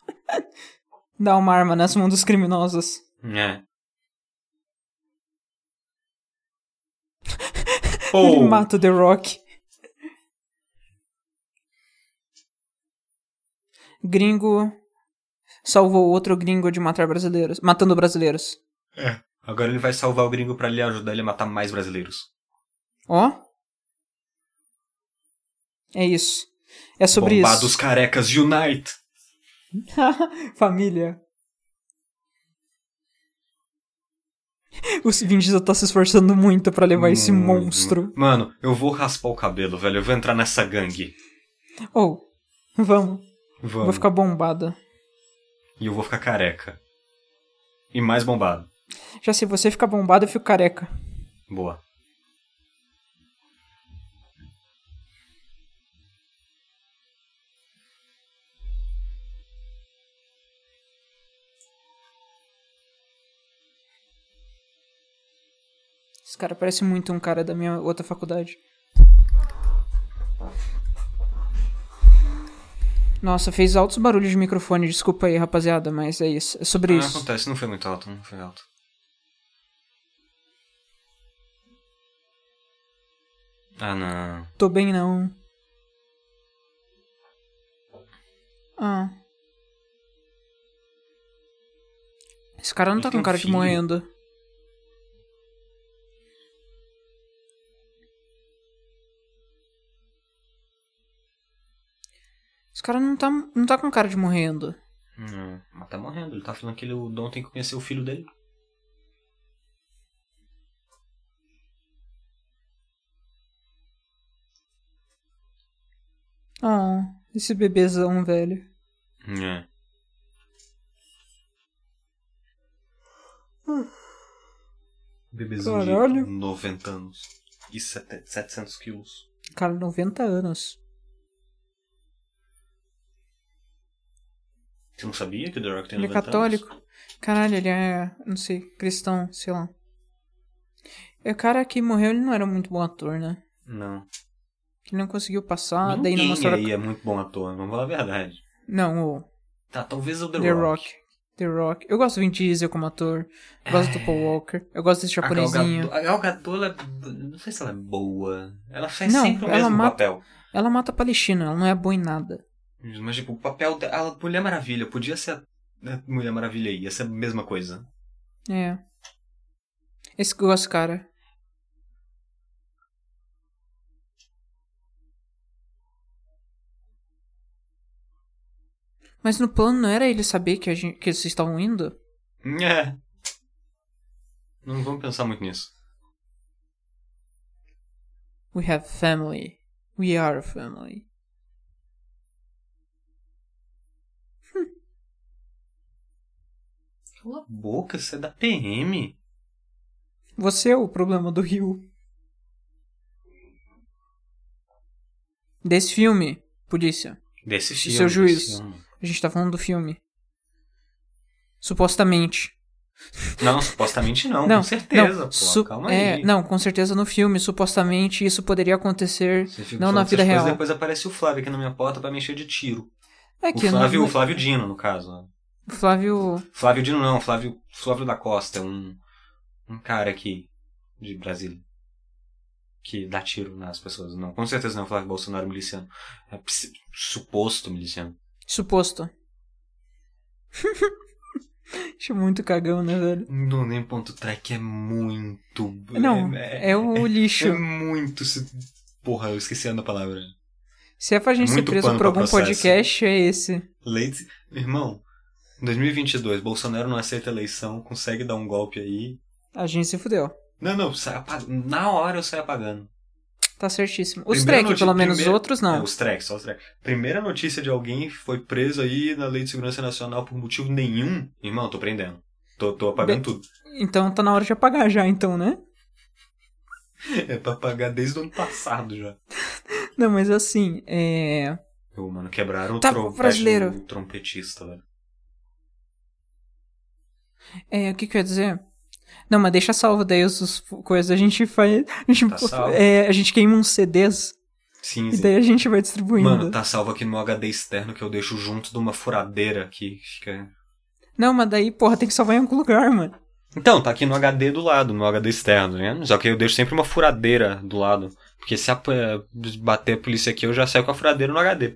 Speaker 1: Dá uma arma nas mãos dos criminosos.
Speaker 2: É.
Speaker 1: Ele
Speaker 2: Ou
Speaker 1: mata o The Rock. Gringo salvou outro gringo de matar brasileiros. Matando brasileiros.
Speaker 2: agora ele vai salvar o gringo pra ele ajudar ele a matar mais brasileiros.
Speaker 1: Ó. É isso. É sobre isso.
Speaker 2: Bombados carecas, unite!
Speaker 1: Família. O Vindiza tá se esforçando muito pra levar esse
Speaker 2: Muito,
Speaker 1: monstro.
Speaker 2: muito. Hum. Mano, eu vou raspar o cabelo, velho. Eu vou entrar nessa gangue.
Speaker 1: Ou, oh, vamos.
Speaker 2: Vamos.
Speaker 1: Vou ficar bombada.
Speaker 2: E eu vou ficar careca. E mais bombado.
Speaker 1: Já se você ficar bombada, eu fico careca.
Speaker 2: Boa.
Speaker 1: Esse cara parece muito um cara da minha outra faculdade. Nossa, fez altos barulhos de microfone, desculpa aí, rapaziada, mas é isso. É sobre
Speaker 2: Não
Speaker 1: isso.
Speaker 2: acontece, não foi muito alto, não foi alto. Ah, não.
Speaker 1: Tô bem não. Ah. Esse cara não
Speaker 2: Ele
Speaker 1: tá
Speaker 2: tem
Speaker 1: com
Speaker 2: um
Speaker 1: cara de
Speaker 2: filho?
Speaker 1: moendo. Esse cara não tá, não tá com cara de morrendo.
Speaker 2: Não, mas tá morrendo. Ele tá falando que ele, o Dom tem que conhecer o filho dele.
Speaker 1: Ah, esse bebezão, velho.
Speaker 2: É. Bebezão
Speaker 1: Caralho.
Speaker 2: Um de 90 anos e sete- 700 quilos.
Speaker 1: Cara, 90 anos.
Speaker 2: Você não sabia que o The Rock tem
Speaker 1: Ele é
Speaker 2: 90 anos?
Speaker 1: católico? Caralho, ele é, não sei, cristão, sei lá. E o cara que morreu, ele não era muito bom ator, né?
Speaker 2: Não.
Speaker 1: Que ele não conseguiu passar, Ah, daí não
Speaker 2: Ninguém
Speaker 1: mostrou.
Speaker 2: aí é muito bom ator, vamos falar a verdade.
Speaker 1: Não, o
Speaker 2: Tá, talvez o The,
Speaker 1: The, Rock. The Rock. Eu gosto do Vin Diesel como ator. Eu gosto do Paul Walker. Eu gosto desse
Speaker 2: É. A Gal
Speaker 1: japonesinho.
Speaker 2: Gadot- A Gal Gadot, ela é- não sei se ela é boa. Ela faz
Speaker 1: Não,
Speaker 2: sempre o
Speaker 1: ela
Speaker 2: mesmo
Speaker 1: mata-
Speaker 2: papel.
Speaker 1: Ela mata a Palestina, ela não é boa em nada.
Speaker 2: Mas, tipo, o papel dela, Mulher Maravilha, podia ser a a Mulher Maravilha aí, ia ser a mesma coisa.
Speaker 1: É. Esse que eu gosto, cara. Mas no plano não era ele saber que, a gente, que vocês estavam indo?
Speaker 2: É. Não vamos pensar muito nisso.
Speaker 1: We have family. We are a family.
Speaker 2: Cala a boca, você é da PM.
Speaker 1: Você é o problema do Rio. Desse filme, polícia.
Speaker 2: Desse filme.
Speaker 1: Seu
Speaker 2: desse
Speaker 1: juiz.
Speaker 2: filme.
Speaker 1: A gente tá falando do filme. Supostamente.
Speaker 2: Não, supostamente não,
Speaker 1: não,
Speaker 2: com certeza.
Speaker 1: não,
Speaker 2: pô,
Speaker 1: su-
Speaker 2: calma
Speaker 1: é,
Speaker 2: aí.
Speaker 1: não, com certeza no filme, supostamente isso poderia acontecer.
Speaker 2: Você fica
Speaker 1: não na
Speaker 2: falando essas
Speaker 1: vida
Speaker 2: coisas,
Speaker 1: real.
Speaker 2: Depois aparece o Flávio aqui na minha porta pra me encher de tiro.
Speaker 1: É
Speaker 2: O
Speaker 1: que
Speaker 2: Flávio,
Speaker 1: não,
Speaker 2: o Flávio Dino, no caso. né?
Speaker 1: o Flávio.
Speaker 2: Flávio Dino não, Flávio, Flávio da Costa, é um, um cara aqui de Brasília que dá tiro nas pessoas. Não, com certeza não, é o Flávio Bolsonaro miliciano. É ps- suposto miliciano.
Speaker 1: Suposto. Acho muito cagão, né, velho?
Speaker 2: Não, nem ponto track é muito.
Speaker 1: Não,
Speaker 2: é,
Speaker 1: é o
Speaker 2: é
Speaker 1: lixo.
Speaker 2: muito. se- Porra, eu esqueci a palavra.
Speaker 1: Se é pra gente ser
Speaker 2: Muito
Speaker 1: preso
Speaker 2: pano
Speaker 1: por
Speaker 2: pra
Speaker 1: algum
Speaker 2: processo.
Speaker 1: podcast, é esse.
Speaker 2: Leite. Irmão, 2022, Bolsonaro não aceita a eleição, consegue dar um golpe aí.
Speaker 1: A gente se fudeu.
Speaker 2: Não, não, sai apagando. Na hora eu saio apagando.
Speaker 1: Tá certíssimo. Os
Speaker 2: Primeiro
Speaker 1: track,
Speaker 2: noti-
Speaker 1: pelo menos
Speaker 2: primeiro-
Speaker 1: outros,
Speaker 2: É,
Speaker 1: não.
Speaker 2: os tracks, só os tracks. Primeira notícia de alguém que foi preso aí na Lei de Segurança Nacional por motivo nenhum. Irmão, tô prendendo. Tô, tô apagando
Speaker 1: Bem-
Speaker 2: tudo.
Speaker 1: Então tá na hora de apagar já, então, né?
Speaker 2: É pra apagar desde o ano passado já.
Speaker 1: Não, mas assim, é.
Speaker 2: Ô, mano, quebraram o
Speaker 1: Tá,
Speaker 2: trompete
Speaker 1: brasileiro.
Speaker 2: do um trompetista, velho.
Speaker 1: É, o que que eu ia dizer? Não, mas deixa salvo daí os, os coisas. A gente faz. A gente,
Speaker 2: Tá salvo.
Speaker 1: é, a gente queima uns CDs
Speaker 2: Sim,
Speaker 1: e
Speaker 2: sim.
Speaker 1: daí a gente vai distribuindo.
Speaker 2: Mano, tá salvo aqui no HD externo que eu deixo junto de uma furadeira que fica.
Speaker 1: Não, mas daí, porra, tem que salvar em algum lugar, mano.
Speaker 2: Então, tá aqui no HD do lado, no HD externo, né? Só que eu deixo sempre uma furadeira do lado. Porque se a- bater a polícia aqui, eu já saio com a furadeira no HD.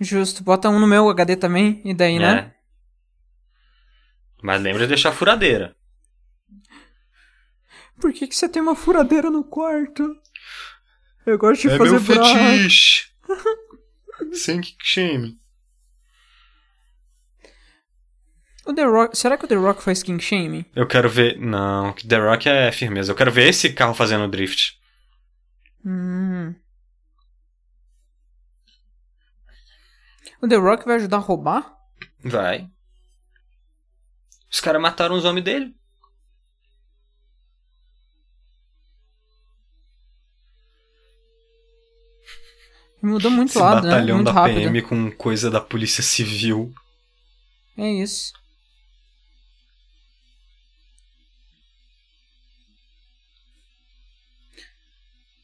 Speaker 1: Justo, bota um no meu HD também, e daí, né?
Speaker 2: É. Mas lembra de deixar a furadeira.
Speaker 1: Por que, que você tem uma furadeira no quarto? Eu gosto de
Speaker 2: é
Speaker 1: fazer
Speaker 2: meu
Speaker 1: buraco.
Speaker 2: fetiche. Sem que shame.
Speaker 1: O The Rock. Será que o The Rock faz skin shaming?
Speaker 2: Eu quero ver. Não, que The Rock é firmeza. Eu quero ver esse carro fazendo drift.
Speaker 1: Hum. O The Rock vai ajudar a roubar?
Speaker 2: Vai. Os caras mataram os homens dele.
Speaker 1: Mudou muito
Speaker 2: Esse
Speaker 1: lado, né?
Speaker 2: batalhão
Speaker 1: Muito
Speaker 2: da
Speaker 1: rápido.
Speaker 2: PM com coisa da polícia civil.
Speaker 1: É isso.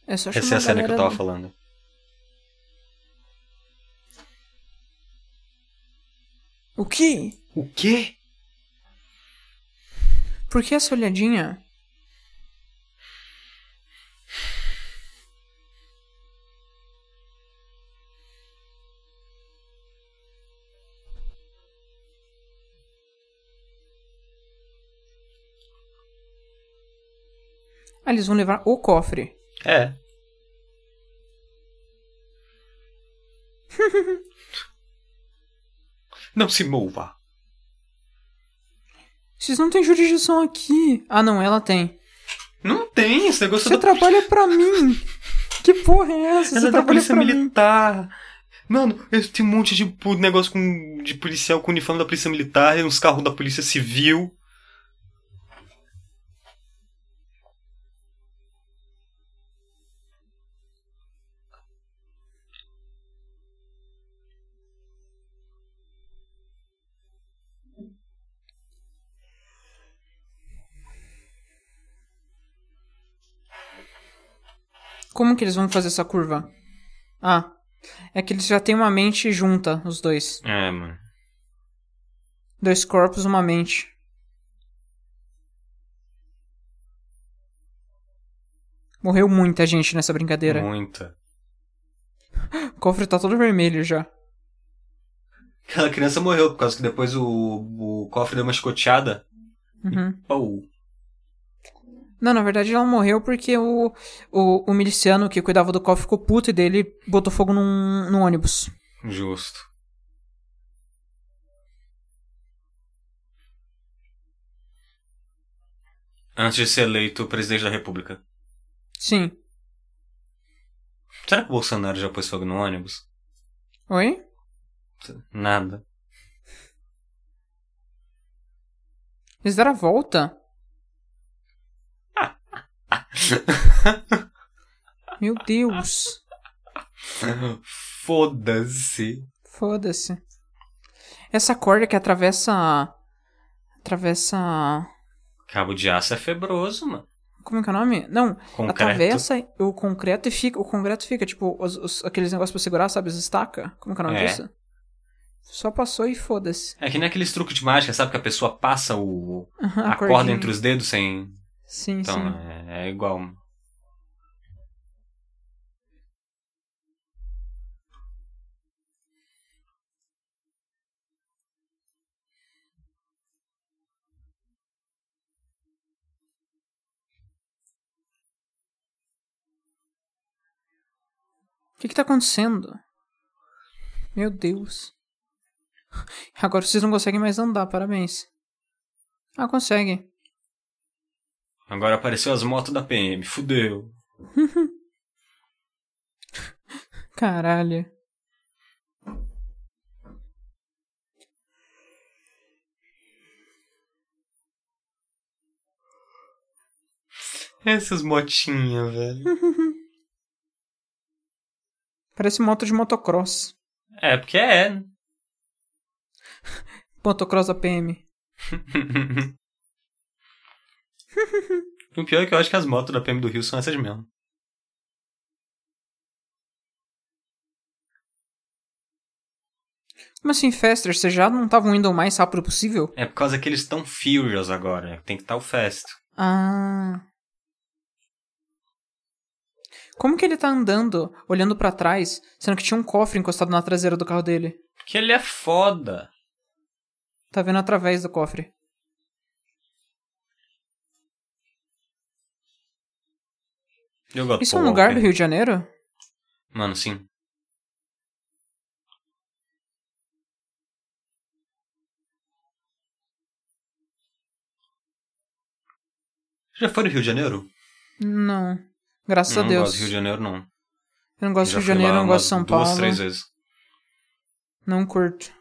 Speaker 1: É só
Speaker 2: Essa
Speaker 1: chamar
Speaker 2: é a cena que eu
Speaker 1: galera-
Speaker 2: tava falando.
Speaker 1: O que?
Speaker 2: O quê?
Speaker 1: Por que essa olhadinha? Ah, eles vão levar o cofre.
Speaker 2: É. Não se mova.
Speaker 1: Vocês não têm jurisdição aqui. Ah, não, ela tem.
Speaker 2: Não tem, esse negócio
Speaker 1: Você
Speaker 2: da...
Speaker 1: trabalha pra mim. Que porra é essa?
Speaker 2: Ela
Speaker 1: Você
Speaker 2: é da
Speaker 1: trabalha
Speaker 2: polícia
Speaker 1: pra mim.
Speaker 2: militar. Mano, esse- tem um monte de pu- negócio com, de policial com uniforme da polícia militar, e uns carros da polícia civil.
Speaker 1: Como que eles vão fazer essa curva? Ah, é que eles já têm uma mente junta, os dois.
Speaker 2: É, mano.
Speaker 1: Dois corpos, uma mente. Morreu muita gente nessa brincadeira.
Speaker 2: Muita. Uhum.
Speaker 1: O cofre tá todo vermelho já.
Speaker 2: Aquela criança morreu por causa que depois o, o cofre deu uma escoteada.
Speaker 1: Uhum.
Speaker 2: Pau.
Speaker 1: Não, na verdade ela morreu porque o, o, o miliciano que cuidava do cofre ficou puto e dele botou fogo num, num ônibus.
Speaker 2: Justo. Antes de ser eleito presidente da república.
Speaker 1: Sim.
Speaker 2: Será que o Bolsonaro já pôs fogo no ônibus?
Speaker 1: Oi?
Speaker 2: Nada.
Speaker 1: Eles deram a volta? Meu Deus.
Speaker 2: Foda-se.
Speaker 1: Foda-se. Essa corda que atravessa. Atravessa.
Speaker 2: Cabo de aço é febroso, mano.
Speaker 1: Como é que é o nome? Não,
Speaker 2: Concreto.
Speaker 1: atravessa o concreto e fica. O concreto fica, tipo, os- os- aqueles negócios pra segurar, sabe? As estacas. Como é que é o nome
Speaker 2: É.
Speaker 1: disso? Só passou e foda-se.
Speaker 2: É que nem aqueles truques de mágica, sabe? Que a pessoa passa o...
Speaker 1: Aham,
Speaker 2: a, corda
Speaker 1: Ah, cordinha.
Speaker 2: entre os dedos sem...
Speaker 1: Sim,
Speaker 2: Então,
Speaker 1: sim.
Speaker 2: é, é igual.
Speaker 1: O que que tá acontecendo? Meu Deus. Agora vocês não conseguem mais andar, parabéns. Ah, conseguem.
Speaker 2: Agora apareceu as motos da PM, fudeu.
Speaker 1: Caralho.
Speaker 2: Essas motinhas, velho.
Speaker 1: Parece moto de motocross.
Speaker 2: É, porque é. né?
Speaker 1: Motocross da PM.
Speaker 2: o pior é que eu acho que as motos da PM do Rio são essas mesmo.
Speaker 1: Como assim, Fester? Vocês já não estavam indo o mais rápido possível?
Speaker 2: É por causa que eles estão furious agora. Tem que estar o fast.
Speaker 1: Ah. Como que ele tá andando, olhando pra trás, sendo que tinha um cofre encostado na traseira do carro dele?
Speaker 2: Porque ele é foda.
Speaker 1: Tá vendo através do cofre.
Speaker 2: Eu gosto
Speaker 1: Isso
Speaker 2: do
Speaker 1: é um
Speaker 2: Paul
Speaker 1: lugar do
Speaker 2: Walker.
Speaker 1: Rio de Janeiro?
Speaker 2: Mano, sim. Já foi no Rio de Janeiro?
Speaker 1: Não. Graças
Speaker 2: Eu
Speaker 1: a
Speaker 2: não
Speaker 1: Deus.
Speaker 2: gosto do Hum, Rio de Janeiro, não.
Speaker 1: Eu não gosto do
Speaker 2: Já
Speaker 1: Rio de
Speaker 2: fui lá
Speaker 1: Janeiro, eu não
Speaker 2: umas
Speaker 1: gosto de São
Speaker 2: duas,
Speaker 1: Paulo.
Speaker 2: três vezes.
Speaker 1: Não curto.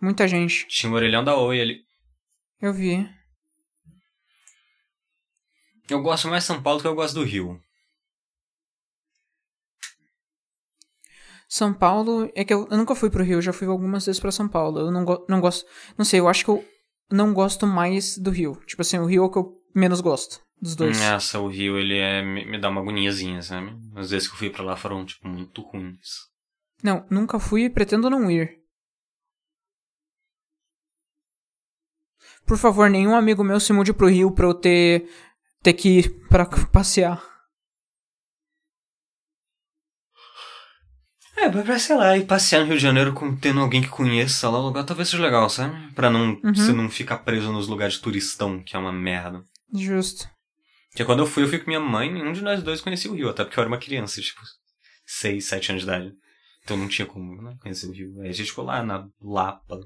Speaker 1: Muita gente.
Speaker 2: Tinha o orelhão da Oi ali.
Speaker 1: Eu vi.
Speaker 2: Eu gosto mais de São Paulo do que eu gosto do Rio.
Speaker 1: São Paulo é que eu, eu nunca fui pro Rio, eu já fui algumas vezes pra São Paulo. Eu não, go- não gosto, não sei, eu acho que eu não gosto mais do Rio. Tipo assim, o Rio é o que eu menos gosto dos dois.
Speaker 2: Nossa, o Rio, ele é, me, me dá uma agoniazinha, sabe? As vezes que eu fui pra lá foram, tipo, muito ruins.
Speaker 1: Não, nunca fui e pretendo não ir. Por favor, nenhum amigo meu se mude pro Rio pra eu ter ter que ir pra passear.
Speaker 2: É, mas pra, sei lá, ir passear no Rio de Janeiro com, tendo alguém que conheça lá o lugar, talvez seja legal, sabe? Pra não,
Speaker 1: Uhum.
Speaker 2: você não ficar preso nos lugares turistão, que é uma merda.
Speaker 1: Justo.
Speaker 2: Porque quando eu fui, eu fui com minha mãe e nenhum de nós dois conhecia o Rio, até porque eu era uma criança, tipo, 6, 7 anos de idade. Então não tinha como né, conhecer o Rio. Aí a gente ficou lá na Lapa.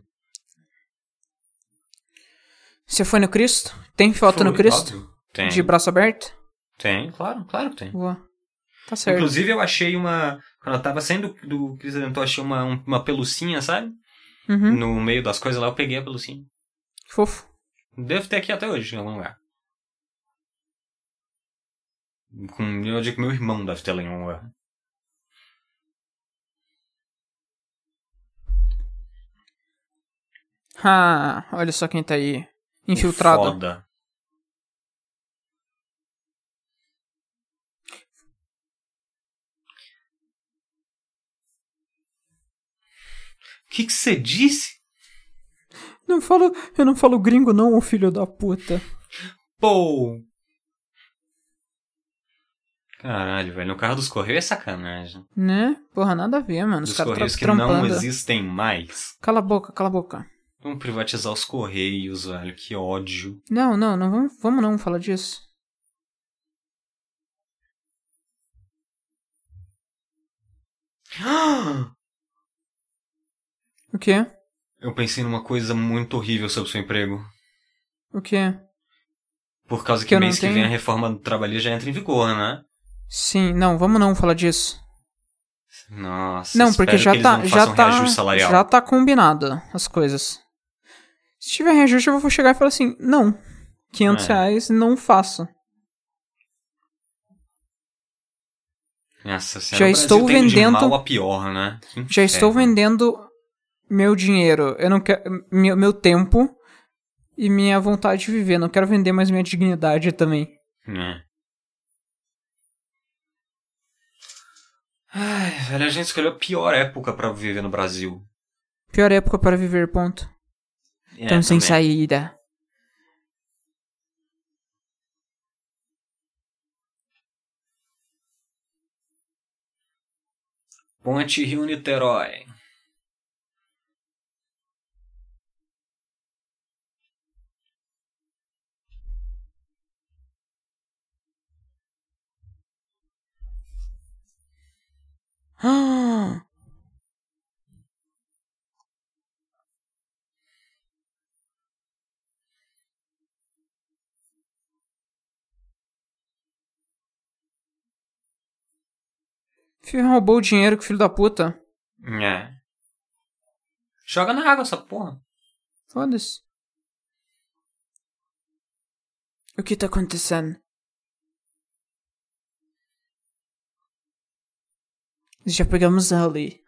Speaker 1: Você foi no Cristo? Tem foto no
Speaker 2: Foi,
Speaker 1: Cristo?
Speaker 2: óbvio. Tem.
Speaker 1: De braço aberto?
Speaker 2: Tem, claro, claro que tem.
Speaker 1: Boa. Tá certo.
Speaker 2: Inclusive, eu achei uma. Quando eu tava saindo do do Cristo Redentor, eu achei uma, um- uma pelucinha, sabe?
Speaker 1: Uhum.
Speaker 2: No meio das coisas lá, eu peguei a pelucinha.
Speaker 1: Fofo.
Speaker 2: Devo ter aqui até hoje, em algum lugar. Com, eu digo que meu irmão deve ter lá em algum lugar.
Speaker 1: Ah, olha só quem tá aí. Infiltrado.
Speaker 2: Foda. O que que você disse?
Speaker 1: Não falo, eu não falo gringo não, ô filho da puta.
Speaker 2: Pô! Caralho, velho. O carro dos Correios é sacanagem.
Speaker 1: Né? Porra, nada a ver, mano. Os
Speaker 2: Dos
Speaker 1: caras
Speaker 2: Correios
Speaker 1: tra-
Speaker 2: que não
Speaker 1: trampando.
Speaker 2: existem mais.
Speaker 1: Cala a boca, cala a boca.
Speaker 2: Vamos privatizar os Correios, velho. Que ódio.
Speaker 1: Não, não, não vamos, vamos não falar disso. O quê?
Speaker 2: Eu pensei numa coisa muito horrível sobre o seu emprego.
Speaker 1: O quê?
Speaker 2: Por causa que,
Speaker 1: Que eu não
Speaker 2: mês que
Speaker 1: tenho.
Speaker 2: vem a reforma trabalhista já entra em vigor, né?
Speaker 1: Sim, não, vamos não falar disso.
Speaker 2: Nossa,
Speaker 1: não,
Speaker 2: espero
Speaker 1: porque já
Speaker 2: que
Speaker 1: tá,
Speaker 2: eles não
Speaker 1: já
Speaker 2: façam
Speaker 1: tá,
Speaker 2: reajuste salarial.
Speaker 1: já tá combinado as coisas. Se tiver reajuste, eu vou chegar e falar assim, não, 500
Speaker 2: É.
Speaker 1: reais, não faço.
Speaker 2: Nossa,
Speaker 1: Já
Speaker 2: senhora, o Brasil
Speaker 1: estou
Speaker 2: tem um de
Speaker 1: vendendo-
Speaker 2: mal a pior, né? Que
Speaker 1: Já estou
Speaker 2: inferno.
Speaker 1: vendendo meu dinheiro, eu não quero meu, meu tempo e minha vontade de viver, não quero vender mais minha dignidade também.
Speaker 2: É. Ai, velho, a gente escolheu a pior época pra viver no Brasil.
Speaker 1: Pior época para viver, ponto. Estamos
Speaker 2: É,
Speaker 1: Então, sem
Speaker 2: também.
Speaker 1: saída.
Speaker 2: Ponte Rio-Niterói.
Speaker 1: Ah! Filho roubou o dinheiro que filho da puta.
Speaker 2: É. Joga na água essa porra.
Speaker 1: Foda-se. O que tá acontecendo? Já pegamos ela ali.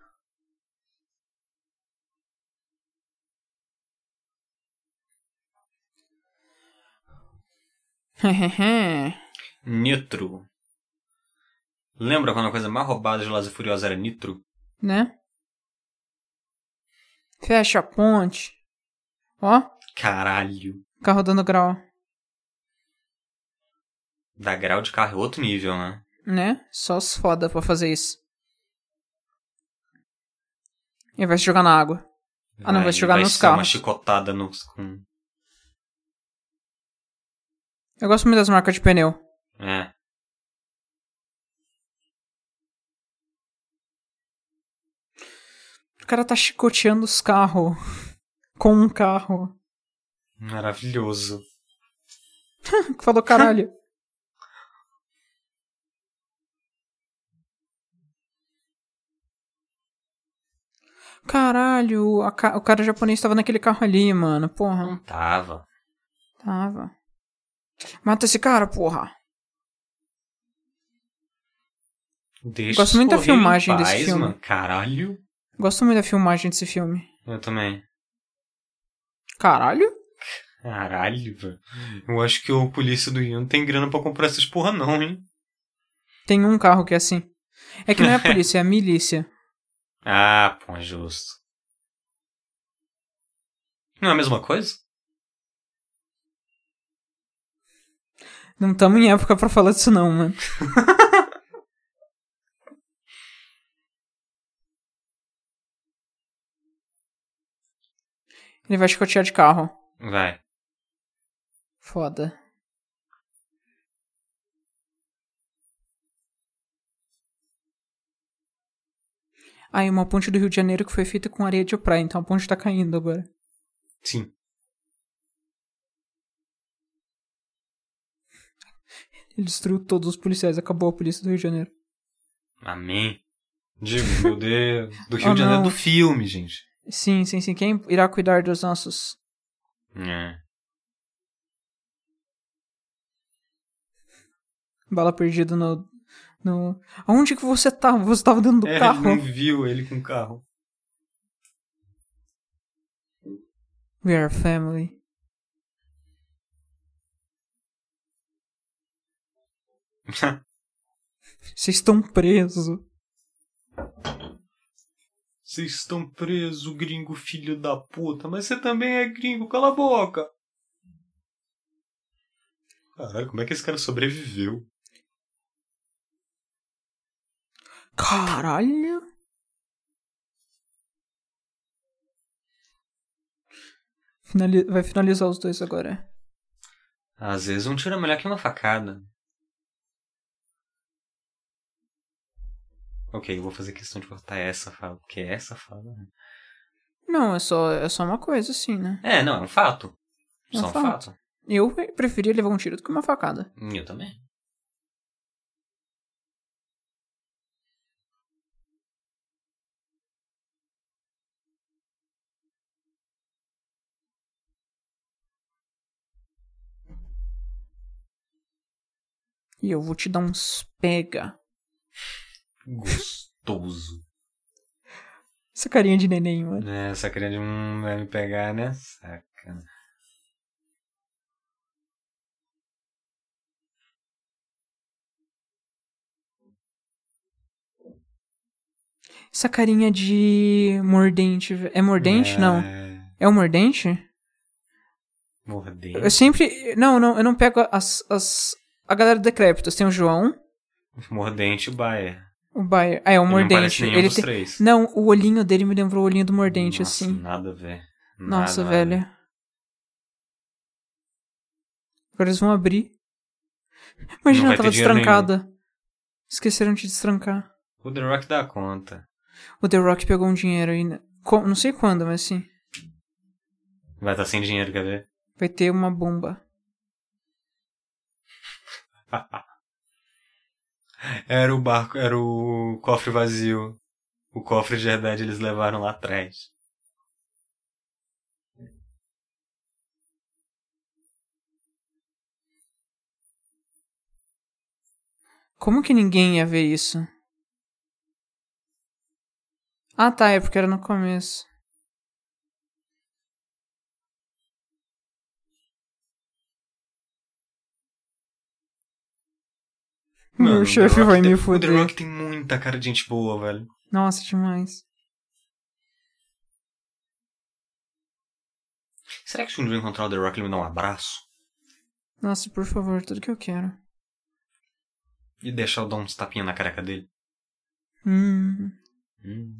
Speaker 2: Nitro. Lembra quando a coisa mais roubada de Lazo Furiosa era Nitro?
Speaker 1: né? Fecha a ponte. Ó,
Speaker 2: Caralho.
Speaker 1: carro dando grau,
Speaker 2: Dar grau de carro é outro nível, né?
Speaker 1: né? Só os foda pra fazer isso. E vai se jogar na água. Ah, não, vai jogar nos
Speaker 2: ser uma
Speaker 1: carros.
Speaker 2: chicotada nos... Com...
Speaker 1: Eu gosto muito das marcas de pneu.
Speaker 2: É.
Speaker 1: O cara tá chicoteando os carros. Com um carro.
Speaker 2: Maravilhoso.
Speaker 1: Falou caralho. Caralho, a ca- o cara japonês tava naquele carro ali, mano. Porra.
Speaker 2: Não tava.
Speaker 1: Tava. Mata esse cara, porra.
Speaker 2: Deixa
Speaker 1: Gosto
Speaker 2: os
Speaker 1: muito da
Speaker 2: Correios em
Speaker 1: filmagem desse
Speaker 2: paz,
Speaker 1: filme.
Speaker 2: Mano. Caralho.
Speaker 1: Gosto muito da filmagem desse filme.
Speaker 2: Eu também.
Speaker 1: Caralho?
Speaker 2: Caralho, velho. Eu acho que o polícia do Rio não tem grana pra comprar essas porra não, hein?
Speaker 1: Tem um carro que é assim. É que não é a polícia, é a milícia.
Speaker 2: Ah, pô, é justo. Não é a mesma coisa?
Speaker 1: Não tamo em época pra falar disso não, né? mano. Ele vai chicotear de carro.
Speaker 2: Vai.
Speaker 1: Foda. Ah, e uma ponte do Rio de Janeiro que foi feita com areia de praia, então a ponte tá caindo agora.
Speaker 2: Sim.
Speaker 1: Ele destruiu todos os policiais, acabou a polícia do Rio de Janeiro.
Speaker 2: Amém. Digo, meu Deus. Do Rio
Speaker 1: Ah,
Speaker 2: de
Speaker 1: não.
Speaker 2: Janeiro do filme, gente.
Speaker 1: Sim, sim, sim. Quem irá cuidar dos nossos.
Speaker 2: É.
Speaker 1: Bala perdida no. no... Aonde que você tava? Você tava dentro do
Speaker 2: É,
Speaker 1: carro?
Speaker 2: ele não viu ele com o carro.
Speaker 1: We are family. Vocês estão presos.
Speaker 2: Vocês estão presos, gringo filho da puta. Mas você também é gringo, cala a boca. Caralho, como é que esse cara sobreviveu?
Speaker 1: Caralho! Finali- Vai finalizar os dois agora.
Speaker 2: Às vezes um tiro é melhor que uma facada. Ok, eu vou fazer questão de cortar essa fala, porque é essa fala. né?
Speaker 1: Não, é só, é só uma coisa assim, né?
Speaker 2: É, não, é um fato.
Speaker 1: É um
Speaker 2: Só um
Speaker 1: fato.
Speaker 2: fato.
Speaker 1: Eu preferia levar um tiro do que uma facada.
Speaker 2: Eu também.
Speaker 1: E eu vou te dar uns pega.
Speaker 2: Gostoso.
Speaker 1: Essa carinha de neném, mano.
Speaker 2: É, essa criança de um vai me pegar, né? Saca.
Speaker 1: Essa carinha de mordente. ve- É mordente? Não. É o mordente?
Speaker 2: Mordente.
Speaker 1: Eu sempre. Não, não, eu não pego as. as a galera do Decrépitos. Tem o João,
Speaker 2: Mordente e o Bayer.
Speaker 1: o Bayer. Ah, é o
Speaker 2: Ele Não parece
Speaker 1: mordente.
Speaker 2: nenhum
Speaker 1: Ele
Speaker 2: dos
Speaker 1: tem-
Speaker 2: três.
Speaker 1: Não, o olhinho dele me lembrou o olhinho do mordente,
Speaker 2: Nossa,
Speaker 1: assim.
Speaker 2: Nada a ver.
Speaker 1: Nossa,
Speaker 2: Nada a
Speaker 1: velho.
Speaker 2: ver.
Speaker 1: Agora eles vão abrir. Imagina,
Speaker 2: vai
Speaker 1: ela tava
Speaker 2: ter dinheiro
Speaker 1: destrancada. Esqueceram de destrancar.
Speaker 2: O The Rock dá conta.
Speaker 1: O The Rock pegou um dinheiro ainda. Co- Não sei quando, mas sim.
Speaker 2: Vai estar sem dinheiro, quer ver?
Speaker 1: Vai ter uma bomba.
Speaker 2: Era o barco, era o cofre vazio. O cofre de verdade eles levaram lá atrás.
Speaker 1: Como que ninguém ia ver isso? Ah, tá, é porque era no começo. Meu
Speaker 2: o
Speaker 1: chefe
Speaker 2: The Rock
Speaker 1: vai
Speaker 2: tem-
Speaker 1: me
Speaker 2: O The
Speaker 1: foder.
Speaker 2: Rock tem muita cara de gente boa, velho.
Speaker 1: Nossa, demais.
Speaker 2: Será que se um dia eu encontrar o The Rock ele me dá um abraço?
Speaker 1: Nossa, por favor, tudo que eu quero.
Speaker 2: E deixar eu dar uns tapinha na careca dele?
Speaker 1: Hum,
Speaker 2: Hum.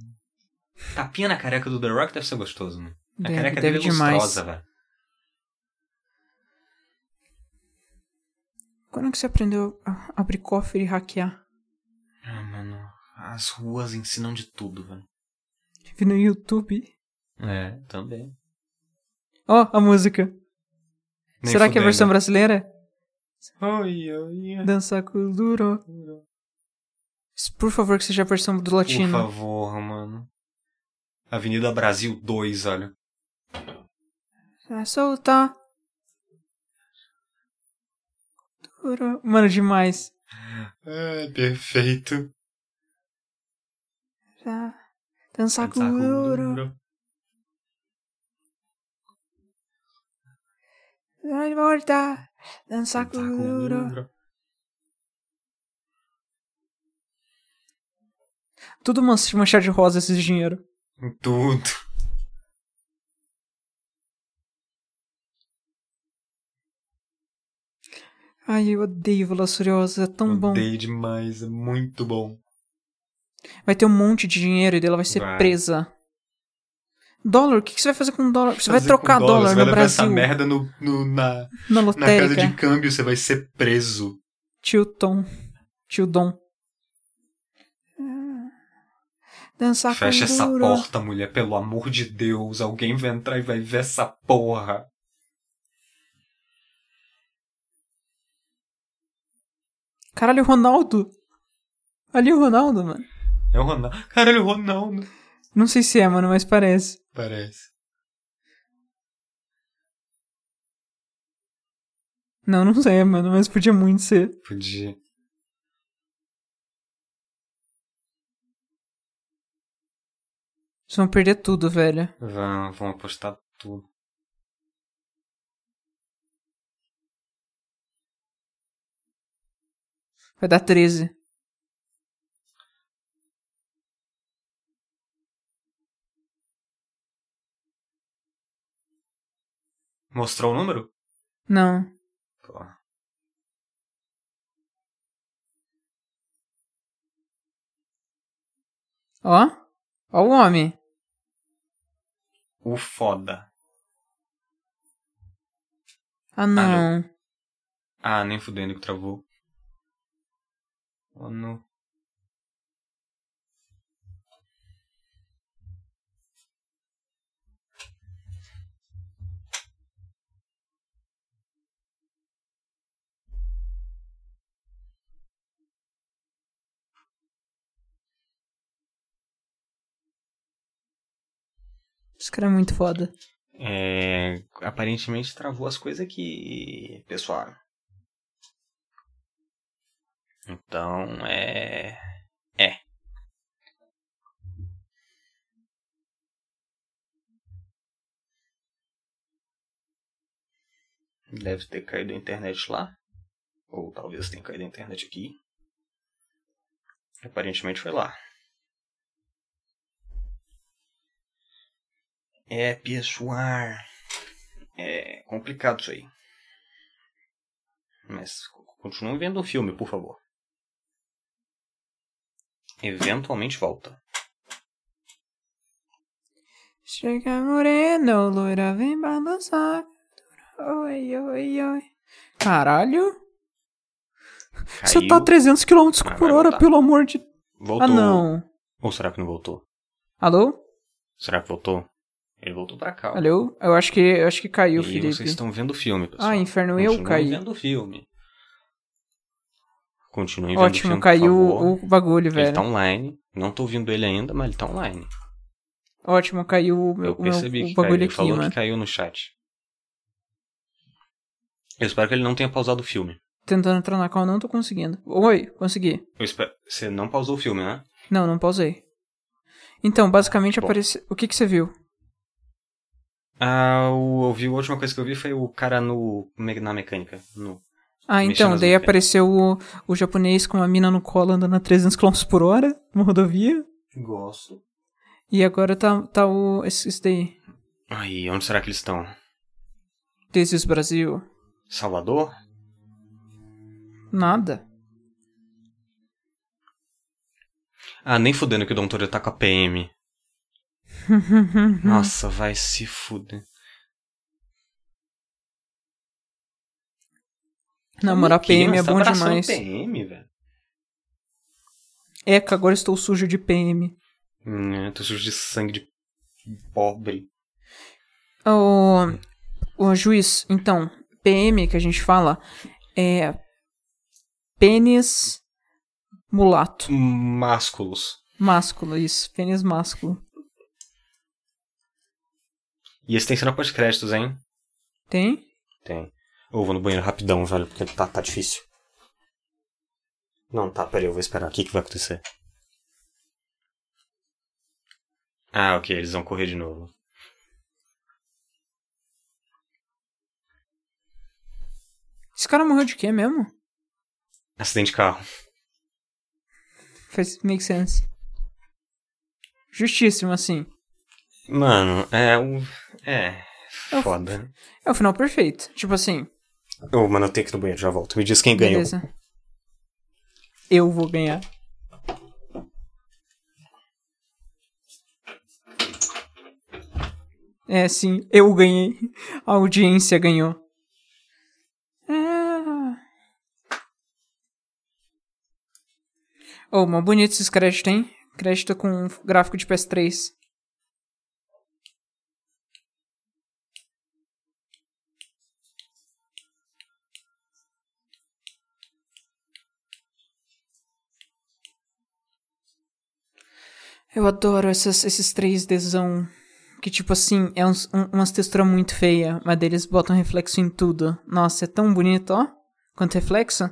Speaker 2: Tapinha na careca do The Rock deve ser gostoso, né? A
Speaker 1: deve,
Speaker 2: careca
Speaker 1: deve
Speaker 2: dele é
Speaker 1: demais.
Speaker 2: lustrosa, velho.
Speaker 1: Quando que você aprendeu a abrir cofre e hackear?
Speaker 2: Ah, mano. As ruas ensinam de tudo, velho.
Speaker 1: Vi no YouTube.
Speaker 2: É, também.
Speaker 1: Ó, a música. Será que é a versão brasileira?
Speaker 2: Oi, oi, oi.
Speaker 1: Dançar com o duro. Por favor, que seja a versão do
Speaker 2: Por
Speaker 1: latino.
Speaker 2: favor, mano. Avenida Brasil 2, olha.
Speaker 1: Ah, solta. Duro. Mano, demais.
Speaker 2: É, perfeito.
Speaker 1: Ah, Dançar com
Speaker 2: Dançar
Speaker 1: o
Speaker 2: com
Speaker 1: duro.
Speaker 2: duro.
Speaker 1: Vai voltar. Dançar com
Speaker 2: Dançar
Speaker 1: o
Speaker 2: com
Speaker 1: duro.
Speaker 2: duro.
Speaker 1: Tudo man- manchado de rosa esses dinheiro.
Speaker 2: Tudo.
Speaker 1: Ai, eu odeio Velas Furiosas, é tão bom.
Speaker 2: Odeio demais, é muito bom.
Speaker 1: Vai ter um monte de dinheiro e daí ela vai ser
Speaker 2: Vai.
Speaker 1: presa. Dólar? O que, que você vai fazer com dólar? Você vai
Speaker 2: Fazer
Speaker 1: trocar
Speaker 2: com dólar,
Speaker 1: dólar,
Speaker 2: você vai
Speaker 1: no
Speaker 2: levar
Speaker 1: Brasil,
Speaker 2: essa merda no, no- na,
Speaker 1: na
Speaker 2: na casa
Speaker 1: lotérica.
Speaker 2: de câmbio, você vai ser preso.
Speaker 1: Tio Tom. Tio Dom. Dançar
Speaker 2: Fecha
Speaker 1: com
Speaker 2: essa
Speaker 1: duro.
Speaker 2: porta, mulher, pelo amor de Deus. Alguém vai entrar e vai ver essa porra.
Speaker 1: Caralho, Ronaldo. Ali é o Ronaldo, mano.
Speaker 2: É o Ronaldo. Caralho, o Ronaldo.
Speaker 1: Não sei se é, mano, mas parece.
Speaker 2: Parece.
Speaker 1: Não, não sei, mano, mas podia muito ser.
Speaker 2: Podia.
Speaker 1: Vocês vão perder tudo, velho.
Speaker 2: Vão, vão apostar tudo.
Speaker 1: Vai dar 13.
Speaker 2: Mostrou o número?
Speaker 1: Não.
Speaker 2: Porra.
Speaker 1: Ó. Ó o homem.
Speaker 2: O foda. Tá,
Speaker 1: Ah, não.
Speaker 2: Ah, nem fudendo que travou. Oh, não.
Speaker 1: Esse cara é muito foda.
Speaker 2: É, aparentemente travou as coisas aqui, pessoal. Então, é. É. Deve ter caído a internet lá. Ou talvez tenha caído a internet aqui. Aparentemente foi lá. É, pessoal. É complicado isso aí. Mas c- continuem vendo o filme, por favor. Eventualmente volta.
Speaker 1: Chega moreno, loira, vem balançar. Oi, oi, oi. Caralho. Você tá a 300 km
Speaker 2: Mas
Speaker 1: por
Speaker 2: vai
Speaker 1: hora,
Speaker 2: voltar.
Speaker 1: pelo amor de...
Speaker 2: Voltou.
Speaker 1: Ah, não.
Speaker 2: Ou será que não voltou?
Speaker 1: Alô?
Speaker 2: Tá. Será que voltou? Ele voltou pra cá. ó.
Speaker 1: Alô? Eu acho que, eu Ah, acho que
Speaker 2: E
Speaker 1: caiu, Felipe. então
Speaker 2: vocês estão vendo o filme, pessoal.
Speaker 1: Ah, inferno, eu
Speaker 2: Continuem
Speaker 1: caí.
Speaker 2: vendo o filme. Continuem vendo
Speaker 1: Ótimo,
Speaker 2: o filme, por
Speaker 1: caiu
Speaker 2: favor.
Speaker 1: o bagulho,
Speaker 2: Ele
Speaker 1: velho.
Speaker 2: tá online. Não tô ouvindo ele ainda, mas ele tá online.
Speaker 1: Ótimo, caiu o meu,
Speaker 2: Eu
Speaker 1: o meu-
Speaker 2: percebi
Speaker 1: o
Speaker 2: que
Speaker 1: bagulho
Speaker 2: caiu. Ele
Speaker 1: aqui,
Speaker 2: falou
Speaker 1: mano.
Speaker 2: que caiu no chat. Eu espero que ele não tenha pausado o filme.
Speaker 1: Tentando entrar na call, não tô conseguindo. Oi, consegui.
Speaker 2: Eu espero... Você não pausou o filme, né?
Speaker 1: Não, não pausei. Então, basicamente
Speaker 2: Bom.
Speaker 1: apareceu. O que que você viu?
Speaker 2: Ah, o- eu vi, a última coisa que eu vi foi o cara no, me- na mecânica. No...
Speaker 1: Ah,
Speaker 2: Mexendo
Speaker 1: então,
Speaker 2: nas
Speaker 1: daí
Speaker 2: mecânicas.
Speaker 1: apareceu o, o japonês com uma mina no colo andando a 300 km por hora numa rodovia.
Speaker 2: Gosto.
Speaker 1: E agora tá, tá o. Esse, esse daí.
Speaker 2: Aí, onde será que eles estão?
Speaker 1: This is Brasil.
Speaker 2: Salvador?
Speaker 1: Nada.
Speaker 2: Ah, nem fudendo que o Dom Toro tá com a PM. Nossa, vai se fuder.
Speaker 1: Na moral,
Speaker 2: Amiguinho,
Speaker 1: PM é
Speaker 2: você tá
Speaker 1: bom
Speaker 2: abraçando
Speaker 1: demais.
Speaker 2: PM, velho.
Speaker 1: Eca, agora estou sujo de PM.
Speaker 2: Hum, tô sujo de sangue de pobre.
Speaker 1: O, o juiz, então, PM que a gente fala é pênis mulato.
Speaker 2: Másculos.
Speaker 1: Másculo, isso. Pênis másculo.
Speaker 2: E esse tem cena pós-créditos, hein?
Speaker 1: Tem?
Speaker 2: Tem. Eu vou no banheiro rapidão, velho, porque tá, tá difícil. Não, tá, peraí, eu vou esperar. O que, que vai acontecer? Ah, ok, eles vão correr de novo.
Speaker 1: Esse cara morreu de quê mesmo?
Speaker 2: Acidente de carro.
Speaker 1: Faz make sense. Justíssimo, assim.
Speaker 2: Mano, é o. É. Foda. né?
Speaker 1: É o final perfeito. Tipo assim,
Speaker 2: Ô, mano, eu tenho que ir no banheiro, já volto. Me diz quem ganhou.
Speaker 1: beleza. Eu vou ganhar. É sim, eu ganhei. A audiência ganhou. Ah. Oh, mas bonito esses créditos, hein? Crédito com gráfico de PS3. Eu adoro essas, esses 3Dzão. Que, tipo assim, é uns, um- umas texturas muito feias, mas deles botam reflexo em tudo. Nossa, é tão bonito, ó. Quanto reflexo.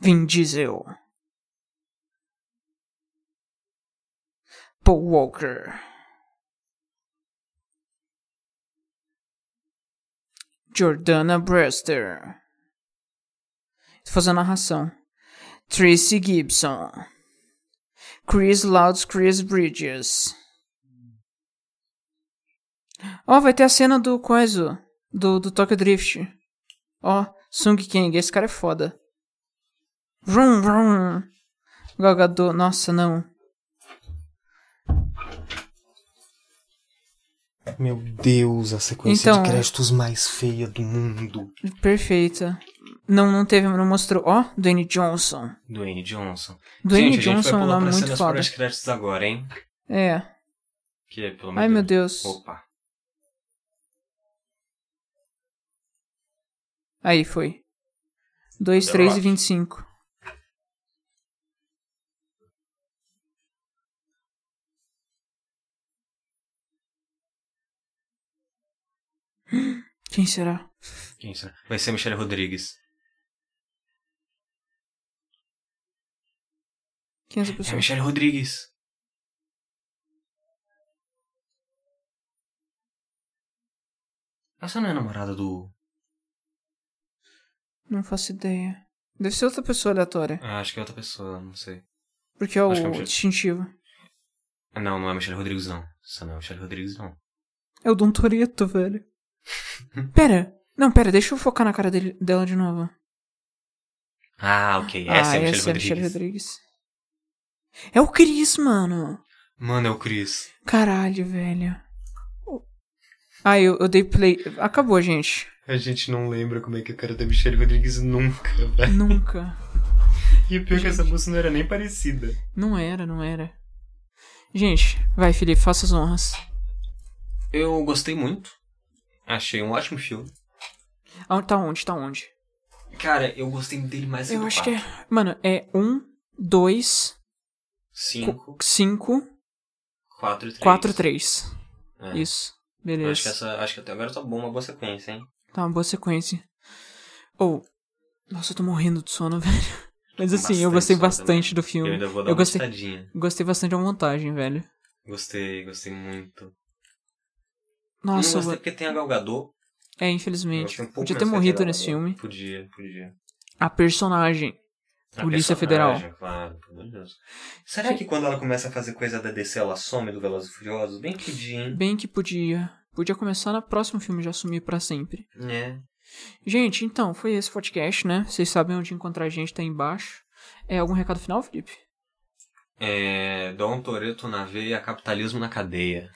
Speaker 1: Vin Diesel. Paul Walker. Jordana Brewster. Estou fazendo a narração. Tracy Gibson. Chris Louds, Chris Bridges. Ó, vai ter a cena do Coiso, do, do Tokyo Drift. Ó, Sung Kang, esse cara é foda. Vrum, vrum. Galgador, nossa, não.
Speaker 2: Meu Deus, a sequência
Speaker 1: Então-
Speaker 2: de créditos mais feia do mundo.
Speaker 1: Perfeita. Não, não teve, não mostrou. Ó, Dwayne Johnson.
Speaker 2: Dwayne Johnson.
Speaker 1: Dwayne
Speaker 2: gente, a gente
Speaker 1: Johnson é
Speaker 2: vai
Speaker 1: um
Speaker 2: pular
Speaker 1: nome
Speaker 2: pra
Speaker 1: muito
Speaker 2: cenas
Speaker 1: foda.
Speaker 2: pós-créditos agora, hein?
Speaker 1: É.
Speaker 2: Que, é pelo amor
Speaker 1: Ai,
Speaker 2: de
Speaker 1: meu Deus.
Speaker 2: Opa.
Speaker 1: Aí foi. 2,
Speaker 2: The
Speaker 1: 3 e
Speaker 2: Rock.
Speaker 1: 25. Quem será?
Speaker 2: Quem será? Vai ser Michelle Rodrigues.
Speaker 1: Quem é essa
Speaker 2: É a
Speaker 1: pessoa?
Speaker 2: Michelle Rodrigues. Essa não é a namorada do.
Speaker 1: Não faço ideia. Deve ser outra pessoa aleatória.
Speaker 2: Ah, acho que é outra pessoa, não sei.
Speaker 1: Porque é o
Speaker 2: Acho que é um jeito.
Speaker 1: distintivo.
Speaker 2: Ah, Não, não é a Michelle Rodrigues, não. Essa não é a Michelle Rodrigues, não.
Speaker 1: É o Dom Toreto, velho. pera. Não, pera. Deixa eu focar na cara dele- dela de novo.
Speaker 2: Ah, ok. Essa
Speaker 1: ah,
Speaker 2: é a
Speaker 1: essa é
Speaker 2: Michelle
Speaker 1: a
Speaker 2: Rodrigues.
Speaker 1: Michelle Rodrigues. É o Chris, mano.
Speaker 2: Mano, é o Chris.
Speaker 1: Caralho, velho. Ah, eu, eu dei play. Acabou, gente.
Speaker 2: A gente não lembra como é que é a cara da Michelle Rodrigues nunca, velho.
Speaker 1: Nunca.
Speaker 2: E o pior é que essa moça não era nem parecida.
Speaker 1: Não era, não era. Gente, vai, Felipe, faça as honras.
Speaker 2: Eu gostei muito. Achei um ótimo filme.
Speaker 1: Aonde Ah, tá onde? Tá onde?
Speaker 2: Cara, eu gostei dele mais
Speaker 1: Eu
Speaker 2: do
Speaker 1: acho que
Speaker 2: quatro.
Speaker 1: é. Mano, é um, dois, é
Speaker 2: Cinco,
Speaker 1: cinco,
Speaker 2: quatro e três.
Speaker 1: quatro, três.
Speaker 2: É.
Speaker 1: Isso.
Speaker 2: Acho que,
Speaker 1: Beleza.
Speaker 2: essa, acho que até agora tá bom, uma boa sequência, hein?
Speaker 1: Tá uma boa sequência. Ou. Nossa, eu tô morrendo de sono, velho. Mas assim, eu
Speaker 2: Bastante
Speaker 1: gostei
Speaker 2: sono
Speaker 1: bastante do
Speaker 2: Eu
Speaker 1: filme.
Speaker 2: ainda vou dar
Speaker 1: eu
Speaker 2: uma
Speaker 1: gostei-
Speaker 2: estadinha.
Speaker 1: Gostei bastante da montagem, velho.
Speaker 2: Gostei, gostei muito.
Speaker 1: Nossa,
Speaker 2: não gostei
Speaker 1: eu-
Speaker 2: porque tem a Galgador.
Speaker 1: é, infelizmente.
Speaker 2: um
Speaker 1: Podia ter morrido nesse filme.
Speaker 2: Podia, podia.
Speaker 1: A personagem.
Speaker 2: A
Speaker 1: Polícia
Speaker 2: personagem, Claro, pelo amor de Deus. Será que quando ela começa a fazer coisa da DC, ela some do Velozes e Furiosos? Bem podia, hein?
Speaker 1: Bem que podia. Podia começar no próximo filme de assumir pra sempre.
Speaker 2: É.
Speaker 1: Gente, então, foi esse podcast, né? Vocês sabem onde encontrar a gente, tá aí embaixo. É algum recado final, Felipe?
Speaker 2: É, Dom Toreto na veia, capitalismo na cadeia.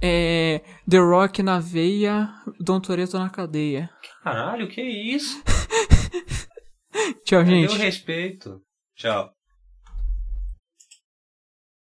Speaker 1: É. The Rock na veia, Dom Toreto na cadeia.
Speaker 2: Caralho, que isso?
Speaker 1: Tchau,
Speaker 2: Cadê É,
Speaker 1: gente.
Speaker 2: um o respeito? Tchau.